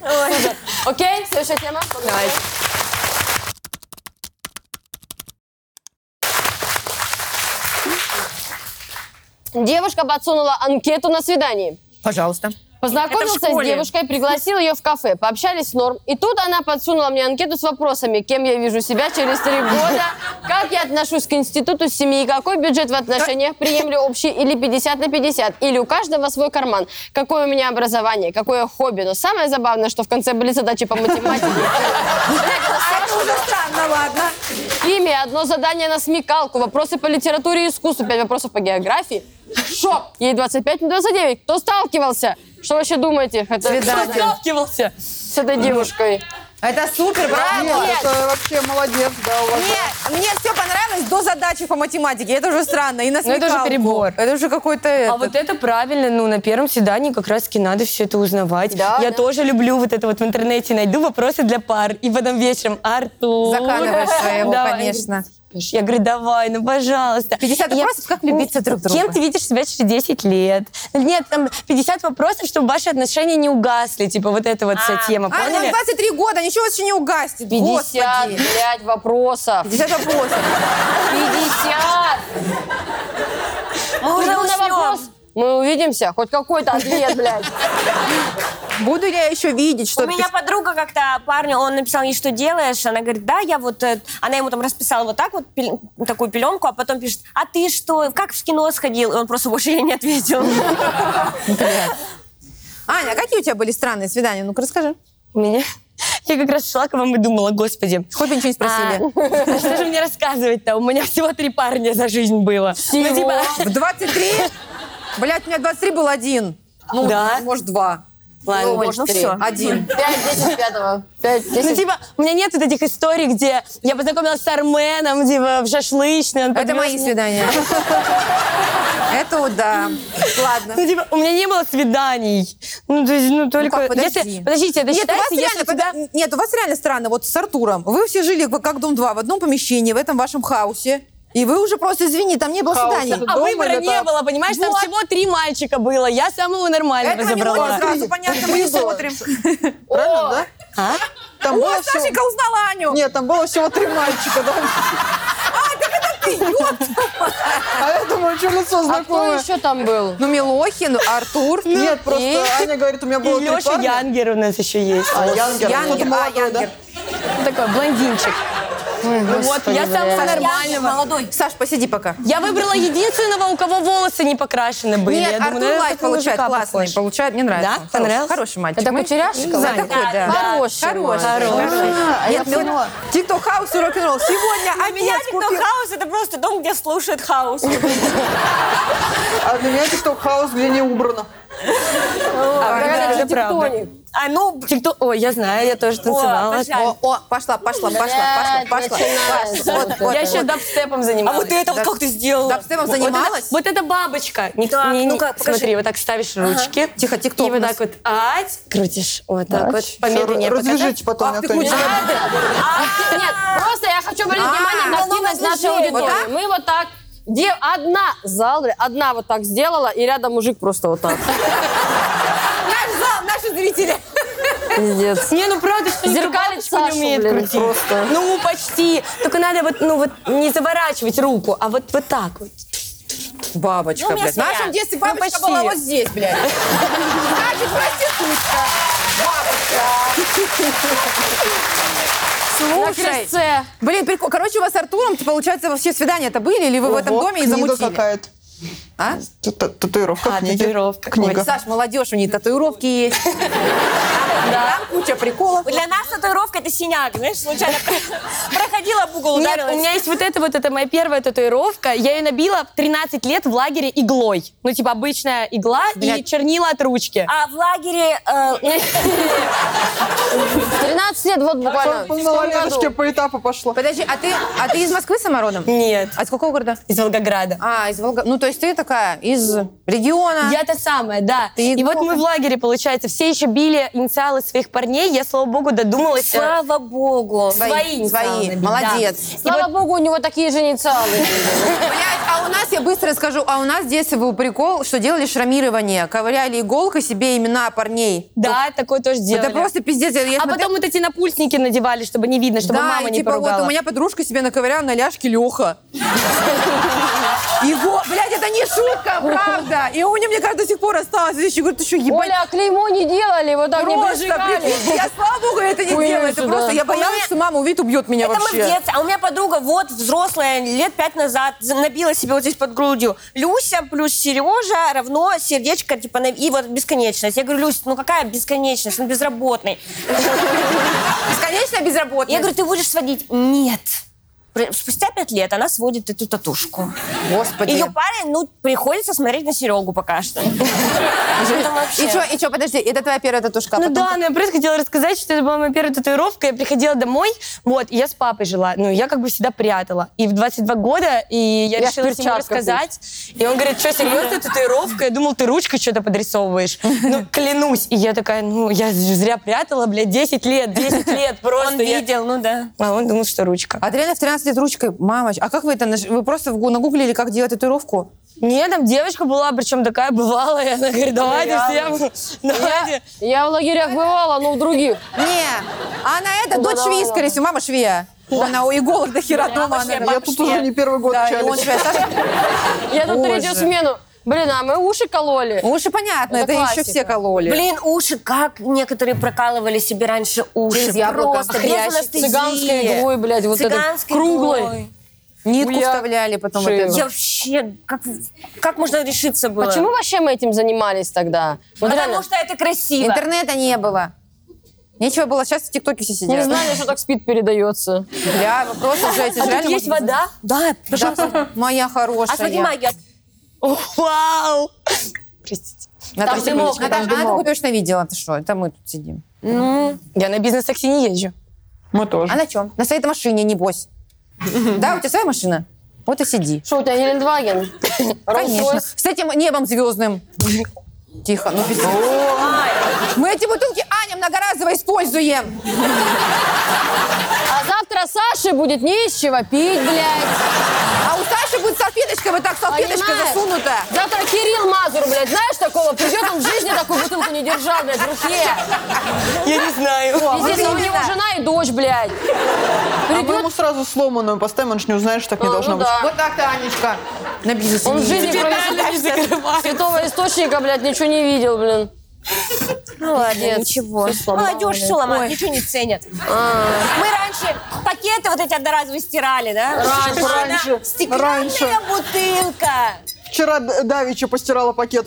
Speaker 1: Ой.
Speaker 3: Окей, следующая тема. Давай. Девушка подсунула анкету на свидании.
Speaker 2: Пожалуйста.
Speaker 1: Это
Speaker 3: Познакомился
Speaker 1: в
Speaker 3: с
Speaker 1: школе.
Speaker 3: девушкой, пригласил ее в кафе, пообщались норм. И тут она подсунула мне анкету с вопросами, кем я вижу себя через три года, как я отношусь к институту семьи, какой бюджет в отношениях приемлю общий или 50 на 50, или у каждого свой карман, какое у меня образование, какое хобби. Но самое забавное, что в конце были задачи по математике.
Speaker 2: А Это уже странно, ладно.
Speaker 3: Химия, одно задание на смекалку, вопросы по литературе и искусству, пять вопросов по географии. Шок! Ей 25, мне 29. Кто сталкивался? Что вообще думаете? Это-
Speaker 8: А,
Speaker 2: Свидание.
Speaker 8: Сталкивался.
Speaker 3: С этой девушкой.
Speaker 2: Это супер, браво.
Speaker 3: Нет.
Speaker 4: Нет, это вообще молодец, да, у вас.
Speaker 2: Нет, мне все понравилось до задачи по математике. Это уже странно. И на
Speaker 8: Ну, это уже
Speaker 2: смекалку.
Speaker 8: перебор.
Speaker 2: Это уже какой-то...
Speaker 8: А
Speaker 2: этот.
Speaker 8: вот это правильно, ну, на первом свидании как раз-таки надо все это узнавать.
Speaker 3: Да,
Speaker 8: Я
Speaker 3: да.
Speaker 8: тоже люблю вот это вот в интернете, найду вопросы для пар, и потом вечером Артур.
Speaker 2: Закаливаешь своего,
Speaker 8: Давай.
Speaker 2: конечно.
Speaker 8: Я говорю, давай, ну, пожалуйста.
Speaker 2: 50
Speaker 8: Я-
Speaker 2: вопросов, как любиться друг друга.
Speaker 8: Кем ты видишь себя через 10 лет? Нет, там 50 вопросов, чтобы ваши отношения не угасли. Типа вот эта вот вся тема,
Speaker 2: А, ну,
Speaker 8: поняли?
Speaker 2: 23 года, ничего вообще не угаснет.
Speaker 3: 50,
Speaker 2: Господи.
Speaker 3: блядь, вопросов.
Speaker 2: 50 вопросов.
Speaker 3: 50!
Speaker 1: Мы уже
Speaker 3: Ну, на вопрос
Speaker 1: уснем.
Speaker 3: мы увидимся, хоть какой-то ответ, блядь.
Speaker 2: Буду ли я еще видеть, что
Speaker 1: У меня подруга как-то, парню, он написал ей, что делаешь? Она говорит, да, я вот... э, Она ему там расписала вот так вот, пель- такую пеленку, а потом пишет, а ты что, как в кино сходил? И он просто больше ей не ответил.
Speaker 2: Аня, а какие у тебя были странные свидания? Ну-ка расскажи.
Speaker 8: У меня... Я как раз шла к вам и думала, господи,
Speaker 2: Хоть бы ничего не спросили.
Speaker 8: а что же мне рассказывать-то? У меня всего три парня за жизнь было. Ну, типа,
Speaker 2: В 23? Блядь, у меня 23 был один. Ну,
Speaker 8: Да?
Speaker 2: может, два.
Speaker 8: Ладно,
Speaker 2: ну,
Speaker 8: больше
Speaker 2: может,
Speaker 8: три.
Speaker 2: все. Один.
Speaker 3: 5-10 пятого. 5-10
Speaker 8: Ну, типа, у меня нет вот этих историй, где я познакомилась с Арменом, типа, в шашлычной. он
Speaker 2: Это
Speaker 8: подвез
Speaker 2: мои
Speaker 8: меня.
Speaker 2: свидания. Это вот да. Ладно.
Speaker 8: Ну, типа, у меня не было свиданий. Ну, то есть, ну, только...
Speaker 2: как, подожди.
Speaker 8: Если... Подождите, это
Speaker 2: Нет, у вас
Speaker 8: считается, если
Speaker 2: реально,
Speaker 8: у тебя...
Speaker 2: пода- нет, у вас реально странно, вот с Артуром. Вы все жили как- как Дом-2 в одном помещении, в этом вашем хаосе. И вы уже просто, извини, там не было
Speaker 4: Хаос,
Speaker 2: свиданий.
Speaker 4: это
Speaker 8: А
Speaker 4: дома
Speaker 8: выбора
Speaker 4: или
Speaker 8: не
Speaker 4: так?
Speaker 8: было, понимаешь? Там
Speaker 2: Вот.
Speaker 8: всего три мальчика было. Я самого нормального
Speaker 2: Этого не
Speaker 8: забрала.
Speaker 2: было сразу, понятно, мы не смотрим.
Speaker 4: Правильно, да?
Speaker 8: А?
Speaker 4: Там было
Speaker 2: О,
Speaker 4: всего...
Speaker 2: Сашенька узнала Аню!
Speaker 4: Нет, там было всего три мальчика, да?
Speaker 2: А, так это ты, ёпта.
Speaker 4: А я думаю, что лицо
Speaker 3: А кто
Speaker 4: знакомое.
Speaker 3: еще там был?
Speaker 2: Ну, Милохин, Артур.
Speaker 4: Нет, просто Аня говорит, у меня
Speaker 8: И
Speaker 4: было три
Speaker 8: Леша
Speaker 4: парня.
Speaker 8: Янгер у нас еще есть.
Speaker 4: А, Янгер.
Speaker 2: Янгер,
Speaker 4: Кто-то
Speaker 2: а,
Speaker 4: молодой,
Speaker 2: Янгер.
Speaker 4: да?
Speaker 8: Он такой блондинчик. Ну вот, я самого нормального.
Speaker 2: Молодой. Саш, посиди пока.
Speaker 8: Я выбрала единственного, у кого волосы не покрашены были. Я
Speaker 2: Нет,
Speaker 8: думаю,
Speaker 2: Артур
Speaker 8: наверное,
Speaker 2: лайк
Speaker 8: как на мужика
Speaker 2: получает классный.
Speaker 8: похож.
Speaker 2: Получает, мне нравится.
Speaker 8: Да?
Speaker 2: Хороший,
Speaker 8: Понравился?
Speaker 2: Хороший мальчик.
Speaker 3: Это
Speaker 8: Типа,
Speaker 2: Мы-
Speaker 3: кучеряшка?
Speaker 2: Да,
Speaker 3: Да,
Speaker 2: такой, да.
Speaker 3: Хороший,
Speaker 2: Хороший.
Speaker 3: может.
Speaker 4: А, а я
Speaker 2: Нет, ну, мы-
Speaker 4: поняла.
Speaker 2: Тикток хаус и рок-н-ролл. Сегодня
Speaker 1: А меня
Speaker 2: обед
Speaker 1: никто
Speaker 2: купил.
Speaker 1: хаос, это просто дом, где слушают хаос.
Speaker 4: А для меня тикток хаус, где не убрано.
Speaker 8: Это правда.
Speaker 1: А ну,
Speaker 8: Тик-ток- Ой, я знаю, я тоже танцевала.
Speaker 1: обожаю.
Speaker 2: О, о, пошла, пошла, пошла, пошла,
Speaker 3: Блядь,
Speaker 2: пошла.
Speaker 3: начинается.
Speaker 2: Вот, вот,
Speaker 8: Я еще
Speaker 2: вот.
Speaker 8: дабстепом
Speaker 1: а
Speaker 8: занималась.
Speaker 1: вот это вот
Speaker 2: Да.
Speaker 1: как ты сделала?
Speaker 2: Дабстепом занималась?
Speaker 8: Вот эта бабочка. Ник-
Speaker 1: Так,
Speaker 8: не- не-
Speaker 1: ну-ка, покажи.
Speaker 8: смотри, вот так ставишь ручки.
Speaker 2: Тихо, тикток
Speaker 8: И
Speaker 2: у
Speaker 8: вот
Speaker 2: нас.
Speaker 8: так вот ать, крутишь. Вот так вот. Помедленнее покатать.
Speaker 4: Развяжите потом.
Speaker 2: Ах
Speaker 4: меня
Speaker 2: ты
Speaker 4: кто-нибудь.
Speaker 2: кучер.
Speaker 3: Нет, просто я хочу обратить
Speaker 2: А,
Speaker 3: внимание
Speaker 8: ну,
Speaker 3: на
Speaker 2: волновое
Speaker 3: активность нашей
Speaker 2: движение,
Speaker 3: аудитории. Мы вот так... Где одна зал, одна вот так сделала, и рядом мужик просто вот так.
Speaker 2: Наш зал, наши зрители.
Speaker 3: Пиздец.
Speaker 8: Не, ну правда, что никто
Speaker 3: Зеркалит
Speaker 8: бабочку
Speaker 3: Сашу,
Speaker 8: не умеет
Speaker 3: блин,
Speaker 8: крутить.
Speaker 3: просто.
Speaker 8: Ну, почти. Только надо вот, ну вот, не заворачивать руку, а вот, вот так вот.
Speaker 2: Бабочка,
Speaker 1: Ну,
Speaker 2: блядь. В
Speaker 1: мясо,
Speaker 2: нашем
Speaker 1: да.
Speaker 2: детстве
Speaker 8: Ну,
Speaker 2: бабочка
Speaker 8: почти.
Speaker 2: была вот здесь, блядь. Значит, проститутка.
Speaker 3: На
Speaker 2: Бабочка. Слушай.
Speaker 3: крестце.
Speaker 2: Блин, прикол. Короче, у вас с Артуром, получается, все свидания-то были, или вы в этом
Speaker 4: Ого,
Speaker 2: доме и
Speaker 4: книга
Speaker 2: замутили?
Speaker 4: какая-то.
Speaker 2: А?
Speaker 4: Та- та- Татуировка
Speaker 8: А,
Speaker 4: книги.
Speaker 8: татуировка.
Speaker 2: Ой,
Speaker 4: Книга.
Speaker 2: Саш, молодежь, у нее татуировки есть. Там куча приколов.
Speaker 1: Для нас татуировка это синяк, знаешь, случайно проходила об угол,
Speaker 8: Нет, у
Speaker 1: ударилась.
Speaker 8: меня есть вот это вот, это моя первая татуировка. Я ее набила в 13 лет в лагере иглой. Ну, типа, обычная игла и
Speaker 2: Блядь.
Speaker 8: чернила от ручки.
Speaker 1: А в лагере... э,
Speaker 3: 13 лет вот буквально.
Speaker 4: По- по- На валеночке по этапу пошла.
Speaker 2: Подожди, а ты, а ты из Москвы самородом?
Speaker 8: Нет,
Speaker 2: А из какого города?
Speaker 8: из Волгограда.
Speaker 2: А, из Волга... Ну, то есть ты такая из региона.
Speaker 8: Я та самая, да.
Speaker 2: Ты
Speaker 8: и вот
Speaker 2: иголка.
Speaker 8: мы в лагере, получается, все еще били инициалы своих парней. Я, слава богу, додумалась. э,
Speaker 1: Слава богу.
Speaker 8: свои инициалы
Speaker 2: Свои,
Speaker 8: набить,
Speaker 2: молодец.
Speaker 3: Слава богу, у него такие же инициалы.
Speaker 2: Блядь, а у нас, я быстро скажу, а у нас здесь был прикол, что делали шрамирование, ковыряли иголкой себе имена парней.
Speaker 8: Да, такое тоже делали.
Speaker 2: Это просто пиздец. Я, я
Speaker 8: А
Speaker 2: смотрела-
Speaker 8: потом вот эти напульсники надевали, чтобы не видно, чтобы
Speaker 2: да,
Speaker 8: мама
Speaker 2: и
Speaker 8: не
Speaker 2: типа
Speaker 8: поругала.
Speaker 2: вот у меня подружка себе наковыряла на ляжке Леха. Его, блядь, это не шутка, правда. И у меня, мне кажется, до сих пор осталось вещи. Говорит, ты что, ебать?
Speaker 3: Оля, а клеймо не делали, вот так не
Speaker 2: Просто,
Speaker 3: прижигали.
Speaker 2: прикинь, я, слава богу, это не
Speaker 3: Хуя
Speaker 2: делаю. Это
Speaker 3: сюда.
Speaker 2: просто, я боялась, что мама увидит, убьет меня
Speaker 1: Это мы в
Speaker 2: вообще.
Speaker 1: детстве. А у меня подруга вот взрослая, лет пять назад, за- набила себе вот здесь под грудью. Люся плюс Сережа равно сердечко, типа, на- и вот бесконечность. Я говорю, Люся, ну какая бесконечность? Он безработный.
Speaker 2: Бесконечно безработная.
Speaker 1: Я говорю, ты будешь сводить? Нет. При- Спустя пять лет она сводит эту татушку.
Speaker 2: Господи.
Speaker 1: Ее парень, ну, приходится смотреть на Серегу пока что. Потом вообще.
Speaker 2: И что, и что, подожди, это твоя первая татушка? а
Speaker 8: Ну
Speaker 2: потом
Speaker 8: да, но я просто хотела рассказать, что это была моя первая татуировка. Я приходила домой, вот, и я с папой жила. Ну, я как бы всегда прятала. И в 22 года, и я,
Speaker 3: Я в
Speaker 8: решила ему
Speaker 3: перчатках
Speaker 8: рассказать. И он говорит, что, серьезно, татуировка? Я думал, ты ручкой что-то подрисовываешь. Ну, клянусь. И я такая, ну, я зря прятала, блядь, 10 лет, 10 лет просто.
Speaker 1: Он
Speaker 8: я-
Speaker 1: видел, ну да.
Speaker 8: А он думал, что ручка.
Speaker 2: А ты реально в 13 лет ручкой, мамочка. А как вы это, наш- вы просто в гу- нагуглили, как делать татуировку?
Speaker 8: Нет, там девочка была, причем такая бывалая. Она говорит, давайте всем, давайте.
Speaker 3: Я в лагерях бывала, но в других.
Speaker 2: Не, она это, дочь
Speaker 3: да,
Speaker 2: швеи,
Speaker 3: да.
Speaker 2: скорее всего, мама швея. Она у иголок до хера дома. она-
Speaker 4: Я тут уже не первый год
Speaker 2: Да, и он
Speaker 4: челлендж.
Speaker 2: швея. Саша,
Speaker 3: Я тут
Speaker 2: Боже.
Speaker 3: третью смену. Блин, а мы уши кололи.
Speaker 2: Уши понятно,
Speaker 3: Это
Speaker 2: это еще
Speaker 3: классика.
Speaker 2: все кололи.
Speaker 1: Блин, уши, как некоторые прокалывали себе раньше уши.
Speaker 2: Через яблоко.
Speaker 1: Просто без
Speaker 2: Хрящ
Speaker 1: анестезии.
Speaker 3: цыганской иглой, блядь, вот этой
Speaker 1: Цыганской
Speaker 3: круглой.
Speaker 1: иглой.
Speaker 2: Нитку
Speaker 3: Хуя.
Speaker 2: вставляли потом.
Speaker 3: Шею.
Speaker 2: это.
Speaker 1: Я вообще, как, как можно решиться было?
Speaker 3: Почему вообще мы этим занимались тогда? Вот реально,
Speaker 1: Потому что это красиво.
Speaker 2: Интернета не было. Нечего было, сейчас в ТикТоке все
Speaker 3: не
Speaker 2: сидят.
Speaker 3: знали, что так спид передается.
Speaker 2: Бля, вопрос уже эти
Speaker 8: А
Speaker 2: реально
Speaker 8: тут есть
Speaker 2: можно-
Speaker 8: вода? Да,
Speaker 2: Да, моя хорошая.
Speaker 1: А смотри магию.
Speaker 8: Вау! Простите.
Speaker 2: Наташа,
Speaker 3: Там дымок,
Speaker 2: Наташа,
Speaker 3: там
Speaker 2: она
Speaker 3: дымок.
Speaker 2: такую точно видела, ты что? Это мы тут сидим.
Speaker 8: Я на бизнес-такси не езжу.
Speaker 4: Мы тоже.
Speaker 2: А на чем? На своей машине, небось. Да, у тебя своя машина? Вот и сиди.
Speaker 3: Что, у тебя Гелендваген?
Speaker 2: Конечно.
Speaker 3: Rolls-Royce?
Speaker 2: С этим небом звездным. Тихо, ну пиздец. Мы эти бутылки, Аня, многоразово используем.
Speaker 3: А завтра Саше будет не из чего пить, блядь.
Speaker 2: А у Саши будет салфеточка, вот так салфеточка
Speaker 3: Понимаешь?
Speaker 2: засунута.
Speaker 3: Завтра Кирилл Мазур, блядь, знаешь такого? Придет он в жизни такую бутылку не держал, блядь, в руке.
Speaker 8: Я не знаю.
Speaker 3: Естественно, у него
Speaker 2: Видно.
Speaker 3: жена и дочь, блядь.
Speaker 4: А мы
Speaker 3: Придет,
Speaker 4: ему сразу сломанную поставим, он ж не узнает, что так не
Speaker 3: А, ну
Speaker 4: должно быть.
Speaker 3: да.
Speaker 2: Вот так-то, Анечка. На бизнесе.
Speaker 3: он в
Speaker 2: не
Speaker 3: жизни
Speaker 2: ездит.
Speaker 3: кроме святого источника, блядь, ничего не видел, блин.
Speaker 1: Ну ладно,
Speaker 3: Пиздец,
Speaker 1: ничего.
Speaker 3: всё сломала,
Speaker 1: Молодежь все ломает, ничего не ценят. Мы раньше пакеты вот эти одноразовые стирали, да?
Speaker 3: Раньше,
Speaker 1: А она
Speaker 4: раньше,
Speaker 1: Стеклянная
Speaker 4: раньше.
Speaker 1: бутылка.
Speaker 4: Вчера Д- Давича постирала пакет.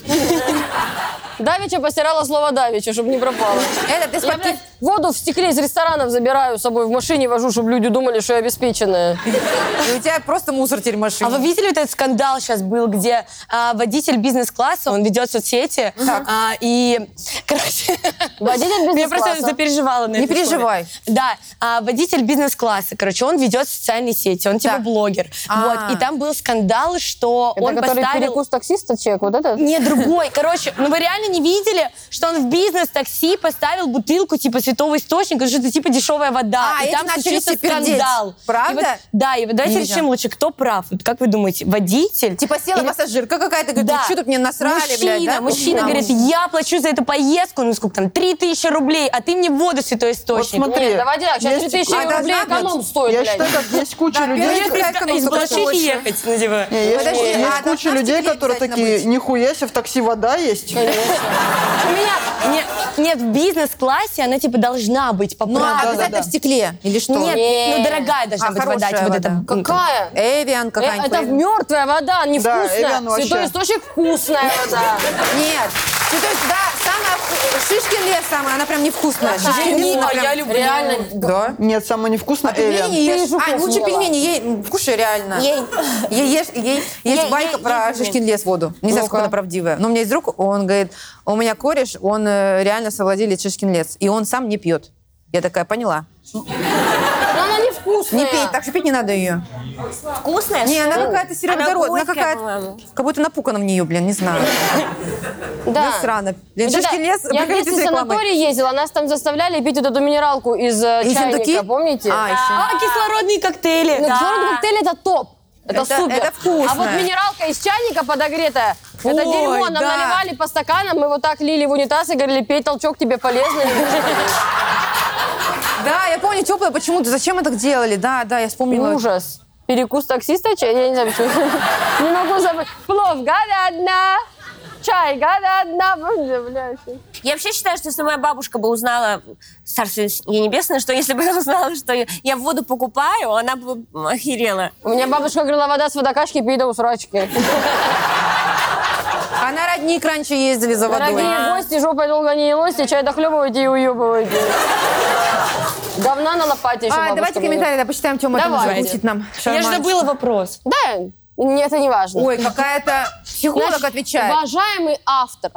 Speaker 3: Давича постирала слово Давича, чтобы не пропало.
Speaker 2: Это ты
Speaker 3: Я,
Speaker 2: спортив...
Speaker 3: блядь, воду в стекле из ресторанов забираю с собой в машине, вожу, чтобы люди думали, что я обеспеченная.
Speaker 2: И У тебя просто мусор теперь в машине.
Speaker 8: А вы видели вот этот скандал сейчас был, где а, водитель бизнес-класса, он ведет соцсети, а, и, короче,
Speaker 3: Водитель
Speaker 8: я просто
Speaker 3: бизнес-класса.
Speaker 8: запереживала на
Speaker 2: Не
Speaker 8: этом слове.
Speaker 2: переживай.
Speaker 8: Да, а, водитель бизнес-класса, короче, он ведет социальные сети, он типа
Speaker 2: Так.
Speaker 8: блогер.
Speaker 2: А.
Speaker 8: Вот, и там был скандал, что
Speaker 3: Это
Speaker 8: он
Speaker 3: который
Speaker 8: поставил...
Speaker 3: перекус таксиста чек, вот этот?
Speaker 8: Не, другой. Короче, ну вы реально не видели, что он в бизнес-такси поставил бутылку типа святого источника, что это типа дешевая вода.
Speaker 2: А,
Speaker 8: и
Speaker 2: это
Speaker 8: там
Speaker 2: начали
Speaker 8: случился
Speaker 2: тепердеть.
Speaker 8: скандал.
Speaker 2: Правда?
Speaker 8: И вот- да, и вот давайте
Speaker 2: Нельзя.
Speaker 8: решим лучше, кто прав. Вот как вы думаете, водитель?
Speaker 2: Типа села
Speaker 8: Или-
Speaker 2: пассажирка какая-то, говорит, что тут мне насрали,
Speaker 8: мужчина,
Speaker 2: блядь, да?
Speaker 8: Мужчина
Speaker 2: Да,
Speaker 8: говорит, я плачу за эту поездку, ну сколько там, 3000 рублей, а ты мне воду святой
Speaker 4: Вот
Speaker 8: источник.
Speaker 4: смотри.
Speaker 3: Нет, давайте так, сейчас
Speaker 4: есть-
Speaker 3: 3000
Speaker 2: А, да,
Speaker 3: рублей
Speaker 2: да, блядь.
Speaker 3: эконом стоит,
Speaker 4: Я
Speaker 3: блядь.
Speaker 4: считаю, как есть куча
Speaker 2: Да,
Speaker 4: людей...
Speaker 2: первый
Speaker 8: Если
Speaker 2: Какая
Speaker 8: из-
Speaker 2: экономка
Speaker 8: из Балашихи
Speaker 2: точно?
Speaker 8: ехать, ну, типа.
Speaker 4: Не, Есть,
Speaker 2: Подожди,
Speaker 4: есть
Speaker 2: а
Speaker 4: куча
Speaker 2: должна
Speaker 4: людей,
Speaker 2: стекле
Speaker 4: которые
Speaker 2: обязательно
Speaker 4: такие,
Speaker 2: быть?
Speaker 4: нихуя себе, в такси вода есть.
Speaker 8: А У меня нет, нет, в бизнес-классе она типа должна быть по
Speaker 2: Ну, а
Speaker 8: правилам.
Speaker 2: обязательно
Speaker 4: да.
Speaker 2: в стекле или что?
Speaker 8: Нет,
Speaker 3: Нет.
Speaker 8: ну дорогая должна
Speaker 2: А,
Speaker 8: быть вода,
Speaker 2: хорошая
Speaker 8: типа вот
Speaker 2: вода.
Speaker 8: эта м,
Speaker 3: Какая?
Speaker 2: Эвиан
Speaker 3: Э,
Speaker 2: какая-нибудь.
Speaker 3: Это мертвая вода, невкусная.
Speaker 4: Эвиан вообще.
Speaker 3: Святой источник вкусная вода.
Speaker 2: Нет. Ну, то есть, да, самая... вку- Шишкин лес самая, она прям невкусная. Шишкин лес, она прям-
Speaker 3: Реально.
Speaker 2: Да.
Speaker 4: Нет, самое невкусное
Speaker 2: Пельмени
Speaker 4: Эвиан.
Speaker 2: ешь.
Speaker 3: же
Speaker 2: Ань,
Speaker 3: вкус
Speaker 2: лучше
Speaker 3: ела.
Speaker 2: пельмени ей. м, Кушай реально.
Speaker 1: Ей.
Speaker 2: Ей ешь, ей, есть
Speaker 1: Ей-
Speaker 2: байка
Speaker 1: ей-
Speaker 2: про
Speaker 1: ей
Speaker 2: Шишкин лес воду. Не знаю, сколько она правдивая. Но у меня есть друг, он говорит, у меня кореш, он э, реально совладелец Шишкин лес. И он сам не пьет. Я такая, поняла.
Speaker 3: Но она невкусная.
Speaker 2: Не пей, так что пить не надо ее.
Speaker 1: Вкусная?
Speaker 2: Не, она
Speaker 1: Ну,
Speaker 2: какая-то сероводородная,
Speaker 1: горькая,
Speaker 2: какая-то...
Speaker 1: по-моему.
Speaker 2: Как будто напукано в нее, блин, не знаю.
Speaker 3: Да.
Speaker 2: Ну, срано. Блин,
Speaker 3: Вот это-
Speaker 2: Шишкин лес,
Speaker 3: я в
Speaker 2: приходите
Speaker 3: детстве
Speaker 2: с
Speaker 3: в
Speaker 2: рекламой.
Speaker 3: санаторий ездила, нас там заставляли пить вот эту минералку из э,
Speaker 2: Из
Speaker 3: чайника,
Speaker 2: индуки?
Speaker 3: помните?
Speaker 2: А, еще.
Speaker 8: А, кислородные коктейли.
Speaker 3: Ну,
Speaker 8: Да.
Speaker 3: кислородный коктейль это топ. Это,
Speaker 2: Это-
Speaker 3: супер.
Speaker 2: это вкусно.
Speaker 3: А вот минералка из чайника подогретая, это
Speaker 2: Ой,
Speaker 3: дерьмо. Нам
Speaker 2: да.
Speaker 3: наливали по стаканам, мы вот так лили в унитаз и говорили, пей толчок, тебе полезно. не будешь».
Speaker 2: Да, я помню, теплое почему-то. Зачем это делали? Да, да, я вспомнила.
Speaker 3: Ужас. Перекус таксиста, чай, я не знаю почему. Не могу забыть. Плов говядина, чай говядина. Бля, бля, всё.
Speaker 1: Я вообще считаю, что если моя бабушка бы узнала, царство ей небесное, что если бы она узнала, что я воду покупаю, она бы охерела.
Speaker 3: У меня бабушка говорила, вода с водокачки пей до усрачки.
Speaker 2: А на родник раньше ездили за водой. А,
Speaker 3: Дорогие гости, жопой долго не елось, чай дохлебывайте и уебывайте. Говна на лопате еще
Speaker 2: А,
Speaker 3: бабушка
Speaker 2: давайте
Speaker 3: мне
Speaker 2: комментарии, да, почитаем, Тёма это
Speaker 3: Давайте.
Speaker 2: научит нам.
Speaker 8: Я же
Speaker 2: Шарманщик.
Speaker 8: забыла вопрос.
Speaker 3: говорила. Да, не- это не важно.
Speaker 2: Ой, какая-то психолог
Speaker 3: Наш
Speaker 2: отвечает.
Speaker 3: Уважаемый автор,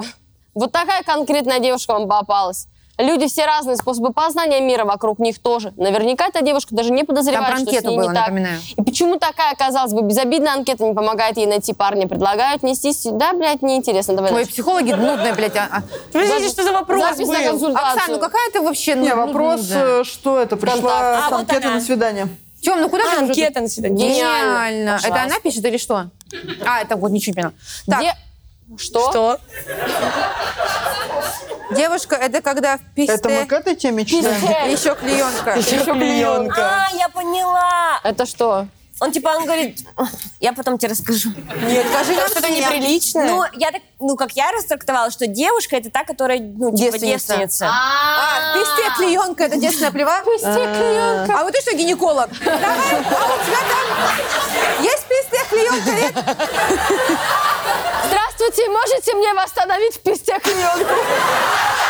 Speaker 3: вот такая конкретная девушка вам попалась. Люди все разные, способы познания мира вокруг них тоже. Наверняка эта девушка даже не подозревает,
Speaker 2: Там про
Speaker 3: что с
Speaker 2: анкету
Speaker 3: ней
Speaker 2: было,
Speaker 3: не так.
Speaker 2: напоминаю.
Speaker 3: И почему такая, казалось бы, безобидная анкета не помогает ей найти парня? Предлагают нести сюда, блядь, неинтересно. Давай
Speaker 2: Ой,
Speaker 3: дальше.
Speaker 2: психологи нудные, блядь. а- а.
Speaker 8: Подождите, что за вопрос
Speaker 3: Запись на
Speaker 8: был?
Speaker 3: консультацию.
Speaker 2: Оксан, ну какая ты вообще
Speaker 4: Не,
Speaker 2: ну,
Speaker 4: вопрос,
Speaker 2: нудная?
Speaker 4: э, что это?
Speaker 3: Контакт.
Speaker 4: Пришла
Speaker 1: А,
Speaker 4: с
Speaker 1: вот
Speaker 4: анкетой
Speaker 1: она.
Speaker 4: на свидание.
Speaker 2: Тём, ну куда ты?
Speaker 8: Анкета на свидание.
Speaker 2: Гениально.
Speaker 3: Гениально.
Speaker 2: Это она пишет или что? А, это вот ничего не поняла. Так,
Speaker 3: Где- Что?
Speaker 8: Что?
Speaker 2: девушка, это когда в писте
Speaker 4: Это мы к этой теме читаем?
Speaker 3: Пиздец.
Speaker 2: еще клеенка.
Speaker 8: Еще клеенка.
Speaker 1: А, я поняла.
Speaker 3: Это что?
Speaker 1: Он типа, он говорит, я потом тебе расскажу.
Speaker 2: Нет, скажи нам
Speaker 8: Что-то
Speaker 2: всем.
Speaker 8: неприличное?
Speaker 1: Ну, я так, ну, как я растрактовала, что девушка это та, которая, ну, типа,
Speaker 2: Девственница.
Speaker 1: девственница.
Speaker 2: А, в писте клеенка, это детственная плева? В писте клеенка. А вот ты что, гинеколог? Давай, а у тебя там есть в писте клеенка? Нет?
Speaker 3: Здравствуйте, можете мне восстановить в пизде клеенку?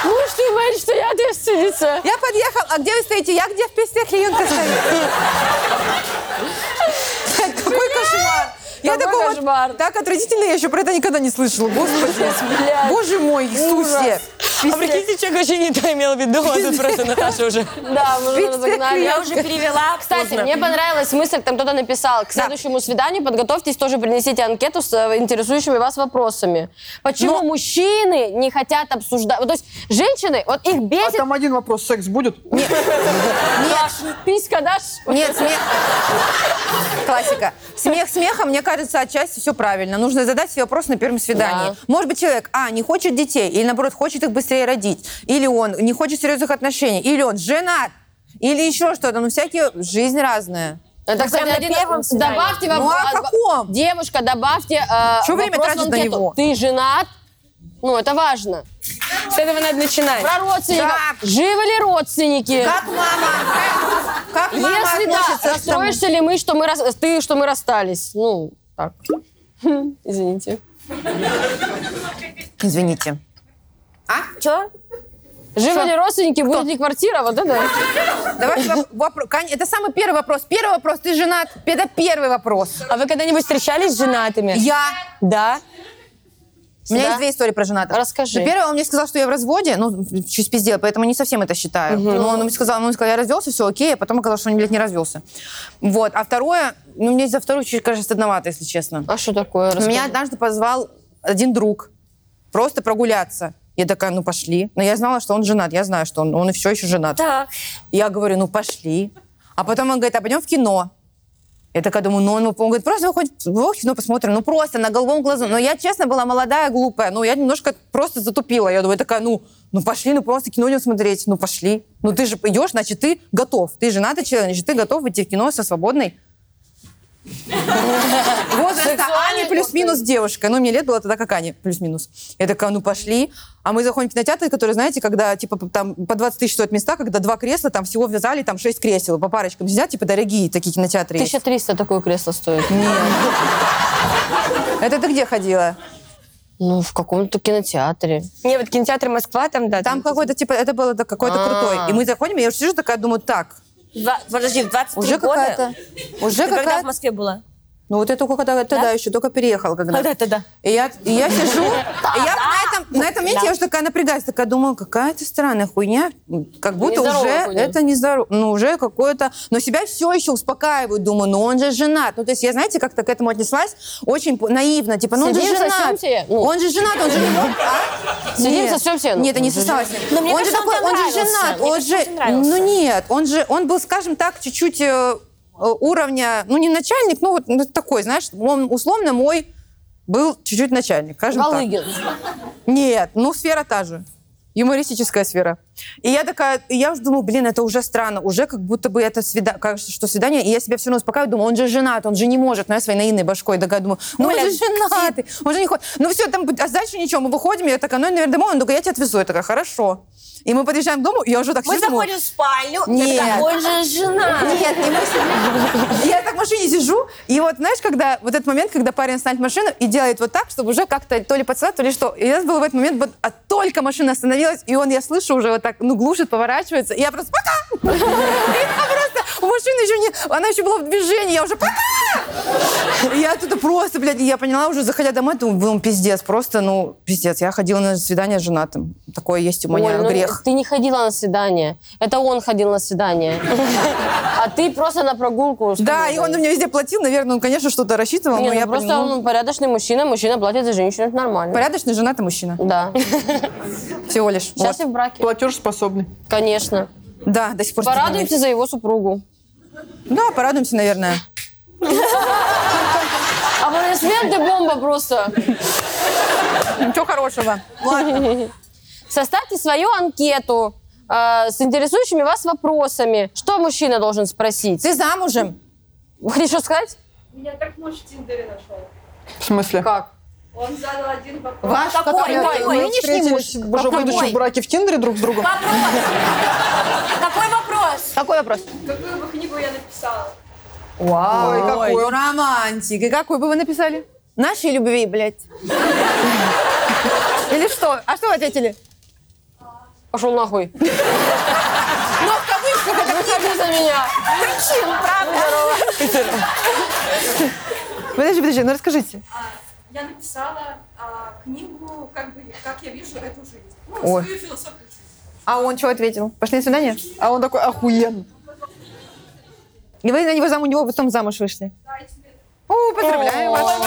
Speaker 3: Муж ты говорит, что я девственница.
Speaker 2: Я подъехал, а где вы стоите? Я где в писте клеенка стою? Какой кошмар. Я
Speaker 3: Какой
Speaker 2: такого,
Speaker 3: кошмар.
Speaker 2: так отвратительно, я еще про это никогда не слышала. Господи,
Speaker 3: Блядь.
Speaker 2: боже мой, Иисусе.
Speaker 8: А прикиньте, человек вообще не то имел в виду, а тут просто Наташа уже.
Speaker 3: Да, мы уже
Speaker 2: Пизде
Speaker 3: разогнали.
Speaker 1: Я уже перевела.
Speaker 3: Кстати,
Speaker 1: поздно.
Speaker 3: мне понравилась мысль, там кто-то написал, к следующему свиданию подготовьтесь, тоже принесите анкету с э, интересующими вас вопросами. Почему мужчины не хотят обсуждать? Вот, То есть женщины, вот их
Speaker 4: А
Speaker 3: бесит,
Speaker 4: там один вопрос, секс будет? Ну,
Speaker 3: «Дашь, писька дашь?
Speaker 2: Нет, смех... Классика. Смех смехом, мне кажется, отчасти все правильно. Нужно задать себе вопрос на первом свидании.
Speaker 3: Да.
Speaker 2: Может быть, человек, а, не хочет детей, или, наоборот, хочет их быстрее родить, или он не хочет серьезных отношений, или он женат, или еще что-то. Ну, всякие... Жизнь разная.
Speaker 3: Это,
Speaker 1: прям на первом свидании.
Speaker 3: Добавьте
Speaker 2: Ну,
Speaker 3: вопрос.
Speaker 2: а каком?
Speaker 3: Девушка, добавьте э,
Speaker 2: Чё время
Speaker 3: вопрос в
Speaker 2: тратить на
Speaker 3: анкету.
Speaker 2: него?
Speaker 3: Ты женат? Ну, это важно.
Speaker 8: С этого надо начинать.
Speaker 3: Про родственников.
Speaker 2: Да.
Speaker 3: Живы ли родственники?
Speaker 2: Как мама? Как, как мама
Speaker 3: Если да,
Speaker 2: относится к тому?
Speaker 3: расстроишься ли мы, что мы рас- ты, что мы расстались? Ну, так. Извините.
Speaker 2: Извините.
Speaker 1: Чё?
Speaker 3: Живы ли родственники, будет ли квартира? Вот это.
Speaker 2: Давай воп- вопро- Кань, Это самый первый вопрос. Первый вопрос, ты женат? Это первый вопрос.
Speaker 8: А вы когда-нибудь встречались с женатыми?
Speaker 2: Я
Speaker 8: Да.
Speaker 2: У меня
Speaker 3: Да?
Speaker 2: есть две истории про женатых.
Speaker 3: Расскажи.
Speaker 2: Ну, первое, он мне сказал, что я в разводе, ну, чуть пиздел, поэтому не совсем это считаю. Но он мне сказал, ну, он сказал, я развелся, все окей, а потом оказалось, что он, блядь, не развелся. Вот, а второе, ну, мне за вторую чуть, кажется, стыдновато, если честно.
Speaker 3: А что такое? Расскажи.
Speaker 2: Меня однажды позвал один друг просто прогуляться. Я такая, ну, пошли. Но я знала, что он женат, я знаю, что он, он и все еще женат.
Speaker 1: Так.
Speaker 2: Я говорю, ну пошли. А потом он говорит, а пойдем в кино. Я такая думаю, ну, ну, он говорит, просто выходит в кино посмотрим, ну, просто на голубом глазу. Но я, честно, была молодая, глупая, ну, я немножко просто затупила. Я думаю, такая, ну, ну, пошли, ну, просто кино идем смотреть, ну, пошли. Ну, ты же идешь, значит, ты готов. Ты женатый человек, значит, ты готов идти в кино со свободной возраста Ани плюс-минус девушка. Ну, мне лет было тогда как Ане, плюс-минус. Я такая, ну, пошли. А мы заходим в кинотеатр, который, знаете, когда, типа, п- там по 20 тысяч стоят места, когда два кресла, там всего в зале, там шесть кресел, по парочкам сидят, типа, дорогие такие кинотеатры. есть.
Speaker 3: 1300 такое кресло стоит.
Speaker 2: Это ты где ходила?
Speaker 3: Ну, в каком-то кинотеатре.
Speaker 8: Не, вот кинотеатр Москва там, да.
Speaker 2: Там какой-то, типа, это было да, какой-то
Speaker 1: А.
Speaker 2: крутой. И мы заходим, и я сижу такая, думаю, так,
Speaker 1: Два- подожди, в 23
Speaker 2: уже
Speaker 1: года?
Speaker 2: какая-то... Уже
Speaker 1: Ты когда в
Speaker 2: какая-то...
Speaker 1: Москве была?
Speaker 2: Ну, вот я только когда... Тогда еще, только переехала когда.
Speaker 1: тогда.
Speaker 2: И я, и я сижу, и я на этом, на этом моменте я уже такая напрягаюсь, такая думаю, какая это странная хуйня, как будто
Speaker 3: Нездоровая
Speaker 2: уже
Speaker 3: хуйня.
Speaker 2: это не здорово, ну уже какое-то, но себя все еще успокаиваю, думаю, ну он же женат, ну то есть я, знаете, как-то к этому отнеслась очень по- наивно, типа, ну он же
Speaker 3: Сидим,
Speaker 2: женат,
Speaker 3: сосемся? Ну.
Speaker 2: он же женат, он же не мог, а?
Speaker 3: Сидим,
Speaker 2: Нет.
Speaker 3: сосемся? Ну,
Speaker 2: Нет, это не
Speaker 3: он же
Speaker 2: сосалась.
Speaker 1: Но мне
Speaker 2: Он же
Speaker 1: кажется,
Speaker 2: такой,
Speaker 1: он тебе
Speaker 2: он же
Speaker 1: нравился.
Speaker 2: женат, он же,
Speaker 1: Мне кажется, он
Speaker 2: ну
Speaker 1: тебе нравился.
Speaker 2: нет, он же, он был, скажем так, чуть-чуть э, э, уровня, ну не начальник, ну вот ну, такой, знаешь, он условно мой был чуть-чуть начальник, скажем так.
Speaker 3: Галыгин.
Speaker 2: Нет, ну сфера та же. юмористическая сфера. И я такая, и я уже думаю, блин, это уже странно, уже как будто бы это свидание, что свидание, и я себя все равно успокаиваю, думаю, он же женат, он же не может, но я своей наивной башкой такая думаю, ну он
Speaker 1: Оля,
Speaker 2: же женатый, он же не хочет. Ну все, там, а дальше ничего, мы выходим, я такая, ну, наверное, домой, он такой, я тебя отвезу, я такая, хорошо. И мы подъезжаем к дому, и я уже так
Speaker 1: Мы
Speaker 2: сижу, думаю,
Speaker 1: заходим в спальню,
Speaker 2: Нет.
Speaker 1: и такая, он же жена.
Speaker 2: нет, не мы с- Я так в машине сижу, и вот, знаешь, когда вот этот момент, когда парень остановит машину и делает вот так, чтобы уже как-то то ли поцеловать, то ли что. И у нас был в этот момент, вот, а только машина остановилась, и он, я слышу, уже вот так, ну, глушит, поворачивается, и я просто «пока!» И я просто, у машины еще не, она еще была в движении, я уже «пока!» И Я оттуда просто, блядь, я поняла уже, заходя домой, думаю, ну, пиздец, просто, ну, пиздец. Я ходила на свидание с женатым. Такое есть у меня
Speaker 3: Оль, ну,
Speaker 2: грех.
Speaker 3: Ты не ходила на свидание. Это он ходил на свидание. А ты просто на прогулку. с
Speaker 2: Да,
Speaker 3: коллегой.
Speaker 2: и он на меня везде платил, наверное, он, конечно, что-то рассчитывал,
Speaker 3: Не,
Speaker 2: но
Speaker 3: ну
Speaker 2: я
Speaker 3: просто
Speaker 2: поняла.
Speaker 3: он порядочный мужчина, мужчина платит за женщину, это нормально.
Speaker 2: Порядочный женатый мужчина.
Speaker 3: Да.
Speaker 2: Всего лишь.
Speaker 3: Сейчас
Speaker 2: Вот.
Speaker 3: я в браке.
Speaker 4: Платежеспособный.
Speaker 3: Конечно.
Speaker 2: Да, до сих пор.
Speaker 3: Порадуйте за его супругу.
Speaker 2: Да, порадуемся, наверное.
Speaker 3: Аплодисменты бомба просто.
Speaker 2: Ничего хорошего.
Speaker 3: Составьте свою анкету э, с интересующими вас вопросами. Что мужчина должен спросить?
Speaker 2: Ты замужем?
Speaker 3: Вы хотите что сказать?
Speaker 6: Меня так муж в Тиндере нашел.
Speaker 4: В смысле?
Speaker 3: Как?
Speaker 6: Он задал один вопрос.
Speaker 2: Ваш
Speaker 1: Какой? Какой?
Speaker 4: Мы
Speaker 2: Нынешний
Speaker 4: встретились
Speaker 2: муж?
Speaker 4: уже
Speaker 2: Какой?
Speaker 4: будучи в браке в Тиндере друг с другом.
Speaker 1: Какой вопрос?
Speaker 2: Какой вопрос?
Speaker 6: Какую бы книгу я написала?
Speaker 2: Ой,
Speaker 4: А, какой.
Speaker 2: какой романтик. И какой бы вы написали? Нашей любви, блядь. Или что? А что вы ответили?
Speaker 3: Пошел нахуй. Ну, в кавычках это Выходи за меня.
Speaker 2: Подожди, подожди, ну расскажите.
Speaker 6: А, я написала а, книгу, как, бы, как я вижу эту жизнь. Ну,
Speaker 2: Ой.
Speaker 6: свою философию.
Speaker 2: А он что ответил? Пошли на свидание?
Speaker 4: А он такой охуенно.
Speaker 2: И вы на него зам, у него потом замуж вышли.
Speaker 6: Да, и тебе
Speaker 2: О, поздравляю вас.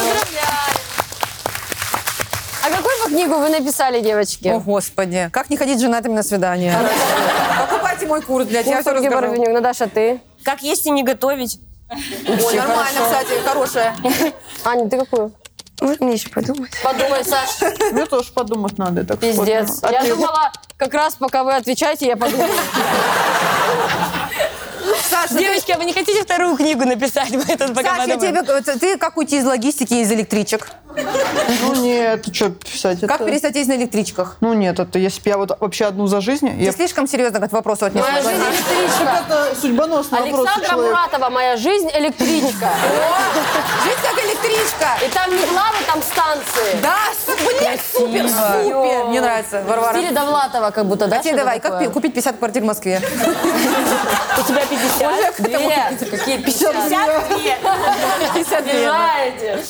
Speaker 3: А какую вы книгу вы написали, девочки?
Speaker 2: О, господи. Как не ходить с женатыми на свидание? Покупайте мой курс, блядь, я все
Speaker 3: Курс Ольги
Speaker 2: разговариваю.
Speaker 3: Боровинюк. Наташа, ты?
Speaker 1: Как есть и не готовить.
Speaker 2: Ой, нормально, кстати, хорошая.
Speaker 3: Аня, ты какую?
Speaker 8: Вот мне еще подумать.
Speaker 3: Подумай, Саш,
Speaker 4: Мне Ну, тоже подумать надо. так что
Speaker 3: пиздец.
Speaker 4: вот, ну, а
Speaker 3: Я
Speaker 4: ты?
Speaker 3: думала, как раз пока вы отвечаете, я подумала.
Speaker 2: Саша,
Speaker 8: Девочки, а вы не хотите вторую книгу написать? Мы тут пока
Speaker 2: Саша, я
Speaker 8: подумаем.
Speaker 2: тебе, э, ты как уйти из логистики и из электричек?
Speaker 4: Ну нет, ты что писать?
Speaker 2: Как
Speaker 4: это-
Speaker 2: перестать ездить на электричках?
Speaker 4: Ну нет, это если бы я вот вообще одну за жизнь, я
Speaker 2: Ты слишком серьезно к этому вопросу
Speaker 3: Моя жизнь
Speaker 2: отнеслась.
Speaker 3: электричка.
Speaker 4: Это судьбоносный вопрос у
Speaker 3: Александра
Speaker 4: человека.
Speaker 3: Муратова, моя жизнь электричка.
Speaker 2: Жизнь как электричка!
Speaker 3: И там не главы, там станции.
Speaker 2: Да, су- блин, супер, супер! Мне нравится,
Speaker 3: В
Speaker 2: Варвара.
Speaker 3: стиле Довлатова как будто, да?
Speaker 2: А тебе
Speaker 3: что-то
Speaker 2: давай, как
Speaker 3: такое?
Speaker 2: пи- купить 50 квартир в Москве?
Speaker 8: У тебя 50?
Speaker 3: Две. Какие 50? Обижаете.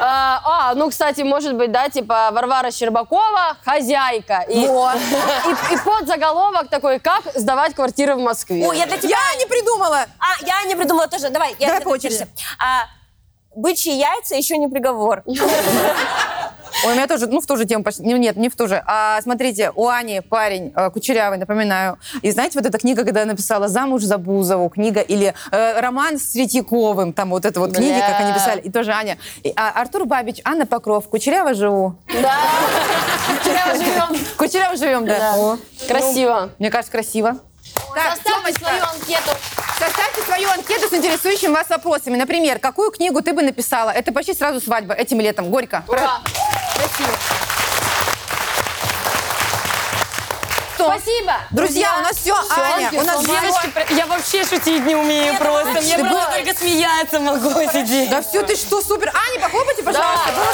Speaker 3: А, а, ну, кстати, может быть, да, типа Варвара Щербакова «Хозяйка». И, и, и подзаголовок такой «Как сдавать квартиры в Москве».
Speaker 1: О, я для тебя...
Speaker 2: Я не придумала!
Speaker 1: А, я не придумала тоже. Давай, я
Speaker 2: Давай
Speaker 1: тебе
Speaker 2: по очереди.
Speaker 1: напишу. А, бычьи яйца еще не приговор.
Speaker 2: Ой, у меня тоже, ну, в ту же тему почти. не- Нет, не в ту же. А, смотрите, у Ани парень э, кучерявый, напоминаю. И знаете, вот эта книга, когда я написала «Замуж за Бузову», книга, или э, «Роман с Светьяковым», там вот это вот книги, как они
Speaker 3: Бля.
Speaker 2: писали. И тоже Аня. И, а, Артур Бабич, Анна Покров, «Кучеряво живу».
Speaker 3: Да. Кучеряво живем.
Speaker 2: «Кучеряво живем», да. О,
Speaker 3: Красиво.
Speaker 2: Мне кажется, красиво. Так,
Speaker 3: Составьте
Speaker 2: Тёмочка,
Speaker 3: свою анкету.
Speaker 2: составьте свою анкету с интересующими вас вопросами. Например, какую книгу ты бы написала? Это почти сразу свадьба этим летом. Горько.
Speaker 3: Ура. Спасибо.
Speaker 2: Друзья, у нас все, Аня, у нас звонок.
Speaker 8: Девочки, про- я вообще шутить не умею просто. Мне
Speaker 2: вообще
Speaker 8: просто
Speaker 2: было.
Speaker 8: только смеяться могу сидеть.
Speaker 2: Да все, ты что, супер. Аня, похлопайте, пожалуйста.
Speaker 3: Да.
Speaker 2: Было